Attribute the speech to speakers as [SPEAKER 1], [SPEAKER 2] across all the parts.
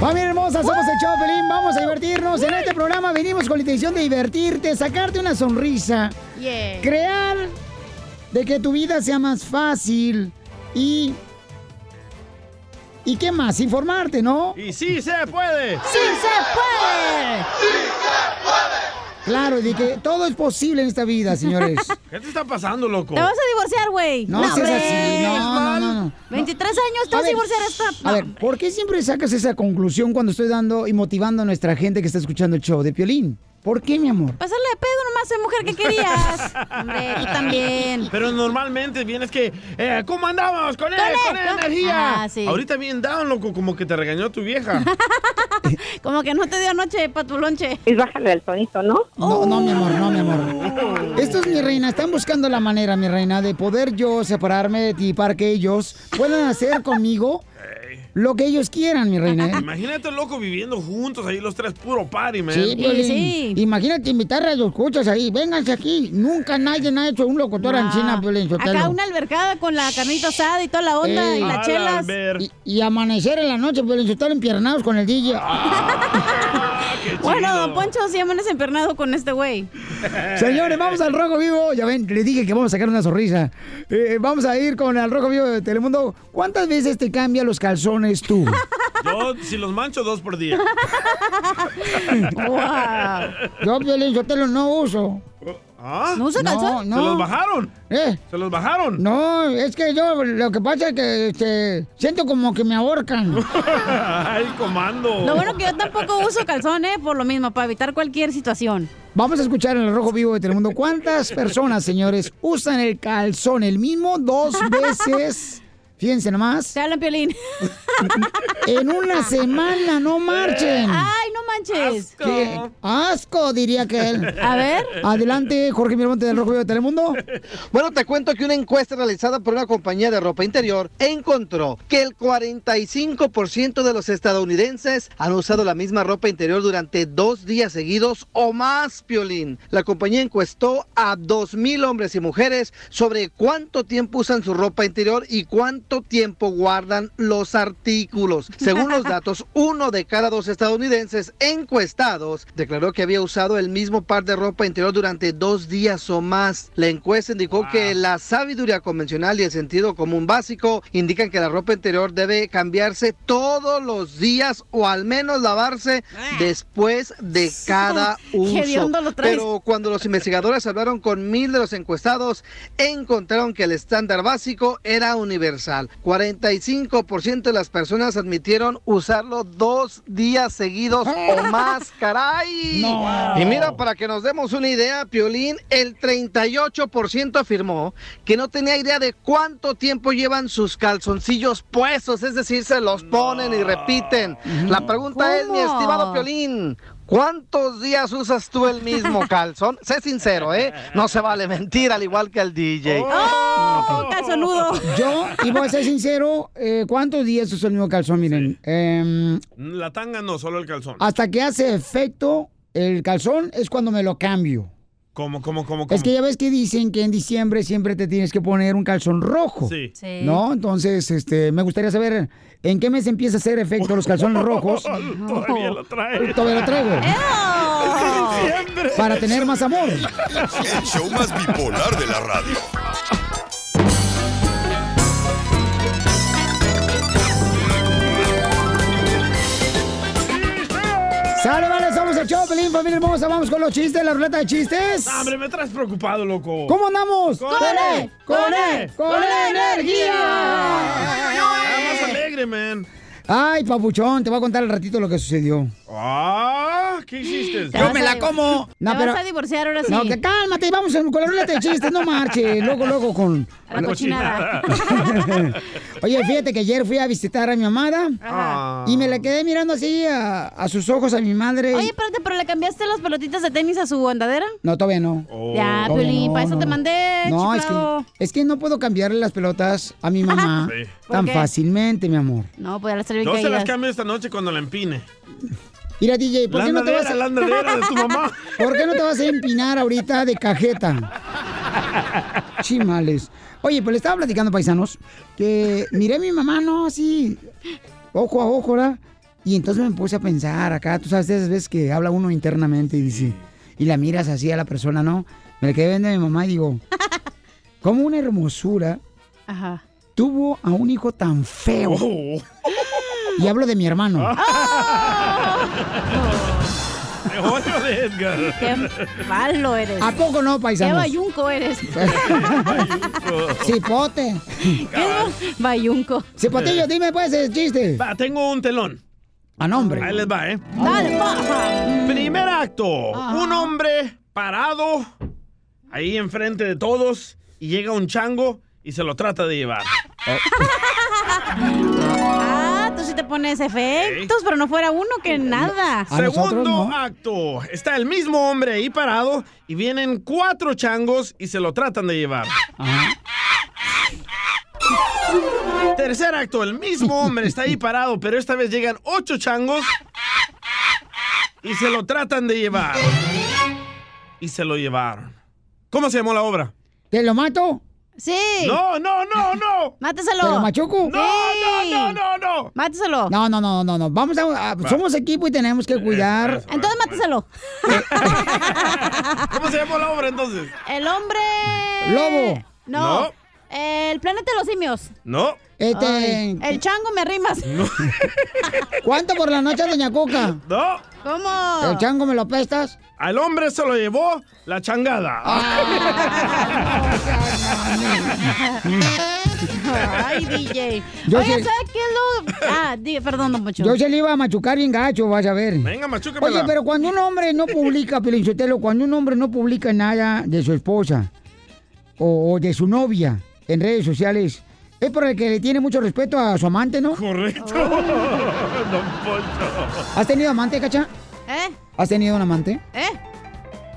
[SPEAKER 1] Familia hermosa, somos el Choplin, vamos a divertirnos. En este programa venimos con la intención de divertirte, sacarte una sonrisa,
[SPEAKER 2] Yeah.
[SPEAKER 1] crear de que tu vida sea más fácil y... ¿Y qué más? Informarte, ¿no?
[SPEAKER 3] ¡Y sí se puede!
[SPEAKER 1] ¡Sí se puede! Claro, de que todo es posible en esta vida, señores.
[SPEAKER 3] ¿Qué te está pasando, loco?
[SPEAKER 2] Te vas a divorciar, güey.
[SPEAKER 1] No, seas así, no, no, no, no.
[SPEAKER 2] 23 años, te vas a divorciar hasta...
[SPEAKER 1] A ver, ¿por qué siempre sacas esa conclusión cuando estoy dando y motivando a nuestra gente que está escuchando el show de Piolín? ¿Por qué, mi amor?
[SPEAKER 2] Pasarle de pedo nomás a mujer que querías. Hombre, tú también.
[SPEAKER 3] Pero normalmente vienes que, eh, ¿cómo andamos? Con él,
[SPEAKER 2] Con él,
[SPEAKER 3] con él,
[SPEAKER 2] con-
[SPEAKER 3] energía.
[SPEAKER 2] Ah, sí.
[SPEAKER 3] Ahorita bien down, loco, como que te regañó tu vieja.
[SPEAKER 2] Como que no te dio anoche para tu lonche.
[SPEAKER 4] Es bájale al tonito, ¿no?
[SPEAKER 1] No, no, mi amor, no, mi amor. Esto es mi reina. Están buscando la manera, mi reina, de poder yo separarme de ti para que ellos puedan hacer conmigo lo que ellos quieran, mi reina. ¿eh?
[SPEAKER 3] Imagínate, loco, viviendo juntos ahí los tres, puro party, man.
[SPEAKER 1] Sí, Piolín. Imagínate invitar a los escuchas ahí. Vénganse aquí. Nunca nadie ha hecho un locutor en China, Piolín. Sotelo.
[SPEAKER 2] Ah, Acá una albercada con la carnita asada y toda la onda
[SPEAKER 1] Ey.
[SPEAKER 2] y las chelas.
[SPEAKER 1] Y, y amanecer en la noche, Piolín, Sotelo, empiernados con el DJ.
[SPEAKER 3] Ah,
[SPEAKER 2] Bueno, Don Poncho, sí amanes empernado con este güey.
[SPEAKER 1] Señores, vamos al Rojo Vivo. Ya ven, les dije que vamos a sacar una sonrisa. Eh, vamos a ir con el Rojo Vivo de Telemundo. ¿Cuántas veces te cambian los calzones tú?
[SPEAKER 3] Yo, si los mancho, dos por día.
[SPEAKER 1] Yo, Piolín Sotelo, no uso.
[SPEAKER 3] ¿Ah?
[SPEAKER 1] ¿No usa calzón? No, no.
[SPEAKER 3] ¿Se los bajaron?
[SPEAKER 1] ¿Eh?
[SPEAKER 3] ¿Se los bajaron?
[SPEAKER 1] No, es que yo lo que pasa es que este, siento como que me ahorcan.
[SPEAKER 3] Ay, comando.
[SPEAKER 2] Lo bueno que yo tampoco uso calzón, ¿eh? Por lo mismo, para evitar cualquier situación.
[SPEAKER 1] Vamos a escuchar en el Rojo Vivo de Telemundo cuántas personas, señores, usan el calzón el mismo dos veces. Fíjense nomás. Se
[SPEAKER 2] hablan piolín.
[SPEAKER 1] En una semana, no marchen.
[SPEAKER 2] ¡Ay, no manches!
[SPEAKER 1] Qué asco, diría que él.
[SPEAKER 2] A ver.
[SPEAKER 1] Adelante, Jorge Miramonte del Rojo Vivo de Telemundo.
[SPEAKER 5] Bueno, te cuento que una encuesta realizada por una compañía de ropa interior encontró que el 45% de los estadounidenses han usado la misma ropa interior durante dos días seguidos o más, Piolín. La compañía encuestó a 2.000 hombres y mujeres sobre cuánto tiempo usan su ropa interior y cuánto tiempo guardan los artículos. Según los datos, uno de cada dos estadounidenses encuestados declaró que había usado el mismo par de ropa interior durante dos días o más. La encuesta indicó que la sabiduría convencional y el sentido común básico indican que la ropa interior debe cambiarse todos los días o al menos lavarse después de cada
[SPEAKER 2] Qué
[SPEAKER 5] uso.
[SPEAKER 2] hediondo lo traes.
[SPEAKER 5] Pero cuando los investigadores hablaron con mil de los encuestados, encontraron que el estándar básico era universal. 45% de las personas admitieron usarlo dos días seguidos o más, caray.
[SPEAKER 6] No.
[SPEAKER 5] Y mira, para que nos demos una idea, Piolín, el 38% afirmó que no tenía idea de cuánto tiempo llevan sus calzoncillos puestos, es decir, se los ponen y repiten. La pregunta es, mi
[SPEAKER 6] ¿Cómo?
[SPEAKER 5] estimado Piolín, ¿Cuántos días usas tú el mismo calzón? sé sincero, ¿eh? No se vale mentir, al igual que el DJ.
[SPEAKER 2] Oh, calzonudo!
[SPEAKER 1] Yo, y voy a ser sincero, eh, ¿cuántos días uso el mismo calzón? Miren, em,
[SPEAKER 3] La tanga no, solo el calzón.
[SPEAKER 1] hasta que hace efecto el calzón es cuando me lo cambio.
[SPEAKER 3] ¿Cómo, cómo, cómo, cómo?
[SPEAKER 1] Es que ya ves que dicen que en diciembre siempre te tienes que poner un calzón rojo.
[SPEAKER 3] Sí. Sí.
[SPEAKER 1] ¿No? Entonces, este, me gustaría saber en qué mes empieza a hacer efecto los calzones rojos.
[SPEAKER 3] Todavía lo trae.
[SPEAKER 1] Todavía lo traigo. Para tener más amor.
[SPEAKER 7] El show más bipolar de la radio.
[SPEAKER 1] ¡Sale, vale! Somos el Choplin, familia hermosa. Vamos con los chistes, la ruleta de chistes.
[SPEAKER 3] No, hombre, me traes preocupado, loco.
[SPEAKER 1] ¿Cómo andamos?
[SPEAKER 3] ¡Con E!
[SPEAKER 1] ¡Con E! ¡Con E
[SPEAKER 3] Ah,
[SPEAKER 1] energía!
[SPEAKER 3] más alegre, man.
[SPEAKER 1] Ay, papuchón, te voy a contar al ratito lo que sucedió.
[SPEAKER 3] Ah, ¿Qué hiciste?
[SPEAKER 2] Te vas a div-
[SPEAKER 1] No,
[SPEAKER 2] te
[SPEAKER 1] pero-
[SPEAKER 2] vas a divorciar ahora sí.
[SPEAKER 1] No, que cálmate, vamos con la ruleta de chistes, no marche. Luego, luego con.
[SPEAKER 2] A la cochinada.
[SPEAKER 1] Oye, fíjate que ayer fui a visitar a mi amada
[SPEAKER 2] Ajá.
[SPEAKER 1] y me le quedé mirando así a, a sus ojos a mi madre.
[SPEAKER 2] Oye, espérate, ¿pero le cambiaste las pelotitas de tenis a su andadera?
[SPEAKER 1] No, todavía no.
[SPEAKER 2] Oh. Ya,
[SPEAKER 1] Todavía
[SPEAKER 2] Piolín,
[SPEAKER 1] no,
[SPEAKER 2] para eso
[SPEAKER 1] no,
[SPEAKER 2] te
[SPEAKER 1] Oh. no.
[SPEAKER 2] mandé,
[SPEAKER 1] No, es
[SPEAKER 2] chiflado.
[SPEAKER 1] que, es que no puedo cambiarle las pelotas a mi mamá
[SPEAKER 3] Sí.
[SPEAKER 2] ¿Por
[SPEAKER 1] tan
[SPEAKER 2] qué?
[SPEAKER 1] fácilmente, mi amor.
[SPEAKER 2] No, pues ya las trae
[SPEAKER 3] No
[SPEAKER 2] bien
[SPEAKER 3] se las
[SPEAKER 2] caídas.
[SPEAKER 3] cambio esta noche cuando la empine.
[SPEAKER 1] Mira, DJ, ¿por
[SPEAKER 3] La
[SPEAKER 1] qué no te vas a...
[SPEAKER 3] andadera, la andadera de tu mamá.
[SPEAKER 1] ¿Por qué no te vas a empinar ahorita de cajeta? Chimales. Oye, pues le estaba platicando, paisanos, que miré a mi mamá, no, así, ojo a ojo, ¿verdad? Y entonces me puse a pensar acá, tú sabes, esas veces que habla uno internamente y dice, y la miras así a la persona, ¿no? Me quedé viendo a mi mamá y digo, ¿cómo una hermosura
[SPEAKER 2] Ajá.
[SPEAKER 1] tuvo a un hijo tan feo?
[SPEAKER 3] Oh.
[SPEAKER 8] Oh.
[SPEAKER 1] Y hablo de mi hermano.
[SPEAKER 3] Te odio, Edgar.
[SPEAKER 2] Qué malo eres.
[SPEAKER 1] ¿A poco no,
[SPEAKER 2] Qué
[SPEAKER 1] paisanos?
[SPEAKER 2] bayunco eres.
[SPEAKER 3] Oh.
[SPEAKER 1] Cipote.
[SPEAKER 2] Qué bayunco.
[SPEAKER 1] Cipotillo, dime pues el chiste.
[SPEAKER 3] Va, tengo un telón.
[SPEAKER 1] A nombre.
[SPEAKER 3] Ahí les va, ¿eh?
[SPEAKER 2] Dale, papá.
[SPEAKER 3] Primer acto. Un hombre parado ahí enfrente de todos y llega un chango y se lo trata de llevar.
[SPEAKER 1] Oh.
[SPEAKER 2] Ah, tú sí te pones efectos, pero no fuera uno que nada.
[SPEAKER 1] A
[SPEAKER 3] Segundo
[SPEAKER 1] nosotros no.
[SPEAKER 3] acto. Está el mismo hombre ahí parado y vienen cuatro changos y se lo tratan de llevar.
[SPEAKER 1] Ajá.
[SPEAKER 3] Tercer acto. El mismo hombre está ahí parado, pero esta vez llegan ocho changos y se lo tratan de llevar. Y se lo llevaron. ¿Cómo se llamó la obra?
[SPEAKER 1] ¿Te lo mato?
[SPEAKER 2] Sí.
[SPEAKER 3] No, no, no, no.
[SPEAKER 1] ¿Te lo
[SPEAKER 2] Máteselo.
[SPEAKER 1] machuco?
[SPEAKER 3] No, no, no, no, no.
[SPEAKER 2] Máteselo.
[SPEAKER 1] No, no, no, no, no. Vamos a, a- somos equipo y tenemos que cuidar.
[SPEAKER 2] Entonces máteselo.
[SPEAKER 3] ¿Cómo se llamó la obra entonces?
[SPEAKER 2] El hombre.
[SPEAKER 1] Lobo.
[SPEAKER 2] No.
[SPEAKER 3] No.
[SPEAKER 2] El planeta de los simios.
[SPEAKER 3] No.
[SPEAKER 1] Este, ¿Mm?
[SPEAKER 2] Ay, el chango me rimas.
[SPEAKER 1] ¿cuánto por la noche, doña Coca?
[SPEAKER 3] No.
[SPEAKER 1] ¿El
[SPEAKER 2] ¿Cómo?
[SPEAKER 1] chango me lo pestas?
[SPEAKER 3] Al hombre se lo llevó la changada.
[SPEAKER 2] Ay, DJ.
[SPEAKER 1] Yo
[SPEAKER 2] Oye,
[SPEAKER 1] sé-
[SPEAKER 2] ¿sabes qué es lo.? Ah, di- perdón, don Poncho.
[SPEAKER 1] Yo se le iba a machucar bien gacho, vas a ver.
[SPEAKER 3] Venga, machúcamela.
[SPEAKER 1] Oye, pero cuando un hombre no publica, Pelinsotelo, cuando un hombre no publica nada de su esposa o, o de su novia en redes sociales, es por el que le tiene mucho respeto a su amante, ¿no?
[SPEAKER 3] Correcto. Don Poncho.
[SPEAKER 1] ¿Has tenido amante, cacha?
[SPEAKER 2] ¿Eh?
[SPEAKER 1] ¿Has tenido un amante?
[SPEAKER 2] ¿Eh?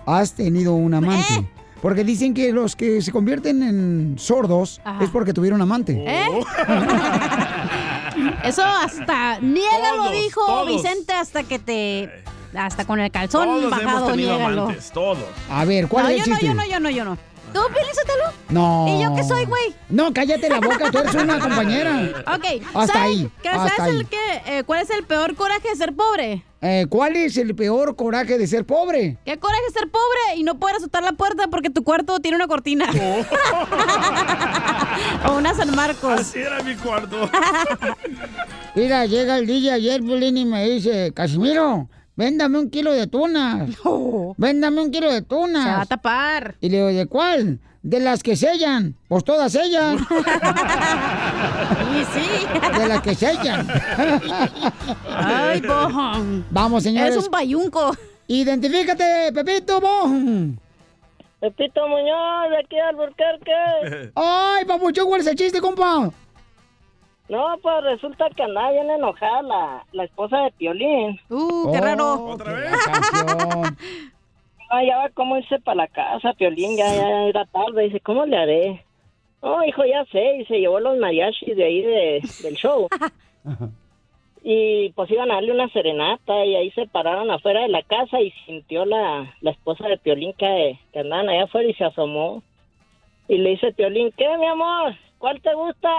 [SPEAKER 1] has tenido un amante.
[SPEAKER 2] ¿Eh?
[SPEAKER 1] Porque dicen que los que se convierten en sordos
[SPEAKER 2] Ajá.
[SPEAKER 1] es porque tuvieron amante.
[SPEAKER 2] ¿Eh? Eso hasta. Niégalo,
[SPEAKER 3] Todos,
[SPEAKER 2] dijo
[SPEAKER 3] todos.
[SPEAKER 2] Vicente, hasta que te. Hasta con el calzón
[SPEAKER 3] Todos hemos
[SPEAKER 2] bajado,
[SPEAKER 3] tenido
[SPEAKER 2] niégalo.
[SPEAKER 3] amantes, todos.
[SPEAKER 1] A ver, ¿cuál
[SPEAKER 2] no,
[SPEAKER 1] es el
[SPEAKER 2] yo
[SPEAKER 1] chiste?
[SPEAKER 2] no, yo no, yo no, yo no. ¿Tú, Pielizotelo?
[SPEAKER 1] No.
[SPEAKER 2] ¿Y yo qué soy, güey?
[SPEAKER 1] No, cállate la boca, tú eres una compañera.
[SPEAKER 2] Ok.
[SPEAKER 1] Hasta
[SPEAKER 2] ¿saben
[SPEAKER 1] ahí,
[SPEAKER 2] qué-
[SPEAKER 1] hasta
[SPEAKER 2] ¿Sabes
[SPEAKER 1] ahí.
[SPEAKER 2] el que, eh, cuál es el peor coraje de ser pobre?
[SPEAKER 1] Eh, ¿Cuál es el peor coraje de ser pobre?
[SPEAKER 2] ¿Qué coraje es ser pobre y no poder azotar la puerta porque tu cuarto tiene una cortina?
[SPEAKER 3] Oh.
[SPEAKER 2] o una San Marcos.
[SPEAKER 3] Así era mi cuarto.
[SPEAKER 1] Mira, llega el DJ ayer, Piolín, y me dice, Casimiro, véndame un kilo de tunas.
[SPEAKER 2] Oh,
[SPEAKER 1] Véndame un kilo de
[SPEAKER 2] se va a
[SPEAKER 1] tunas.
[SPEAKER 2] tapar.
[SPEAKER 1] Y le digo, ¿de cuál? De las que sellan. Pues todas sellan.
[SPEAKER 2] Y sí.
[SPEAKER 1] De las que sellan.
[SPEAKER 2] Ay, bojón.
[SPEAKER 1] Vamos, señores.
[SPEAKER 2] Eres un bayunco.
[SPEAKER 1] Identifícate, Pepito Bojón.
[SPEAKER 9] Pepito Muñoz, de aquí al Burquerque.
[SPEAKER 1] Ay, papucho, ¿cuál es el chiste, compa?
[SPEAKER 9] No, pues resulta que andaba bien enojada la, la esposa de Piolín.
[SPEAKER 2] Uh, qué raro.
[SPEAKER 3] Oh, ¿Otra
[SPEAKER 1] qué
[SPEAKER 3] vez?
[SPEAKER 1] la canción.
[SPEAKER 9] No hallaba Ah, cómo irse para la casa, Piolín, ya, ya era tarde. Dice, ¿cómo le haré? No, hijo, ya sé. Y se llevó los mariachis de ahí de- del show. Y pues iban a darle una serenata y ahí se pararon afuera de la casa y sintió la, la esposa de Piolín que, que andaban allá afuera y se asomó. Y le dice Piolín, ¿qué, mi amor? ¿Cuál te gusta?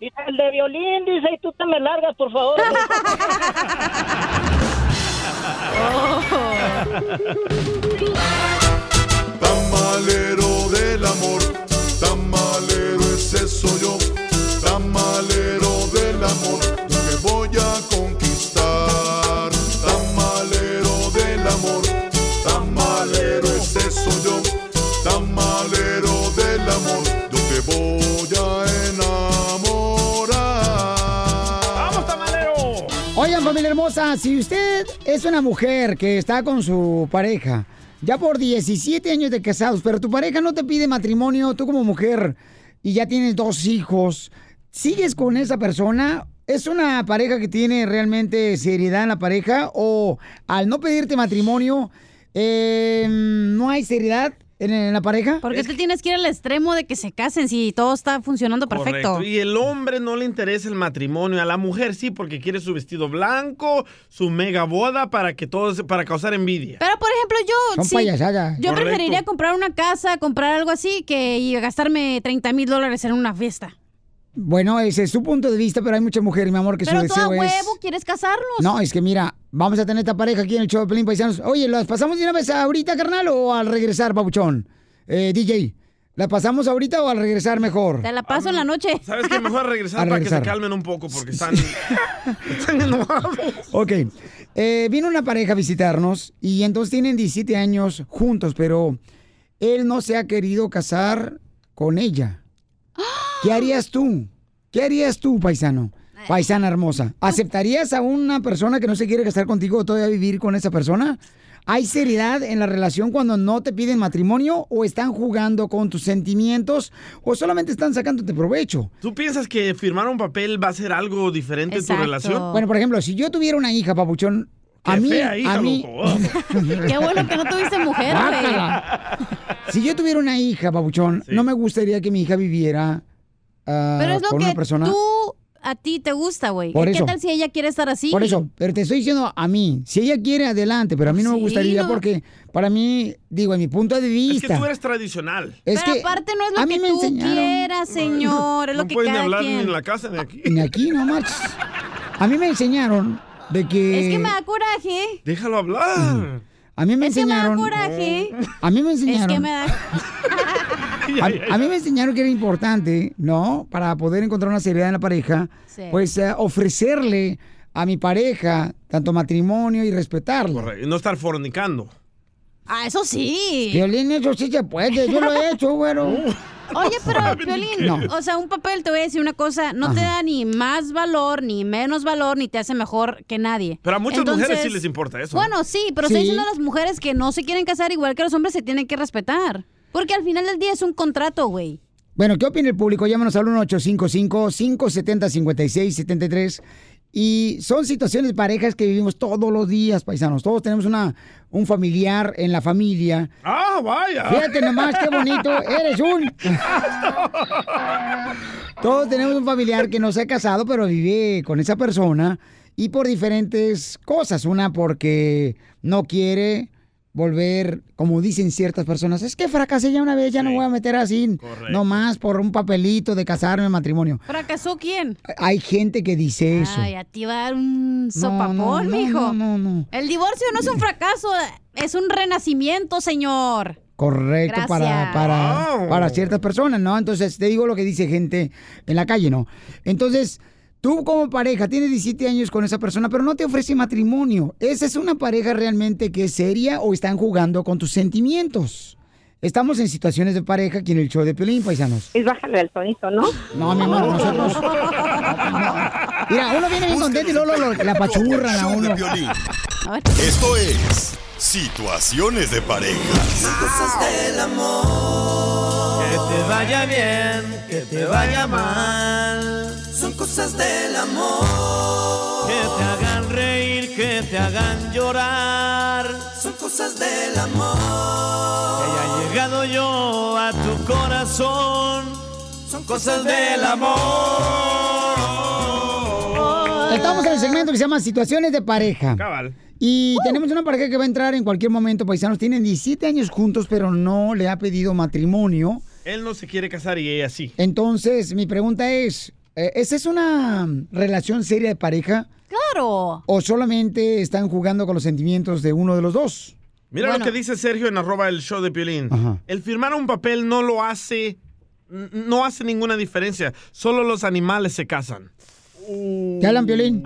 [SPEAKER 9] Dice, el de violín, dice, y tú te me largas, por favor.
[SPEAKER 10] Oh. Tamalero del amor, tamalero ese soy yo, tamalero del amor, yo te voy a conquistar. Tamalero del amor, tamalero ese soy yo, tamalero del amor, yo te voy a enamorar.
[SPEAKER 3] ¡Vamos, tamalero!
[SPEAKER 1] Oigan, familia hermosa, Ahora, si usted es una mujer que está con su pareja, ya por 17 años de casados, pero tu pareja no te pide matrimonio, tú como mujer, y ya tienes dos hijos, ¿sigues con esa persona? ¿Es una pareja que tiene realmente seriedad en la pareja? ¿O al no pedirte matrimonio, eh, no hay seriedad en, en la pareja?
[SPEAKER 2] Porque tú tienes que ir al extremo de que se casen si todo está funcionando perfecto.
[SPEAKER 3] Correcto. Y el hombre no le interesa el matrimonio, a la mujer sí, porque quiere su vestido blanco, su mega boda para que todos, para causar envidia.
[SPEAKER 2] Pero por ejemplo, yo
[SPEAKER 3] Son
[SPEAKER 2] sí,
[SPEAKER 3] payasadas.
[SPEAKER 2] yo
[SPEAKER 3] Correcto.
[SPEAKER 2] preferiría comprar una casa, comprar algo así, que y gastarme 30 mil dólares en una fiesta.
[SPEAKER 1] Bueno, ese es su punto de vista, pero hay muchas mujeres, mi amor, que
[SPEAKER 2] Pero
[SPEAKER 1] su
[SPEAKER 2] tú a
[SPEAKER 1] deseo
[SPEAKER 2] huevo
[SPEAKER 1] es...
[SPEAKER 2] quieres casarlos.
[SPEAKER 1] No, es que mira, vamos a tener esta pareja aquí en el show de Pelín Paisanos. Oye, ¿las pasamos de una vez ahorita, carnal, o al regresar, papuchón? Eh, DJ, ¿la pasamos ahorita o al regresar mejor?
[SPEAKER 2] Te la paso en la noche.
[SPEAKER 3] Ah, ¿Sabes qué? Mejor regresar
[SPEAKER 1] Al
[SPEAKER 3] para
[SPEAKER 1] regresar.
[SPEAKER 3] que se calmen un poco porque están...
[SPEAKER 1] Ok. Eh, vino una pareja a visitarnos y entonces tienen 17 años juntos, pero él no se ha querido casar con ella. ¿Qué harías tú? ¿Qué harías tú, paisano? Paisana hermosa. ¿Aceptarías a una persona que no se quiere casar contigo o todavía vivir con esa persona? ¿Hay seriedad en la relación cuando no te piden matrimonio o están jugando con tus sentimientos o solamente están sacándote provecho?
[SPEAKER 3] ¿Tú piensas que firmar un papel va a ser algo diferente en tu relación?
[SPEAKER 1] Bueno, por ejemplo, si yo tuviera una hija, papuchón, a
[SPEAKER 3] Qué
[SPEAKER 1] mí,
[SPEAKER 3] fea hija,
[SPEAKER 1] a mí,
[SPEAKER 3] loco.
[SPEAKER 2] Qué bueno que no tuviste mujer, güey.
[SPEAKER 1] Guácala. Si yo tuviera una hija, babuchón, no me gustaría que mi hija viviera ah,
[SPEAKER 2] Pero es lo
[SPEAKER 1] con
[SPEAKER 2] que
[SPEAKER 1] una persona.
[SPEAKER 2] tú a ti te gusta, güey.
[SPEAKER 1] Por
[SPEAKER 2] ¿Qué
[SPEAKER 1] eso.
[SPEAKER 2] tal si ella quiere estar así?
[SPEAKER 1] Por eso, pero te estoy diciendo a mí, si ella quiere, adelante, pero a mí no me
[SPEAKER 2] Sí,
[SPEAKER 1] gustaría
[SPEAKER 2] no.
[SPEAKER 1] porque para mí, digo, en mi punto de
[SPEAKER 3] Es
[SPEAKER 1] vista...
[SPEAKER 3] que tú eres tradicional.
[SPEAKER 1] Es
[SPEAKER 2] Pero
[SPEAKER 1] que
[SPEAKER 2] aparte no es lo
[SPEAKER 1] a mí
[SPEAKER 2] que
[SPEAKER 1] me
[SPEAKER 2] tú
[SPEAKER 1] enseñaron.
[SPEAKER 2] quieras, señor. Es lo
[SPEAKER 3] no
[SPEAKER 2] que
[SPEAKER 3] pueden
[SPEAKER 2] cada
[SPEAKER 3] hablar ni
[SPEAKER 2] quien.
[SPEAKER 3] en la casa ni aquí.
[SPEAKER 1] Ni aquí, no marches. A mí me enseñaron de que...
[SPEAKER 2] Es que me da coraje.
[SPEAKER 3] Déjalo hablar.
[SPEAKER 1] A mí me
[SPEAKER 2] Que me da
[SPEAKER 1] enseñaron...
[SPEAKER 2] coraje.
[SPEAKER 1] A mí me enseñaron...
[SPEAKER 2] Es que me da.
[SPEAKER 1] A, a mí me enseñaron que era importante, ¿no? Para poder encontrar una seriedad en la pareja,
[SPEAKER 2] Sí.
[SPEAKER 1] pues eh, ofrecerle a mi pareja tanto matrimonio y respetarlo.
[SPEAKER 3] Y eh, No estar fornicando.
[SPEAKER 2] Ah, eso sí.
[SPEAKER 1] Violín, eso sí se puede, yo lo he hecho, güero.
[SPEAKER 3] Uh.
[SPEAKER 2] Oye, pero, Piolín,
[SPEAKER 1] No.
[SPEAKER 2] o sea, un papel, te voy a decir una cosa, no te
[SPEAKER 1] Ajá.
[SPEAKER 2] da ni más valor, ni menos valor, ni te hace mejor que nadie.
[SPEAKER 3] Pero a muchas
[SPEAKER 2] Entonces-
[SPEAKER 3] mujeres sí les importa eso.
[SPEAKER 2] Bueno, sí, pero
[SPEAKER 3] Sí.
[SPEAKER 2] estoy diciendo a las mujeres que no se quieren casar igual que los hombres se tienen que respetar. Porque al final del día es un contrato, güey.
[SPEAKER 1] Bueno, ¿qué opina el público? Llámanos al 1-855-570-5673. Y son situaciones de parejas que vivimos todos los días, paisanos. Todos tenemos una, un familiar en la familia.
[SPEAKER 3] Ah, vaya.
[SPEAKER 1] Fíjate nomás qué bonito, eres un. Todos tenemos un familiar que no se ha casado, pero vive con esa persona y por diferentes cosas. Una porque no quiere volver, como dicen ciertas personas, es que fracasé ya una vez, ya no voy a meter así, nomás por un papelito de casarme en matrimonio.
[SPEAKER 2] ¿Fracasó quién?
[SPEAKER 1] Hay gente que dice eso.
[SPEAKER 2] Ay, a ti va a dar un
[SPEAKER 1] No,
[SPEAKER 2] sopapón,
[SPEAKER 1] no, no,
[SPEAKER 2] mijo.
[SPEAKER 1] no, no, no.
[SPEAKER 2] El divorcio no es un fracaso, es un renacimiento, señor.
[SPEAKER 1] Correcto,
[SPEAKER 2] Gracias.
[SPEAKER 1] para, para,
[SPEAKER 2] Wow.
[SPEAKER 1] para ciertas personas, ¿no? Entonces, te digo lo que dice gente en la calle, ¿no? Entonces, tú como pareja tienes 17 años con esa persona, pero no te ofrece matrimonio. ¿Esa es una pareja realmente que es seria o están jugando con tus sentimientos? Estamos en situaciones de pareja aquí en el show de Pelín, paisanos.
[SPEAKER 4] Es bájale el tonito, ¿no?
[SPEAKER 1] No, mi amor, nosotros... Mira, uno viene bien contento y luego lo- lo- la pachurra, la uno.
[SPEAKER 6] Esto es Situaciones de Pareja.
[SPEAKER 3] Que te vaya bien, que te vaya mal.
[SPEAKER 8] Son cosas del amor.
[SPEAKER 3] Que te hagan reír, que te hagan llorar. Son cosas del amor. Que haya llegado yo a tu corazón. Son cosas del amor.
[SPEAKER 1] Estamos en el segmento que se llama Situaciones de Pareja.
[SPEAKER 3] Cabal.
[SPEAKER 1] Y tenemos una pareja que va a entrar en cualquier momento, paisanos. Tienen 17 años juntos, pero no le ha pedido matrimonio.
[SPEAKER 3] Él no se quiere casar y ella sí.
[SPEAKER 1] Entonces, mi pregunta es, eh, ¿esa es una relación seria de pareja?
[SPEAKER 2] Claro.
[SPEAKER 1] ¿O solamente están jugando con los sentimientos de uno de los dos?
[SPEAKER 3] Mira
[SPEAKER 1] Bueno.
[SPEAKER 3] lo que dice Sergio en arroba el show de Piolín.
[SPEAKER 1] Ajá.
[SPEAKER 3] El firmar un papel no lo hace, n- no hace ninguna diferencia. Solo los animales se casan.
[SPEAKER 1] ¿Te hablan, Piolín?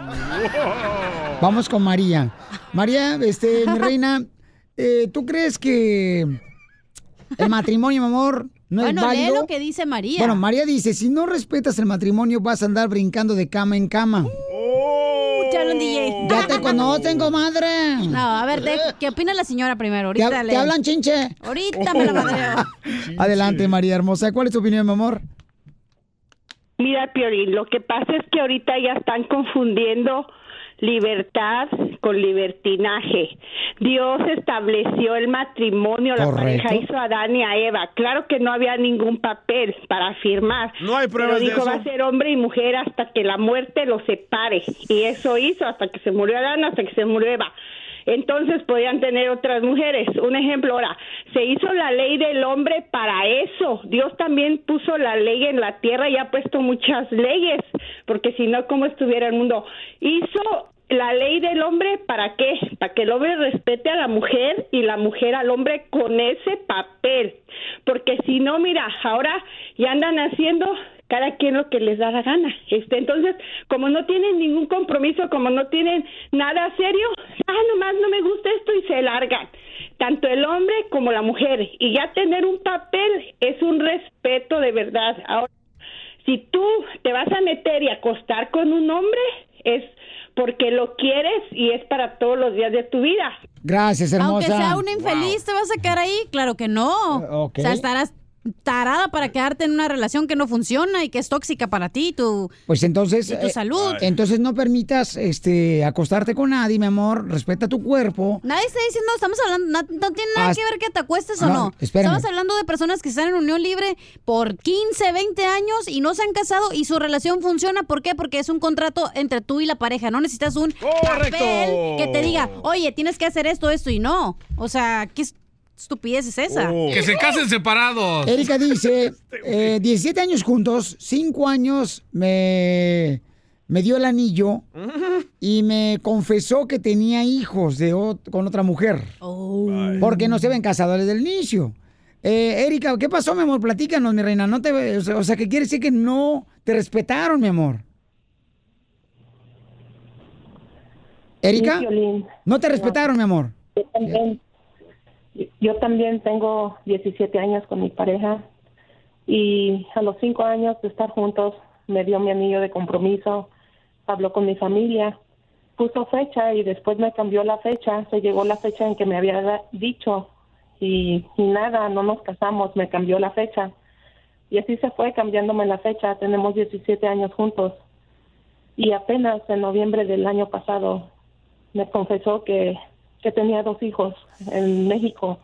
[SPEAKER 1] Vamos con María. María, este, mi reina, eh, ¿tú crees que el matrimonio, mi amor, no es
[SPEAKER 2] bueno, lee
[SPEAKER 1] válido?
[SPEAKER 2] lo que dice María.
[SPEAKER 1] Bueno, María dice, si no respetas el matrimonio vas a andar brincando de cama en cama.
[SPEAKER 2] Escucharon, DJ.
[SPEAKER 1] Ya te conocen, comadre.
[SPEAKER 2] No, a ver, de- ¿qué opina la señora primero?
[SPEAKER 1] ¿Te,
[SPEAKER 2] Ahorita
[SPEAKER 1] hab-
[SPEAKER 2] le-
[SPEAKER 1] te hablan chinche?
[SPEAKER 2] Ahorita me la madreo.
[SPEAKER 1] Adelante, María Hermosa. ¿Cuál es tu opinión, mi amor?
[SPEAKER 11] Mira, Piorín, lo que pasa es que ahorita ya están confundiendo libertad con libertinaje. Dios estableció el matrimonio, la
[SPEAKER 12] Correcto.
[SPEAKER 11] pareja hizo a Adán y a Eva. Claro que no había ningún papel para firmar.
[SPEAKER 3] No hay pruebas
[SPEAKER 11] Pero
[SPEAKER 3] de
[SPEAKER 11] dijo,
[SPEAKER 3] eso.
[SPEAKER 11] va a ser hombre y mujer hasta que la muerte los separe. Y eso hizo hasta que se murió Adán, hasta que se murió Eva. Entonces podían tener otras mujeres. Un ejemplo ahora, se hizo la ley del hombre para eso. Dios también puso la ley en la tierra y ha puesto muchas leyes, porque si no, ¿cómo estuviera el mundo? Hizo la ley del hombre para qué? Para que el hombre respete a la mujer y la mujer al hombre con ese papel. Porque si no, mira, ahora ya andan haciendo cada quien lo que les da la gana. Este, entonces, como no tienen ningún compromiso, como no tienen nada serio, ah, nomás no me gusta esto y se largan. Tanto el hombre como la mujer. Y ya tener un papel es un respeto de verdad. Ahora, si tú te vas a meter y acostar con un hombre, es porque lo quieres y es para todos los días de tu vida.
[SPEAKER 1] Gracias,
[SPEAKER 2] Aunque
[SPEAKER 1] hermosa.
[SPEAKER 2] sea una infeliz, ¿te vas a quedar ahí? Claro que no.
[SPEAKER 1] Eh, ok.
[SPEAKER 2] O sea, estarás tarada para quedarte en una relación que no funciona y que es tóxica para ti. Tú...
[SPEAKER 1] Pues entonces.
[SPEAKER 2] Y tu salud. Ay.
[SPEAKER 1] Entonces no permitas este, acostarte con nadie, mi amor. Respeta tu cuerpo.
[SPEAKER 2] Nadie está diciendo, estamos hablando, na- no tiene nada
[SPEAKER 1] As-
[SPEAKER 2] que ver que te acuestes o
[SPEAKER 1] Ah, No,
[SPEAKER 2] no.
[SPEAKER 1] espérame.
[SPEAKER 2] Estamos hablando de personas que están en unión libre por 15, 20 años y no se han casado y su relación funciona. ¿Por qué? Porque es un contrato entre tú y la pareja. No necesitas un papel que te diga, oye, tienes que hacer esto, esto y no. O sea, ¿qué es- estupidez es esa?
[SPEAKER 13] Oh. Que se casen separados.
[SPEAKER 1] Erika dice: eh, 17 años juntos, 5 años me, me dio el anillo y me confesó que tenía hijos de ot- con otra mujer. Porque no se ven casados desde el inicio. Eh, Erika, ¿qué pasó, mi amor? Platícanos, mi reina. No te, o sea- o sea, que quiere decir que no te respetaron, mi amor. ¿Erika?
[SPEAKER 14] Sí, Piolín.
[SPEAKER 1] No te respetaron, mi amor.
[SPEAKER 14] Yo también, yo también tengo 17 años con mi pareja y a los 5 años de estar juntos me dio mi anillo de compromiso, habló con mi familia, puso fecha y después me cambió la fecha, se llegó la fecha en que me había da- dicho y, y nada, no nos casamos, me cambió la fecha. Y así se fue cambiándome la fecha, tenemos 17 años juntos. Y apenas en noviembre del año pasado me confesó que, que tenía dos hijos en México.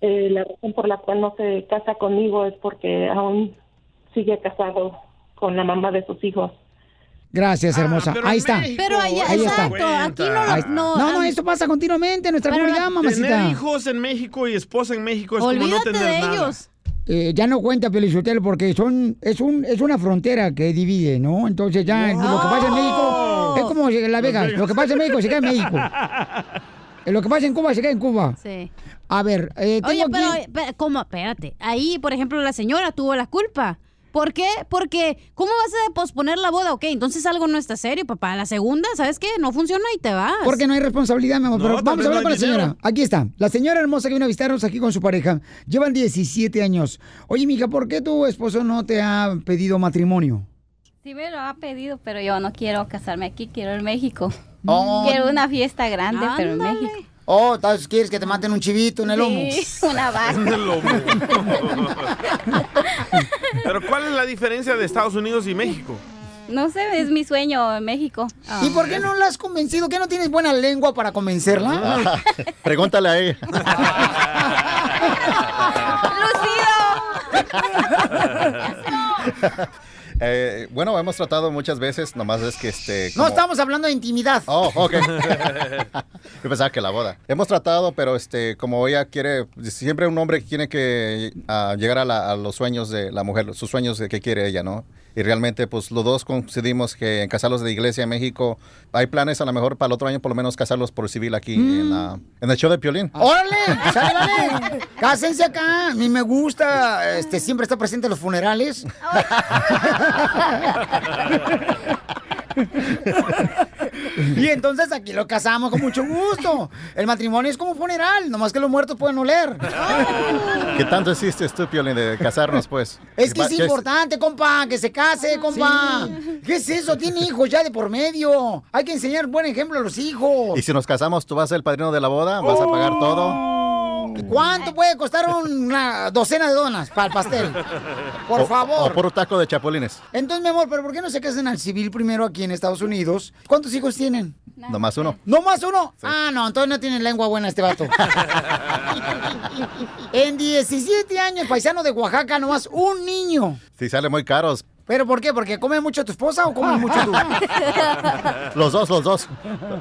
[SPEAKER 14] Eh, la razón por la cual no se casa conmigo es porque aún sigue casado con la mamá de sus hijos.
[SPEAKER 1] Gracias, hermosa.
[SPEAKER 14] pero
[SPEAKER 1] Ahí está.
[SPEAKER 14] México, Pero allá-
[SPEAKER 1] Ahí está.
[SPEAKER 14] exacto, aquí no lo-
[SPEAKER 1] Ahí está.
[SPEAKER 14] no,
[SPEAKER 1] no, no,
[SPEAKER 14] am-
[SPEAKER 1] esto pasa continuamente en nuestra comunidad,
[SPEAKER 3] Tener
[SPEAKER 1] mamacita.
[SPEAKER 3] hijos en México y esposa en México es como no
[SPEAKER 1] Olvídate
[SPEAKER 3] tener
[SPEAKER 1] de
[SPEAKER 3] nada.
[SPEAKER 1] ellos. Eh, ya no cuenta Pelichotel porque son es un es una frontera que divide, ¿no? Entonces ya
[SPEAKER 15] Wow.
[SPEAKER 1] lo que pasa en México es como en Las Vegas,
[SPEAKER 15] Vegas.
[SPEAKER 1] lo que pasa en México se queda en México. Eh, Lo que pasa en Cuba se queda en Cuba.
[SPEAKER 2] Sí.
[SPEAKER 1] A ver, eh,
[SPEAKER 2] Oye,
[SPEAKER 1] tengo
[SPEAKER 2] pero,
[SPEAKER 1] aquí-
[SPEAKER 2] pero, ¿cómo? Espérate. Ahí, por ejemplo, la señora tuvo la culpa. ¿Por qué? Porque, ¿cómo vas a posponer la boda? Ok, entonces algo no está serio, papá. La segunda, ¿sabes qué? No funciona y te vas.
[SPEAKER 1] Porque no hay responsabilidad, mi amor.
[SPEAKER 2] No,
[SPEAKER 1] pero vamos
[SPEAKER 2] también
[SPEAKER 1] a hablar
[SPEAKER 2] no
[SPEAKER 1] con la
[SPEAKER 2] hay
[SPEAKER 1] señora.
[SPEAKER 2] dinero.
[SPEAKER 1] Aquí está. La señora hermosa que vino a visitarnos aquí con su pareja. Llevan 17 años. Oye, mija, ¿por qué tu esposo no te ha pedido matrimonio?
[SPEAKER 16] Sí me lo ha pedido, pero yo no quiero casarme aquí, quiero en México.
[SPEAKER 1] Oh.
[SPEAKER 16] Quiero una fiesta grande,
[SPEAKER 2] Ah,
[SPEAKER 16] pero en México.
[SPEAKER 1] Oh, tal vez quieres que te maten un chivito en el lomo.
[SPEAKER 16] Sí, una vaca.
[SPEAKER 3] Pero ¿cuál es la diferencia de Estados Unidos y México?
[SPEAKER 16] No sé, es mi sueño en México.
[SPEAKER 1] ¿Y por qué no la has convencido? ¿Que no tienes buena lengua para
[SPEAKER 17] Ah.
[SPEAKER 1] convencerla?
[SPEAKER 17] Pregúntale a ella. Eh, bueno, hemos tratado muchas veces, nomás es que este...
[SPEAKER 1] No
[SPEAKER 17] como-
[SPEAKER 1] estamos hablando de intimidad.
[SPEAKER 17] Oh, ok. Yo pensaba que la boda. Hemos tratado, pero este, como ella quiere, siempre un hombre tiene que ah, llegar a, la- a los sueños de la mujer, sus sueños de que quiere ella, ¿no? Y realmente, pues los dos coincidimos que en casarlos de iglesia en México, hay planes a lo mejor para el otro año, por lo menos casarlos por civil aquí
[SPEAKER 1] Mm.
[SPEAKER 17] en, la- en el show de Piolín.
[SPEAKER 1] Ah. ¡Órale! ¡Sálale! ¡Cásense acá! A mí me gusta, este, siempre está presente en los funerales. y entonces aquí lo casamos con mucho gusto. El matrimonio es como un funeral, nomás que los muertos pueden oler.
[SPEAKER 17] Oh, ¿Qué tanto hiciste tú, Piolín, de casarnos, pues?
[SPEAKER 1] Es que es
[SPEAKER 17] ¿Qué
[SPEAKER 1] importante, compa, que se case, compa. ¿Qué es eso? Tiene hijos ya de por medio. Hay que enseñar buen ejemplo a los hijos.
[SPEAKER 17] Y si nos casamos, ¿tú vas a ser el padrino de la boda? ¿Vas a pagar
[SPEAKER 1] Oh.
[SPEAKER 17] todo?
[SPEAKER 1] ¿Cuánto puede costar una docena de donas para el pastel? Por
[SPEAKER 17] O-
[SPEAKER 1] favor.
[SPEAKER 17] O por un taco de chapulines.
[SPEAKER 1] Entonces, mi amor, ¿pero por qué no se casan al civil primero aquí en Estados Unidos? ¿Cuántos hijos tienen?
[SPEAKER 17] Nomás uno.
[SPEAKER 1] ¿No más uno? Ah, no, entonces no tiene lengua buena este vato. en 17 años, paisano de Oaxaca, nomás un niño.
[SPEAKER 17] Si sale muy caros.
[SPEAKER 1] ¿Pero por qué? ¿Porque come mucho tu esposa o comes mucho tú?
[SPEAKER 17] Los dos, los dos.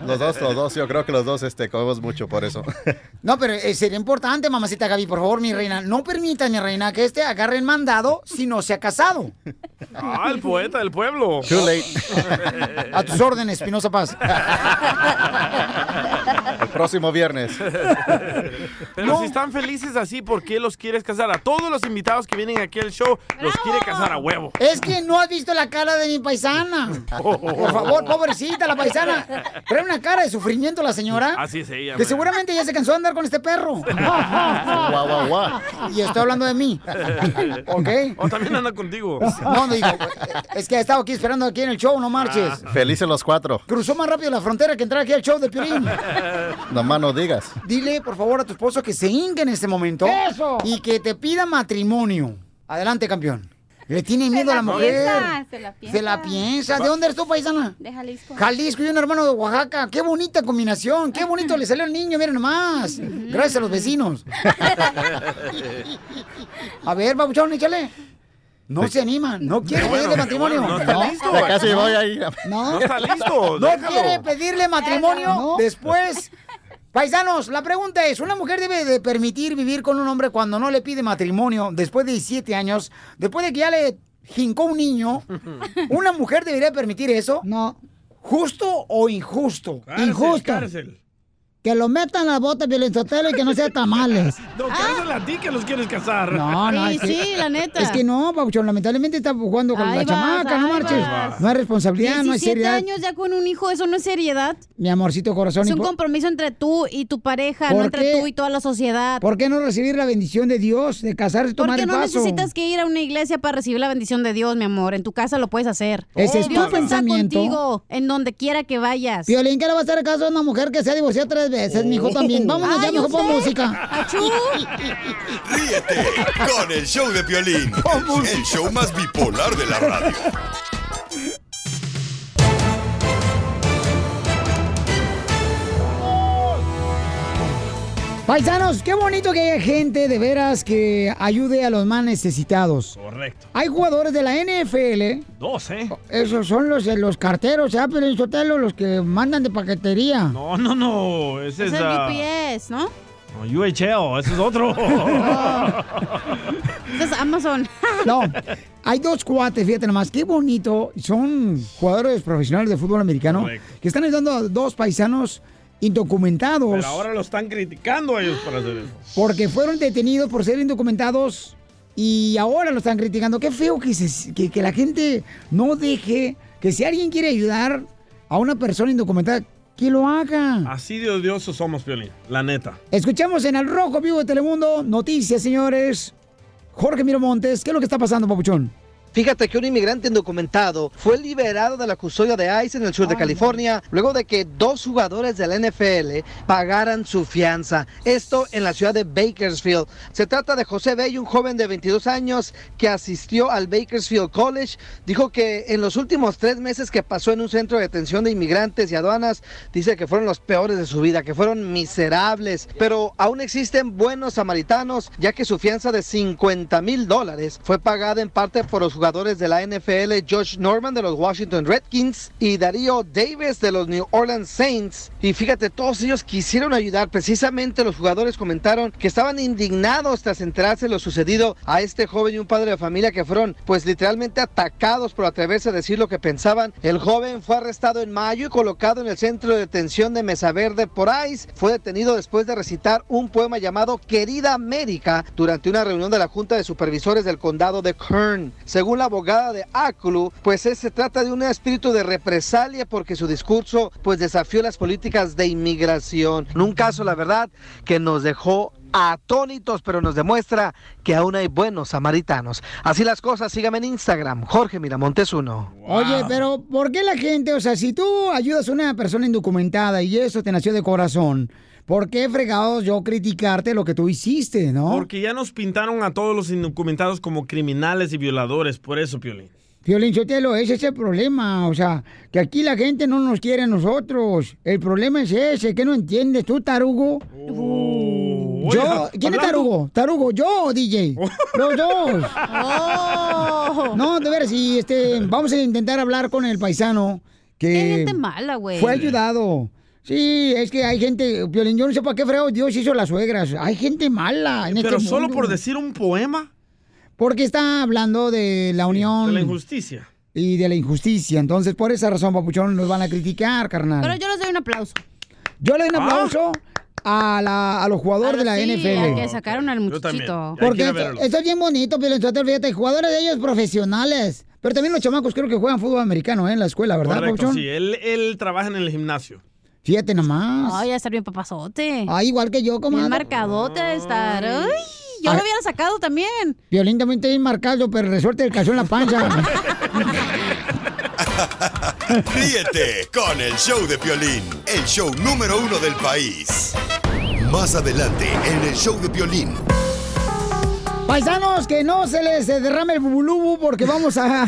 [SPEAKER 17] Los dos, los dos. Yo creo que los dos este, comemos mucho por eso.
[SPEAKER 1] No, pero eh, sería importante, mamacita Gaby, por favor, mi reina. No permita, mi reina, que este agarre el mandado si no se ha casado.
[SPEAKER 3] Ah, el poeta del pueblo.
[SPEAKER 17] Too late.
[SPEAKER 1] A tus órdenes, Pinoza Paz.
[SPEAKER 17] El próximo viernes.
[SPEAKER 3] Pero si están felices así, ¿por qué los quieres casar? A todos los invitados que vienen aquí al show, los quiere casar a huevo.
[SPEAKER 1] Es que no has visto la cara de mi paisana. Por favor, pobrecita la paisana. Trae una cara de sufrimiento la señora.
[SPEAKER 3] Así es ella.
[SPEAKER 1] Que
[SPEAKER 3] man.
[SPEAKER 1] seguramente ya se cansó de andar con este perro.
[SPEAKER 3] Guau, guau, guau.
[SPEAKER 1] Y estoy hablando de mí. ¿Ok?
[SPEAKER 3] O Oh, también anda contigo.
[SPEAKER 1] No, no digo. Es que ha estado aquí esperando aquí en el show, no
[SPEAKER 3] Ah.
[SPEAKER 1] marches.
[SPEAKER 17] Felices los cuatro.
[SPEAKER 1] Cruzó más rápido la frontera que entrar aquí al show de Piolín.
[SPEAKER 17] Nomás no digas.
[SPEAKER 1] Dile, por favor, a tu esposo que se hinque en este momento.
[SPEAKER 17] ¡Eso!
[SPEAKER 1] Y que te pida matrimonio. Adelante, campeón. Le tiene miedo a la
[SPEAKER 16] piensa,
[SPEAKER 1] mujer.
[SPEAKER 16] se la piensa.
[SPEAKER 1] Se la piensa. ¿De dónde eres tú, paisana?
[SPEAKER 16] De Jalisco.
[SPEAKER 1] Jalisco y un hermano de Oaxaca. Qué bonita combinación. Qué bonito le salió el niño, miren nomás. Gracias a los vecinos. A ver, babuchón, échale. No se animan, no quiere
[SPEAKER 17] bueno,
[SPEAKER 1] pedirle
[SPEAKER 17] qué
[SPEAKER 1] matrimonio.
[SPEAKER 17] bueno, no está listo. Ya casi voy ahí.
[SPEAKER 1] No,
[SPEAKER 17] No está listo,
[SPEAKER 1] No
[SPEAKER 17] déjalo.
[SPEAKER 1] quiere pedirle matrimonio
[SPEAKER 17] No.
[SPEAKER 1] después. Paisanos, la pregunta es, ¿una mujer debe de permitir vivir con un hombre cuando no le pide matrimonio después de 17 años, después de que ya le jincó un niño? ¿Una mujer debería permitir eso? No. ¿Justo o injusto? Injusto.
[SPEAKER 3] Cárcel.
[SPEAKER 1] Que lo metan a la bota violentotelo y que no sea tamales.
[SPEAKER 3] No, cárcel a ti que los quieres casar.
[SPEAKER 1] No, no. es que- Es que no, Pauchón, lamentablemente está jugando con
[SPEAKER 2] Ahí
[SPEAKER 1] la
[SPEAKER 2] vas,
[SPEAKER 1] chamaca, no
[SPEAKER 2] ahí
[SPEAKER 1] marches.
[SPEAKER 2] vas.
[SPEAKER 1] No hay responsabilidad, no hay
[SPEAKER 2] 17
[SPEAKER 1] seriedad.
[SPEAKER 2] años ya con un hijo, eso no es seriedad.
[SPEAKER 1] Mi amorcito corazón.
[SPEAKER 2] Es
[SPEAKER 1] ¿y
[SPEAKER 2] un
[SPEAKER 1] por-
[SPEAKER 2] compromiso entre tú y tu pareja,
[SPEAKER 1] ¿Por
[SPEAKER 2] no entre
[SPEAKER 1] qué?
[SPEAKER 2] tú y toda la sociedad.
[SPEAKER 1] ¿Por qué no recibir la bendición de Dios, de casarse y
[SPEAKER 2] Ah, ¿Por
[SPEAKER 1] tomar
[SPEAKER 2] qué
[SPEAKER 1] el
[SPEAKER 2] no
[SPEAKER 1] paso?
[SPEAKER 2] necesitas que ir a una iglesia para recibir la bendición de Dios, mi amor? En tu casa lo puedes hacer.
[SPEAKER 1] Ese es tu
[SPEAKER 2] Dios está
[SPEAKER 1] pensamiento.
[SPEAKER 2] contigo, en donde quiera que vayas.
[SPEAKER 1] Violín, ¿qué le va a hacer caso a una mujer que se ha divorciado tres veces, mijo, también? Vámonos ya,
[SPEAKER 2] Ay,
[SPEAKER 1] mijo, por
[SPEAKER 2] usted.
[SPEAKER 1] música.
[SPEAKER 6] Ríete con el show de Piolín, el show más bipolar de la radio.
[SPEAKER 1] Paisanos, qué bonito que haya gente de veras que ayude a los más necesitados.
[SPEAKER 3] Correcto.
[SPEAKER 1] Hay jugadores de la NFL,
[SPEAKER 3] Dos, ¿eh?
[SPEAKER 1] esos son los, los carteros, ¿ya, Piolín Sotelo? Los que mandan de paquetería.
[SPEAKER 3] No, no, no. Ese es.
[SPEAKER 2] Es el
[SPEAKER 3] ah,
[SPEAKER 2] UPS, ¿no?
[SPEAKER 3] no, UHL, ese es otro.
[SPEAKER 2] Ese es Amazon.
[SPEAKER 1] Ah. No, hay dos cuates, fíjate nomás, qué bonito. Son jugadores profesionales de fútbol americano
[SPEAKER 3] Correcto.
[SPEAKER 1] que están ayudando a dos paisanos indocumentados
[SPEAKER 3] Pero ahora lo están criticando a ellos por hacer eso.
[SPEAKER 1] porque fueron detenidos por ser indocumentados y ahora lo están criticando. Qué feo que, se- que, que la gente no deje que si alguien quiere ayudar a una persona indocumentada, que lo haga.
[SPEAKER 3] Así de odiosos somos, Piolín. La neta.
[SPEAKER 1] Escuchamos en el Rojo Vivo de Telemundo noticias, señores. Jorge Miramontes, ¿qué es lo que está pasando, papuchón?
[SPEAKER 5] Fíjate que un inmigrante indocumentado fue liberado de la custodia de ICE en el sur
[SPEAKER 1] Ah.
[SPEAKER 5] de California luego de que dos jugadores de la NFL pagaran su fianza. Esto en la ciudad de Bakersfield. Se trata de José Bello, un joven de 22 años que asistió al Bakersfield College. Dijo que en los últimos tres meses que pasó en un centro de detención de inmigrantes y aduanas, dice que fueron los peores de su vida, que fueron miserables. Pero aún existen buenos samaritanos, ya que su fianza de 50 mil dólares fue pagada en parte por los jugadores de la NFL, Josh Norman de los Washington Redskins y Darío Davis de los New Orleans Saints. Y fíjate, todos ellos quisieron ayudar. Precisamente los jugadores comentaron que estaban indignados tras enterarse de lo sucedido a este joven y un padre de familia que fueron pues literalmente atacados por atreverse a decir lo que pensaban. El joven fue arrestado en mayo y colocado en el centro de detención de Mesa Verde por ICE. Fue detenido después de recitar un poema llamado Querida América durante una reunión de la Junta de Supervisores del Condado de Kern. Según la abogada de ACLU, pues eh, se trata de un espíritu de represalia porque su discurso pues desafió las políticas de inmigración. En un caso, la verdad, que nos dejó atónitos, pero nos demuestra que aún hay buenos samaritanos. Así las cosas, sígame en Instagram, Jorge Miramontes uno.
[SPEAKER 1] Oye, pero ¿por qué la gente, o sea, si tú ayudas a una persona indocumentada y eso te nació de corazón, ¿por qué fregados yo criticarte lo que tú hiciste, no?
[SPEAKER 3] Porque ya nos pintaron a todos los indocumentados como criminales y violadores, por eso, Piolín.
[SPEAKER 1] Violín Sotelo, ese es el problema, o sea, que aquí la gente no nos quiere a nosotros. El problema es ese, que no entiendes tú, tarugo. yo,
[SPEAKER 3] oiga,
[SPEAKER 1] ¿quién es
[SPEAKER 3] hablando-
[SPEAKER 1] tarugo? Tarugo, yo, DJ. Los dos.
[SPEAKER 2] Oh.
[SPEAKER 1] No, de ver, si este, vamos a intentar hablar con el paisano que
[SPEAKER 2] Qué gente mala, güey.
[SPEAKER 1] fue ayudado. Sí, es que hay gente, Violín, yo no sé para qué freo Dios hizo las suegras. Hay gente mala en
[SPEAKER 3] Pero
[SPEAKER 1] este
[SPEAKER 3] solo
[SPEAKER 1] mundo.
[SPEAKER 3] por decir un poema
[SPEAKER 1] Porque está hablando de la unión
[SPEAKER 3] de la injusticia.
[SPEAKER 1] y de la injusticia. Entonces, por esa razón, papuchón, nos van a criticar, carnal.
[SPEAKER 2] Pero yo les doy un aplauso.
[SPEAKER 1] Yo le doy un
[SPEAKER 2] Ah.
[SPEAKER 1] aplauso a, la, a los jugadores de la
[SPEAKER 2] Sí, a que
[SPEAKER 1] NFL.
[SPEAKER 2] sacaron al muchachito.
[SPEAKER 1] Porque esto, esto es bien bonito, Piolín Sotelo, fíjate, jugadores de ellos profesionales. Pero también los chamacos creo que juegan fútbol americano ¿eh? en la escuela, ¿verdad,
[SPEAKER 3] Correcto,
[SPEAKER 1] papuchón?
[SPEAKER 3] sí. Él, él trabaja en el gimnasio.
[SPEAKER 1] Fíjate nomás.
[SPEAKER 2] Ay, ya estar bien papazote.
[SPEAKER 1] Ay, Ah, igual que yo, comadre.
[SPEAKER 2] Bien marcadote de estar. Ay, yo
[SPEAKER 1] Ay.
[SPEAKER 2] lo hubiera sacado también.
[SPEAKER 1] Violín también está bien marcado, pero resorte el calzón en la panza.
[SPEAKER 6] Ríete con el show de Piolín, el show número uno del país. Más adelante en el show de Piolín.
[SPEAKER 1] Paisanos, que no se les eh, derrame el bubulubu porque vamos a,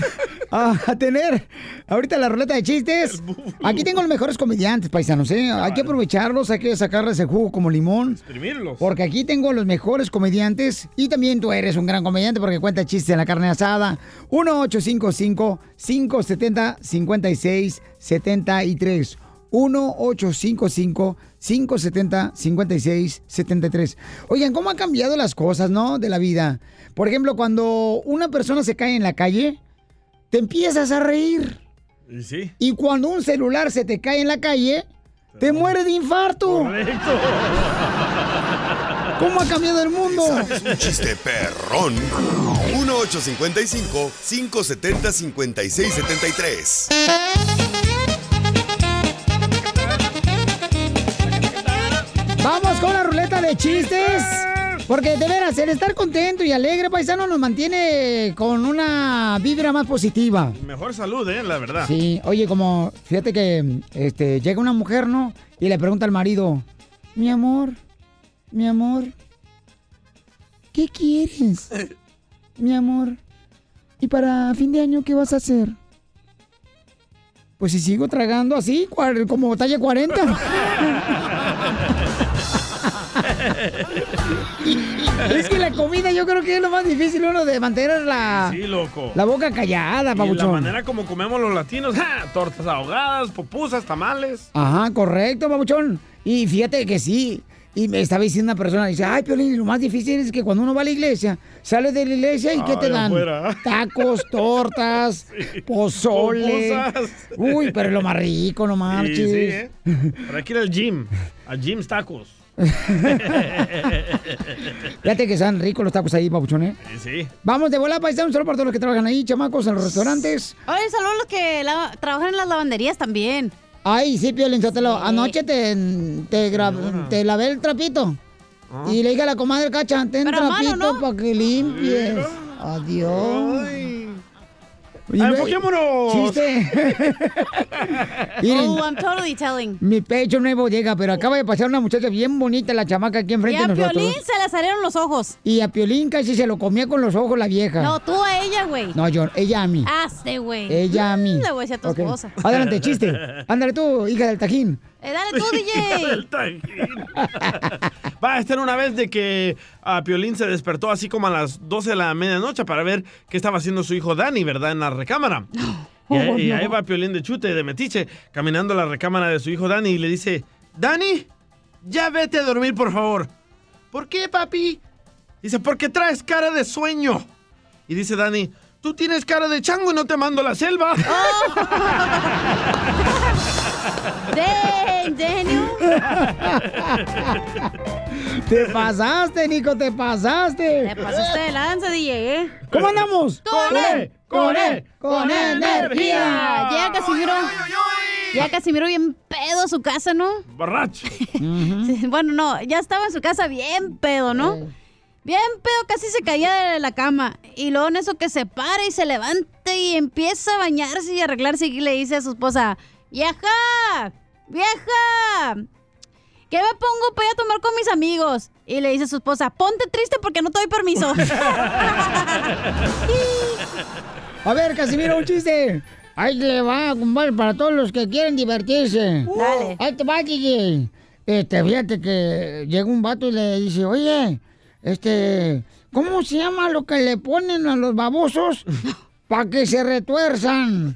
[SPEAKER 1] a- a tener ahorita la ruleta de chistes. Aquí tengo los mejores comediantes, paisanos, ¿eh? Hay que aprovecharlos, hay que sacarles el jugo como limón.
[SPEAKER 3] Exprimirlos.
[SPEAKER 1] Porque aquí tengo los mejores comediantes y también tú eres un gran comediante porque cuenta chistes en la carne asada. 1-855-570-5673. 1-855-570-5673. Oigan, ¿cómo han cambiado las cosas, no? De la vida. Por ejemplo, cuando una persona se cae en la calle, te empiezas a reír.
[SPEAKER 3] Y sí.
[SPEAKER 1] Y cuando un celular se te cae en la calle, te mueres de infarto. ¿Cómo ha cambiado el mundo?
[SPEAKER 6] Un chiste perrón. 1855-570-5673.
[SPEAKER 1] Vamos con la ruleta de chistes. Porque de veras, el estar contento y alegre, paisano, nos mantiene con una vibra más positiva.
[SPEAKER 3] Mejor salud, eh, la verdad.
[SPEAKER 1] Sí, oye, como fíjate que este, llega una mujer, ¿no? Y le pregunta al marido, mi amor, mi amor, ¿qué quieres? Mi amor, ¿y para fin de año qué vas a hacer? Pues si sigo tragando así, cuar- como talla 40. es que la comida yo creo que es lo más difícil uno de mantener la,
[SPEAKER 3] Sí, loco.
[SPEAKER 1] la boca callada,
[SPEAKER 3] y la
[SPEAKER 1] pabuchón.
[SPEAKER 3] manera como comemos los latinos, ¡ja! tortas ahogadas, pupusas, tamales.
[SPEAKER 1] Ajá, correcto, babuchón. Y fíjate que sí. Y me estaba diciendo una persona, dice, ay, Piolín, lo más difícil es que cuando uno va a la iglesia, sales de la iglesia y ¿qué
[SPEAKER 12] Ay,
[SPEAKER 1] te dan?
[SPEAKER 12] afuera.
[SPEAKER 1] Tacos, tortas, pozole.
[SPEAKER 3] Pupusas.
[SPEAKER 1] Uy, pero lo más rico, no
[SPEAKER 3] Sí,
[SPEAKER 1] marches.
[SPEAKER 3] sí, ¿eh? Pero hay que ir al gym, a Jim's Tacos. ¿eh?
[SPEAKER 1] Fíjate que están ricos los tacos ahí, babuchón, ¿eh?
[SPEAKER 3] Sí, sí.
[SPEAKER 1] Vamos de bola, paisano, solo para todos los que trabajan ahí, chamacos, en los restaurantes.
[SPEAKER 2] Oye, saludos a los que la- trabajan en las lavanderías también.
[SPEAKER 1] Ay, sí, Piolín, Sotelo, anoche te, te, gra- te lavé el trapito. Y le dije a la comadre Cacha, ten
[SPEAKER 2] Ah. Pero a mano,
[SPEAKER 1] trapito para que limpies. Adiós. Y
[SPEAKER 3] Ay,
[SPEAKER 1] ve-
[SPEAKER 3] enfoquémonos.
[SPEAKER 1] Chiste. Miren,
[SPEAKER 2] Oh, I'm totally telling.
[SPEAKER 1] mi pecho nuevo llega, pero acaba de pasar una muchacha bien bonita, la chamaca aquí
[SPEAKER 2] Y
[SPEAKER 1] enfrente
[SPEAKER 2] a
[SPEAKER 1] de nosotros.
[SPEAKER 2] Piolín se le salieron los ojos.
[SPEAKER 1] Y a Piolín casi se lo comía con los ojos la vieja.
[SPEAKER 2] No, tú a ella, güey.
[SPEAKER 1] No, yo, ella a mí.
[SPEAKER 2] Hazte, güey. Mm,
[SPEAKER 1] Ella a mí.
[SPEAKER 2] Le voy a decir a tu
[SPEAKER 1] Ok.
[SPEAKER 2] esposa.
[SPEAKER 1] Adelante, chiste. Ándale tú, hija del tajín.
[SPEAKER 2] Eh, dale tú,
[SPEAKER 3] Hija
[SPEAKER 2] DJ.
[SPEAKER 3] del Tajín. Va a estar una vez de que a Piolín se despertó así como a las 12 de la medianoche para ver qué estaba haciendo su hijo Dani, ¿verdad? En la recámara. Y, ahí-
[SPEAKER 12] Oh,
[SPEAKER 3] y
[SPEAKER 12] no.
[SPEAKER 3] ahí va Piolín de chute, de metiche, caminando a la recámara de su hijo Dani y le dice, Dani, ya vete a dormir, por favor. ¿Por qué, papi? Dice, porque traes cara de sueño. Y dice Dani, tú tienes cara de chango y no te mando a la selva.
[SPEAKER 2] Dang,
[SPEAKER 1] Te pasaste, Nico, te pasaste.
[SPEAKER 2] Te pasaste de lanza, DJ, ¿eh?
[SPEAKER 1] ¿Cómo andamos?
[SPEAKER 2] ¡Con él!
[SPEAKER 1] ¡Con él! ¡Con
[SPEAKER 2] ¡Con él!
[SPEAKER 1] él!
[SPEAKER 2] ¡Energía!
[SPEAKER 1] ¡Energía!
[SPEAKER 2] Llega Casimiro. Ya Casimiro bien pedo a su casa, ¿no?
[SPEAKER 3] Borracho.
[SPEAKER 1] Mm.
[SPEAKER 2] Sí, Bueno, no, ya estaba en su casa bien pedo, ¿no? Bien pedo, casi se caía de la cama. Y luego en eso que se para y se levanta y empieza a bañarse y arreglarse y le dice a su esposa, vieja, vieja, ¿qué me pongo para ir a tomar con mis amigos? Y le dice a su esposa, ponte triste porque no te doy permiso.
[SPEAKER 1] A ver, Casimiro, un chiste. Ahí le va, compadre, para todos los que quieren divertirse.
[SPEAKER 2] Uh. Dale.
[SPEAKER 1] Ahí te va, DJ. Este, fíjate que llega un vato y le dice, oye, este, ¿cómo se llama lo que le ponen a los babosos para que se retuerzan?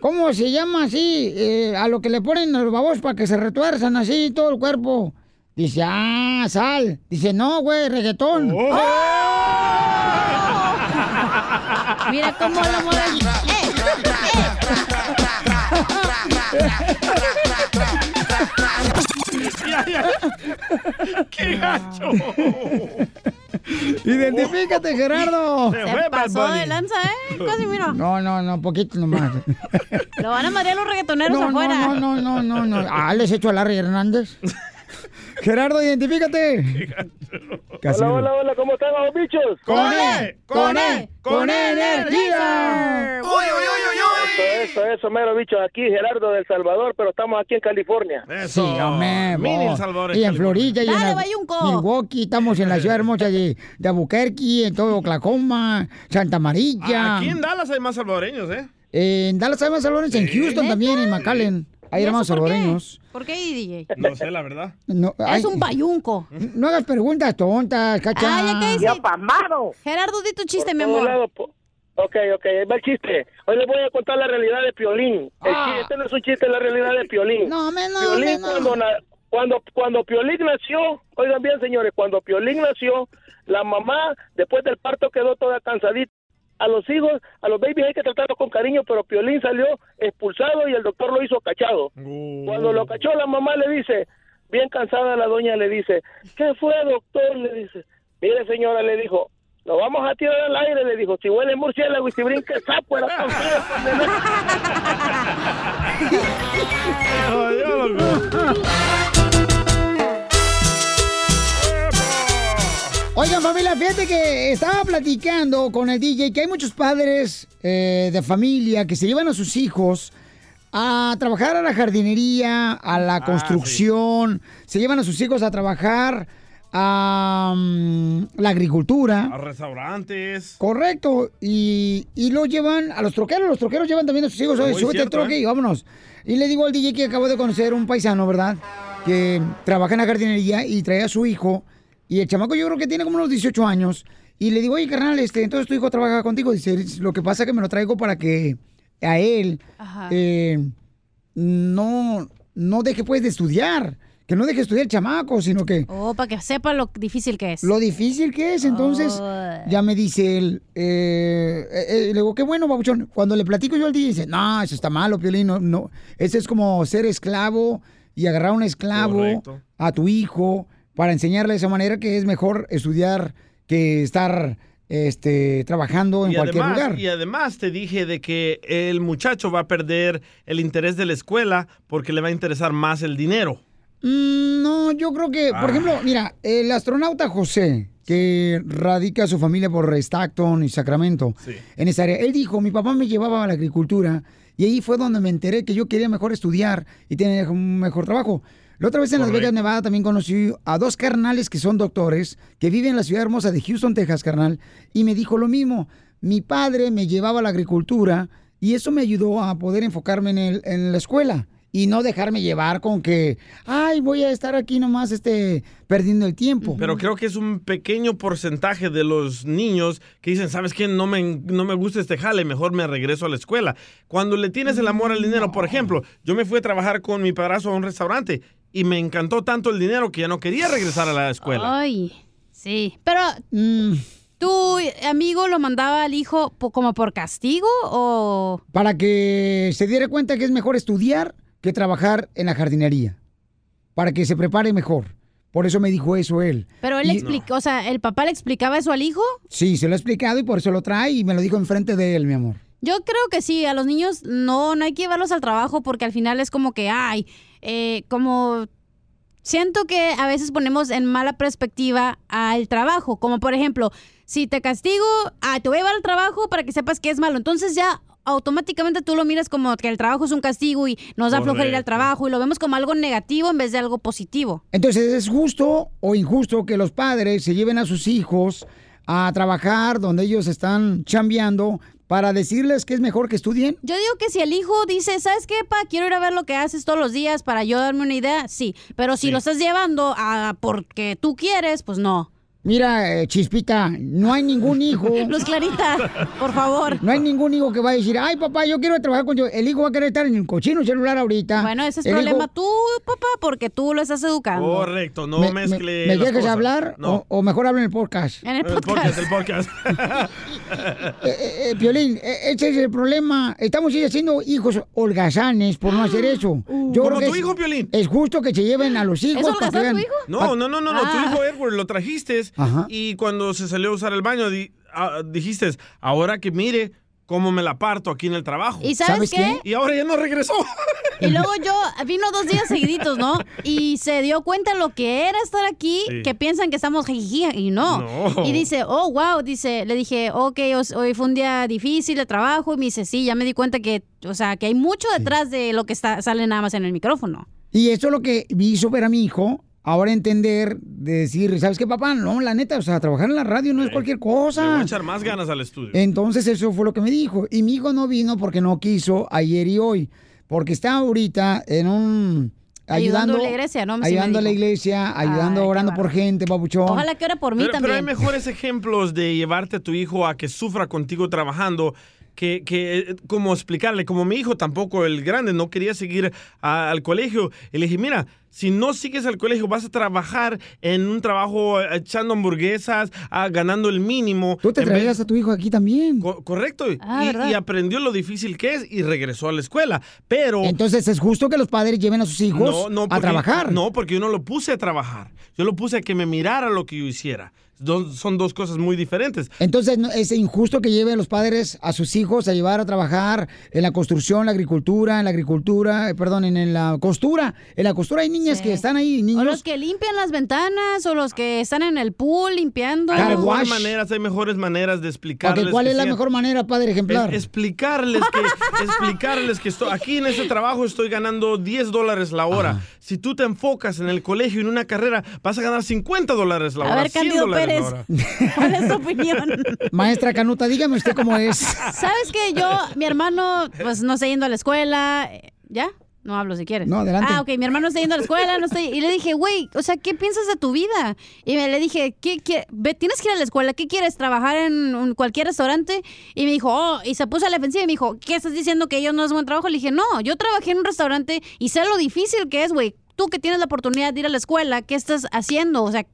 [SPEAKER 1] ¿Cómo se llama así eh, a lo que le ponen a los babosos para que se retuerzan así todo el cuerpo? Dice, ah, sal. Dice, no, güey, reggaetón.
[SPEAKER 2] Oh. Mira cómo lo mueve.
[SPEAKER 3] ¡Qué gacho!
[SPEAKER 1] Identifícate, Gerardo.
[SPEAKER 2] Se pasó de lanza, ¿eh? Casimiro.
[SPEAKER 1] pues, No, no, no, poquito nomás.
[SPEAKER 2] Lo van a marear los reggaetoneros
[SPEAKER 1] No, no,
[SPEAKER 2] afuera.
[SPEAKER 1] no, no, no, no, no. Ah, les echo a Larry Hernández. Gerardo, identifícate. Casimiro.
[SPEAKER 12] Hola, hola, hola, ¿cómo están los bichos?
[SPEAKER 1] ¡Con E! ¡Con E! ¡Con E energía!
[SPEAKER 12] ¡Uy, uy, uy, uy, uy! Eso, eso, eso, mero bichos. Aquí Gerardo del Salvador, pero estamos aquí en California.
[SPEAKER 1] Sí, hombre,
[SPEAKER 12] Mini
[SPEAKER 1] vos.
[SPEAKER 12] El Salvador,
[SPEAKER 1] Y en
[SPEAKER 12] California.
[SPEAKER 1] Florida, y en
[SPEAKER 12] Dale,
[SPEAKER 1] la-
[SPEAKER 12] Bayunco.
[SPEAKER 1] Milwaukee, estamos en la ciudad hermosa de, de Albuquerque, en todo Oklahoma, Santa Amarilla.
[SPEAKER 3] Aquí en Dallas hay más salvadoreños, ¿eh?
[SPEAKER 1] En Dallas hay más salvadoreños, en Houston también, en McAllen. Hay
[SPEAKER 3] ¿Y eso
[SPEAKER 1] hermanos
[SPEAKER 3] por qué?
[SPEAKER 1] salvadoreños.
[SPEAKER 2] ¿Por qué, DJ?
[SPEAKER 3] No sé, la verdad.
[SPEAKER 1] No, ay,
[SPEAKER 2] Es un bayunco.
[SPEAKER 1] No hagas preguntas tontas, cacha.
[SPEAKER 2] Ay, ya que dice.
[SPEAKER 12] pasmado.
[SPEAKER 2] Gerardo, di tu chiste,
[SPEAKER 12] Por
[SPEAKER 2] mi
[SPEAKER 12] todos
[SPEAKER 2] amor.
[SPEAKER 12] lados, po- Ok, ok, ahí va el chiste. Hoy les voy a contar la realidad de Piolín. El
[SPEAKER 1] Ah.
[SPEAKER 12] chiste, este no es un chiste, es la realidad de Piolín.
[SPEAKER 1] No, me no,
[SPEAKER 12] Piolín
[SPEAKER 1] me no.
[SPEAKER 12] Cuando, na- cuando, cuando Piolín nació, oigan bien, señores, cuando Piolín nació, la mamá, después del parto, quedó toda cansadita. A los hijos, a los babies hay que tratarlos con cariño, pero Piolín salió expulsado y el doctor lo hizo cachado. Cuando lo cachó, la mamá le dice, bien cansada la doña le dice, ¿qué fue, doctor? Le dice, mire, señora, le dijo, lo vamos a tirar al aire, le dijo, si huele murciélago y si brinca el sapo, era tan feo, condenado".
[SPEAKER 1] Oigan, familia, fíjate que estaba platicando con el DJ que hay muchos padres eh, de familia que se llevan a sus hijos a trabajar a la jardinería, a la construcción, se llevan a sus hijos a trabajar a mm, la agricultura.
[SPEAKER 3] A restaurantes.
[SPEAKER 1] Correcto, y, y lo llevan a los troqueros, los troqueros llevan también a sus hijos, oye,
[SPEAKER 3] Muy
[SPEAKER 1] súbete al
[SPEAKER 3] cierto,
[SPEAKER 1] troque
[SPEAKER 3] ¿eh?
[SPEAKER 1] y vámonos. Y le digo al DJ que acabo de conocer un paisano, ¿verdad? Que trabaja en la jardinería y trae a su hijo, y el chamaco yo creo que tiene como unos 18 años, y le digo, oye, carnal, este, entonces tu hijo trabaja contigo, dice, lo que pasa es que me lo traigo para que a él
[SPEAKER 15] Ajá.
[SPEAKER 1] eh, no, no deje pues de estudiar, que no deje de estudiar el chamaco, sino que...
[SPEAKER 2] Oh, para que sepa lo difícil que es.
[SPEAKER 1] Lo difícil que es, entonces ya me dice él, eh, eh, eh, le digo, qué bueno, babuchón. Cuando le platico yo al día, dice, no, eso está malo, Piolín, no, no. Ese es como ser esclavo y agarrar a un esclavo
[SPEAKER 18] Correcto.
[SPEAKER 1] a tu hijo para enseñarle de esa manera que es mejor estudiar que estar este, trabajando en
[SPEAKER 3] Y
[SPEAKER 1] cualquier
[SPEAKER 3] además,
[SPEAKER 1] lugar.
[SPEAKER 3] y además te dije de que el muchacho va a perder el interés de la escuela porque le va a interesar más el dinero.
[SPEAKER 1] Mm, No, yo creo que,
[SPEAKER 3] Ah.
[SPEAKER 1] por ejemplo, mira, el astronauta José, que radica a su familia por Stockton y Sacramento, en esa área, él dijo, mi papá me llevaba a la agricultura y ahí fue donde me enteré que yo quería mejor estudiar y tener un mejor trabajo. La otra vez en Las Vegas, Nevada, también conocí a dos carnales que son doctores, que viven en la ciudad hermosa de Houston, Texas, carnal, y me dijo lo mismo, mi padre me llevaba a la agricultura y eso me ayudó a poder enfocarme en, el- en la escuela y no dejarme llevar con que, ay, voy a estar aquí nomás este, perdiendo el tiempo.
[SPEAKER 3] Pero creo que es un pequeño porcentaje de los niños que dicen, ¿sabes qué? No me, no me gusta este jale, mejor me regreso a la escuela. Cuando le tienes el amor al dinero, por ejemplo, yo me fui a trabajar con mi padrazo a un restaurante y me encantó tanto el dinero que ya no quería regresar a la
[SPEAKER 1] Ah.
[SPEAKER 3] escuela.
[SPEAKER 2] Ay, sí. Pero,
[SPEAKER 1] Mm.
[SPEAKER 2] ¿tu amigo lo mandaba al hijo po- como por castigo o...?
[SPEAKER 1] Para que se diera cuenta que es mejor estudiar que trabajar en la jardinería, para que se prepare mejor. Por eso me dijo eso él.
[SPEAKER 2] Pero él le
[SPEAKER 1] Y-
[SPEAKER 2] explicó, o sea, ¿el papá le explicaba eso al hijo?
[SPEAKER 1] Sí, se lo he explicado y por eso lo trae y me lo dijo enfrente de él, mi amor.
[SPEAKER 2] Yo creo que sí, a los niños no, no hay que llevarlos al trabajo porque al final es como que, ay, eh, como siento que a veces ponemos en mala perspectiva al trabajo, como por ejemplo, si te castigo, ah, te voy a llevar al trabajo para que sepas que es malo, entonces ya automáticamente tú lo miras como que el trabajo es un castigo y nos da flojera ir al
[SPEAKER 1] Correcto.
[SPEAKER 2] trabajo y lo vemos como algo negativo en vez de algo positivo.
[SPEAKER 1] Entonces, ¿es justo o injusto que los padres se lleven a sus hijos a trabajar donde ellos están chambeando para decirles que es mejor que estudien?
[SPEAKER 2] Yo digo que si el hijo dice, ¿sabes qué, pa? Quiero ir a ver lo que haces todos los días para yo darme una idea, sí. Pero si lo estás llevando a porque tú quieres, pues no.
[SPEAKER 1] Mira, eh, Chispita, no hay ningún hijo.
[SPEAKER 2] Luz Clarita, por favor.
[SPEAKER 1] No hay ningún hijo que va a decir, ay, papá, yo quiero trabajar con yo. El hijo va a querer estar en el cochino celular ahorita.
[SPEAKER 2] Bueno, ese es
[SPEAKER 1] El
[SPEAKER 2] problema
[SPEAKER 1] hijo-
[SPEAKER 2] tú, papá, porque tú lo estás educando.
[SPEAKER 3] Correcto, no
[SPEAKER 1] me, me-
[SPEAKER 3] mezcle.
[SPEAKER 1] ¿Me
[SPEAKER 3] las
[SPEAKER 1] dejas
[SPEAKER 3] cosas.
[SPEAKER 1] hablar
[SPEAKER 3] No.
[SPEAKER 1] o, o mejor hablo en el podcast?
[SPEAKER 2] En
[SPEAKER 3] El podcast, el podcast.
[SPEAKER 1] Eh, eh, Piolín, eh, ese es el problema. Estamos sí haciendo hijos holgazanes por no hacer eso.
[SPEAKER 2] Ah, uh.
[SPEAKER 3] Como tu
[SPEAKER 1] es-
[SPEAKER 3] hijo, Piolín.
[SPEAKER 1] Es justo que se lleven a los hijos. para que vean-
[SPEAKER 3] No, no, no, no, no. Tu
[SPEAKER 1] Ah.
[SPEAKER 3] hijo Edward lo trajiste
[SPEAKER 1] Ajá.
[SPEAKER 3] y cuando se salió a usar el baño di- ah, dijiste, ahora que mire cómo me la parto aquí en el trabajo.
[SPEAKER 2] ¿Y sabes ¿Sabes qué? qué?
[SPEAKER 3] Y ahora ya no regresó.
[SPEAKER 2] Y luego yo, vino dos días seguiditos, ¿no? Y se dio cuenta lo que era estar aquí,
[SPEAKER 3] Sí.
[SPEAKER 2] que piensan que estamos jijiji, y no.
[SPEAKER 3] No.
[SPEAKER 2] Y dice, oh, wow, dice, le dije, ok, os- hoy fue un día difícil de trabajo, y me dice, sí, ya me di cuenta que, o sea, que hay mucho detrás de lo que está, sale nada más en el micrófono.
[SPEAKER 1] Y esto es lo que me hizo ver a mi hijo. Ahora entender, de decir, ¿sabes qué, papá? No, la neta, o sea, trabajar en la radio no es cualquier
[SPEAKER 3] Le voy
[SPEAKER 1] cosa.
[SPEAKER 3] a echar más ganas al estudio.
[SPEAKER 1] Entonces eso fue lo que me dijo. Y mi hijo no vino porque no quiso ayer y hoy. Porque está ahorita en un... Ayudando
[SPEAKER 2] Ayudando a la iglesia, ¿no? Sí me
[SPEAKER 1] Ayudando a la
[SPEAKER 2] dijo.
[SPEAKER 1] iglesia, ayudando, orando por gente, papuchón.
[SPEAKER 2] Ojalá que ore por mí
[SPEAKER 3] pero, pero hay
[SPEAKER 2] también.
[SPEAKER 3] mejores ejemplos de llevarte a tu hijo a que sufra contigo trabajando que, que eh, como explicarle, como mi hijo tampoco, el grande, no quería seguir a- al colegio. Y le dije, mira, si no sigues al colegio, vas a trabajar en un trabajo eh, echando hamburguesas, ah, ganando el mínimo.
[SPEAKER 1] Tú te
[SPEAKER 3] en vez-
[SPEAKER 1] traías a tu hijo aquí también.
[SPEAKER 3] Co- correcto. Y-
[SPEAKER 1] Ah, ¿verdad?
[SPEAKER 3] y, aprendió lo difícil que es y regresó a la escuela. Pero...
[SPEAKER 1] Entonces es justo que los padres lleven a sus hijos
[SPEAKER 3] No, no,
[SPEAKER 1] a
[SPEAKER 3] porque-
[SPEAKER 1] trabajar.
[SPEAKER 3] No, porque yo no lo puse a trabajar. Yo lo puse a que me mirara lo que yo hiciera. Do- son dos cosas muy diferentes.
[SPEAKER 1] Entonces no- es injusto que lleven los padres a sus hijos a llevar a trabajar en la construcción, la agricultura, en la agricultura, eh, perdón, en, en la costura. En la costura hay niñas que están ahí,
[SPEAKER 2] O
[SPEAKER 1] niños.
[SPEAKER 2] los que limpian las ventanas, o los que están en el pool limpiando.
[SPEAKER 3] Hay mejores maneras, hay mejores maneras de explicarles.
[SPEAKER 1] Ok, ¿Cuál
[SPEAKER 3] que
[SPEAKER 1] es la
[SPEAKER 3] sean-
[SPEAKER 1] mejor manera, padre ejemplar?
[SPEAKER 3] Es- explicarles que explicarles que estoy aquí en este trabajo estoy ganando 10 dólares la hora. Si tú te enfocas en el colegio en una carrera, vas a ganar 50 dólares la
[SPEAKER 1] A
[SPEAKER 3] hora,
[SPEAKER 1] ver,
[SPEAKER 3] 100
[SPEAKER 1] Cándido
[SPEAKER 3] dólares
[SPEAKER 1] Pérez.
[SPEAKER 3] la hora.
[SPEAKER 2] ¿Cuál es tu opinión?
[SPEAKER 1] Maestra Canuta, dígame usted cómo es.
[SPEAKER 2] ¿Sabes que Yo, mi hermano, pues no está yendo a la escuela. eh, ¿Ya? No hablo si quieres.
[SPEAKER 1] No, adelante.
[SPEAKER 2] Ah, ok, mi hermano está yendo a la escuela, no estoy. Y le dije, güey, o sea, ¿qué piensas de tu vida? Y me le dije, ¿qué, qué- ve, tienes que ir a la escuela, ¿qué quieres? ¿Trabajar en un- cualquier restaurante? Y me dijo, oh, y se puso a la defensiva y me dijo, ¿qué estás diciendo que ellos no es buen trabajo? Le dije, no, yo trabajé en un restaurante y sé lo difícil que es, güey. Tú que tienes la oportunidad de ir a la escuela, ¿qué estás haciendo? O sea,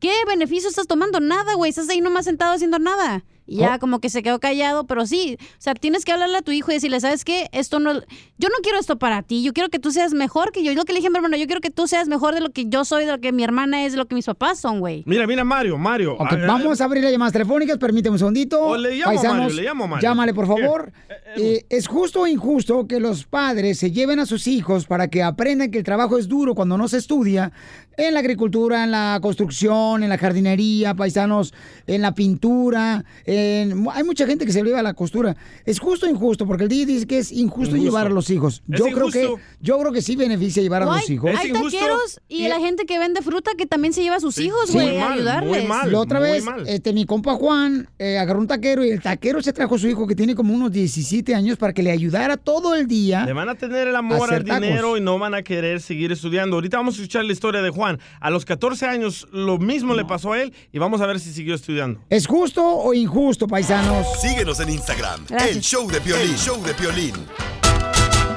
[SPEAKER 2] ¿qué beneficio estás tomando? Nada, güey, estás ahí nomás sentado haciendo nada. Y ya
[SPEAKER 15] Oh.
[SPEAKER 2] como que se quedó callado, pero sí, o sea, tienes que hablarle a tu hijo y decirle, ¿sabes qué? Esto no, yo no quiero esto para ti, yo quiero que tú seas mejor que yo. Es lo que le dije a mi hermano, yo quiero que tú seas mejor de lo que yo soy, de lo que mi hermana es, de lo que mis papás son, güey.
[SPEAKER 3] Mira, mira Mario, Mario.
[SPEAKER 1] Ok,
[SPEAKER 3] Ah, ah,
[SPEAKER 1] vamos a abrir las llamadas telefónicas, permíteme un segundito.
[SPEAKER 3] O le llamo a
[SPEAKER 1] Paisanos,
[SPEAKER 3] Mario, le llamo a Mario.
[SPEAKER 1] Llámale, por favor. Eh, ¿Es justo o injusto que los padres se lleven a sus hijos para que aprendan que el trabajo es duro cuando no se estudia? En la agricultura, en la construcción, en la jardinería, paisanos, en la pintura. en- Hay mucha gente que se lleva a la costura. ¿Es justo o injusto? Porque el DJ dice que es injusto,
[SPEAKER 18] Injusto.
[SPEAKER 1] llevar a los hijos.
[SPEAKER 18] Es
[SPEAKER 1] Yo creo, que,
[SPEAKER 18] injusto.
[SPEAKER 1] yo creo que sí beneficia llevar a
[SPEAKER 2] Güey,
[SPEAKER 1] los hijos.
[SPEAKER 2] Hay taqueros y la gente que vende fruta que también se lleva a sus hijos,
[SPEAKER 1] Sí.
[SPEAKER 2] güey, a ayudarles.
[SPEAKER 1] La otra vez, este, mi compa Juan eh, agarró un taquero y el taquero se trajo a su hijo que tiene como unos 17 años para que le ayudara todo el día.
[SPEAKER 3] Le van a tener el amor
[SPEAKER 1] Hacer
[SPEAKER 3] al
[SPEAKER 1] tacos.
[SPEAKER 3] dinero y no van a querer seguir estudiando. Ahorita vamos a escuchar la historia de Juan. A los 14 años lo mismo le pasó a él y vamos a ver si siguió estudiando.
[SPEAKER 1] ¿Es justo o injusto, paisanos?
[SPEAKER 6] Síguenos en Instagram, el show de Piolín. El show de Piolín.